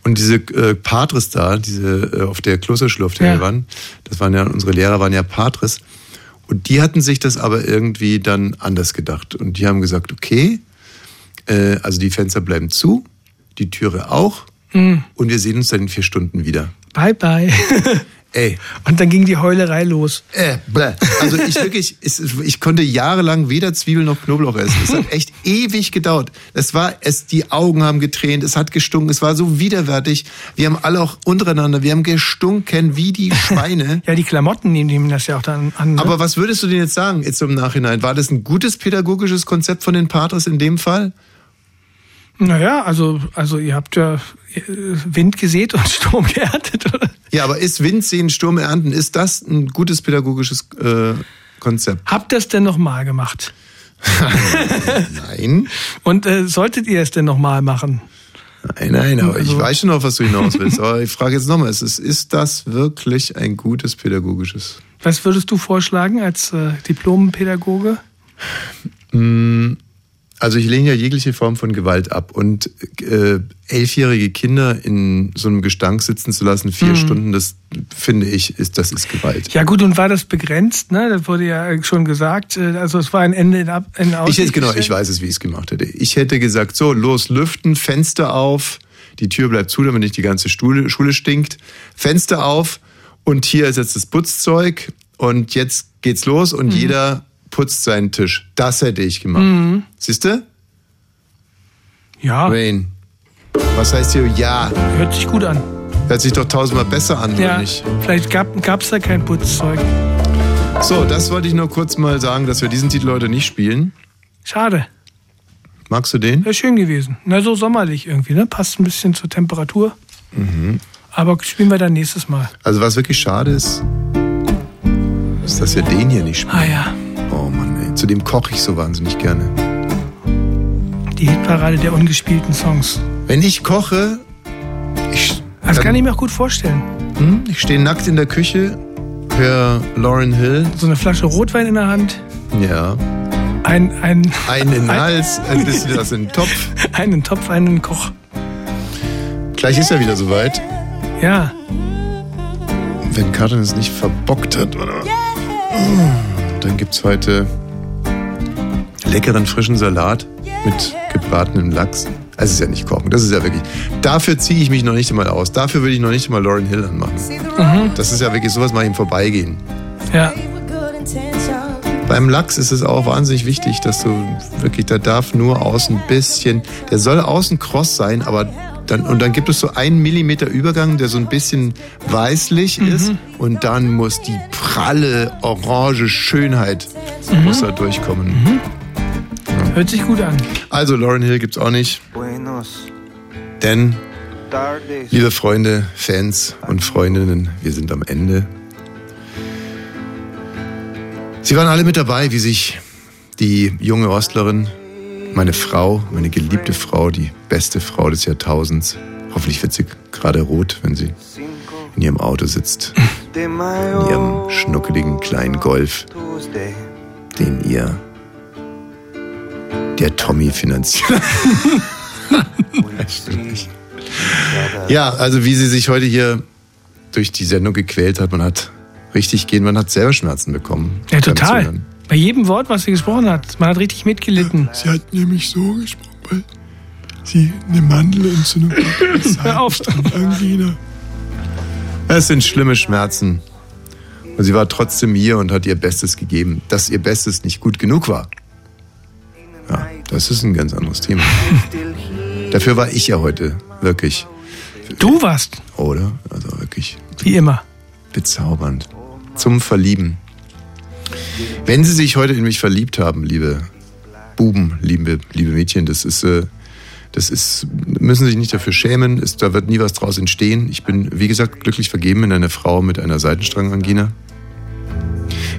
S6: Und diese äh, Patres da, diese äh, auf der Klosterschule, auf der
S8: Ja.
S6: wir waren, das waren ja, unsere Lehrer waren ja Patres. Und die hatten sich das aber irgendwie dann anders gedacht. Und die haben gesagt, okay, äh, also die Fenster bleiben zu, die Türe auch,
S8: Mhm.
S6: und wir sehen uns dann in vier Stunden wieder.
S8: Bye, bye.
S6: Ey.
S8: Und dann ging die Heulerei los.
S6: Äh, bläh. Also ich wirklich, es, ich konnte jahrelang weder Zwiebeln noch Knoblauch essen. Es hat echt ewig gedauert. Es war, es, die Augen haben getränt, es hat gestunken, es war so widerwärtig. Wir haben alle auch untereinander, wir haben gestunken wie die Schweine.
S8: Ja, die Klamotten nehmen nehmen das ja auch dann an. Ne?
S6: Aber was würdest du denn jetzt sagen, jetzt im Nachhinein? War das ein gutes pädagogisches Konzept von den Patres in dem Fall?
S8: Naja, also, also ihr habt ja äh, Wind gesät und Sturm geerntet, oder?
S6: Ja, aber ist Wind sehen, Sturm ernten, ist das ein gutes pädagogisches äh, Konzept?
S8: Habt ihr es denn nochmal gemacht?
S6: Nein.
S8: Und äh, solltet ihr es denn nochmal machen?
S6: Nein, nein, aber ich
S8: Also-
S6: weiß schon auf was du hinaus willst. Aber ich frage jetzt nochmal, ist, es- ist das wirklich ein gutes pädagogisches?
S8: Was würdest du vorschlagen als äh, Diplompädagoge?
S6: Mm, Also ich lehne ja jegliche Form von Gewalt ab. Und äh, elfjährige Kinder in so einem Gestank sitzen zu lassen, vier
S8: Mhm.
S6: Stunden, das finde ich, ist, das ist Gewalt.
S8: Ja gut, und war das begrenzt? Ne? Das wurde ja schon gesagt. äh, Also es war ein Ende in, Ab in
S6: Ich
S8: Aussicht
S6: hätte, genau,
S8: gestellt.
S6: ich weiß es, wie ich es gemacht hätte. Ich hätte gesagt, so, los, lüften, Fenster auf, die Tür bleibt zu, damit nicht die ganze Stuhle, Schule stinkt. Fenster auf und hier ist jetzt das Putzzeug und jetzt geht's los und jeder putzt seinen Tisch. Das hätte ich gemacht.
S8: Mhm. Ah.
S6: Siehst du?
S8: Ja,
S6: Rain. Was heißt hier ja?
S8: hört sich gut an.
S6: Hört sich doch tausendmal besser an, oder
S8: Ja,
S6: nicht?
S8: vielleicht gab es da kein Putzzeug.
S6: So, das wollte ich nur kurz mal sagen, dass wir diesen Titel heute nicht spielen.
S8: Schade,
S6: Magst du den?
S8: wäre schön gewesen. Na, so sommerlich irgendwie, ne? Passt ein bisschen zur Temperatur.
S6: Mhm.
S8: Aber spielen wir dann nächstes Mal.
S6: Also was wirklich schade ist, ist, dass wir den hier nicht spielen.
S8: Ah ja,
S6: Oh Mann, ey. zu dem koche ich so wahnsinnig gerne.
S8: die Hitparade der ungespielten Songs.
S6: Wenn ich koche,
S8: Das
S6: Dann-
S8: kann ich mir auch gut vorstellen.
S6: hm, ich stehe nackt in der Küche, höre Lauren Hill,
S8: So eine Flasche Rotwein in der Hand.
S6: ja,
S8: Ein, ein,
S6: Einen Hals, ein bisschen was in den Topf.
S8: Einen Topf, einen Koch.
S6: Gleich ist er wieder soweit.
S8: Ja.
S6: Wenn Katrin es nicht verbockt hat, oder? Mm, Dann gibt's heute leckeren frischen Salat mit gebratenem Lachs. Also, Es ist ja nicht kochen, das ist ja wirklich. Dafür ziehe ich mich noch nicht einmal aus. Dafür würde ich noch nicht einmal Lauren Hill anmachen.
S8: Mhm.
S6: Das ist ja wirklich sowas, mal im Vorbeigehen.
S8: Ja.
S6: Beim Lachs ist es auch wahnsinnig wichtig, dass du wirklich, da darf nur außen ein bisschen, der soll außen kross sein, aber dann, und dann gibt es so einen Millimeter Übergang, der so ein bisschen weißlich ist und dann muss die pralle orange Schönheit
S8: Mhm.
S6: muss da durchkommen.
S8: Hört sich gut an.
S6: Also Lauren Hill gibt's auch nicht, denn Liebe Freunde, Fans und Freundinnen, wir sind am Ende. Sie waren alle mit dabei, wie sich die junge Ostlerin, meine Frau, meine geliebte Frau, die beste Frau des Jahrtausends, hoffentlich wird sie gerade rot, wenn sie in ihrem Auto sitzt, in ihrem schnuckeligen kleinen Golf, den ihr der Tommy finanziert. Ja, also wie sie sich heute hier durch die Sendung gequält hat, man hat richtig gehen, man hat selber Schmerzen bekommen.
S8: Ja,
S6: beim
S8: total.
S6: Zuhören.
S8: Bei jedem Wort, was sie gesprochen hat. Man hat richtig mitgelitten. Sie hat nämlich so gesprochen, weil sie eine Mandelentzündung hat. Hör auf. Angina.
S6: Es sind schlimme Schmerzen. Und sie war trotzdem hier und hat ihr Bestes gegeben. Dass ihr Bestes nicht gut genug war. Ja, das ist ein ganz anderes Thema. Dafür war ich ja heute wirklich.
S8: Du warst.
S6: Oder? Also wirklich.
S8: Wie immer.
S6: Bezaubernd. Zum Verlieben. Wenn Sie sich heute in mich verliebt haben, liebe Buben, liebe, liebe Mädchen, das ist, äh, das ist, müssen Sie sich nicht dafür schämen. Es, da wird nie was draus entstehen. Ich bin, wie gesagt, glücklich vergeben in einer Frau mit einer Seitenstrangangina.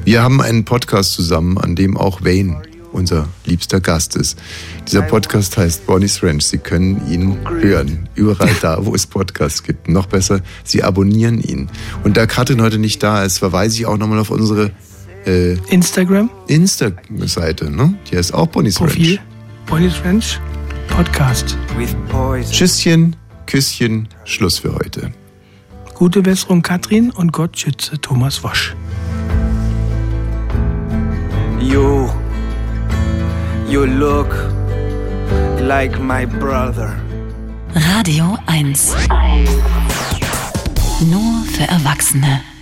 S6: Wir haben einen Podcast zusammen, an dem auch Wayne unser liebster Gast ist. Dieser Podcast heißt Bonnie's Ranch. Sie können ihn hören. Überall da, wo es Podcasts gibt. Noch besser, Sie abonnieren ihn. Und da Katrin heute nicht da ist, verweise ich auch nochmal auf unsere äh,
S8: Instagram?
S6: Insta-Seite, ne? Die heißt auch Bonnie's
S8: Profil. Bonnie's Ranch Podcast.
S6: Ranch. Tschüsschen, Küsschen, Schluss für heute.
S8: Gute Besserung, Katrin, und Gott schütze Thomas Wosch.
S19: You, you look like my brother.
S1: Radio 1. Nur für Erwachsene.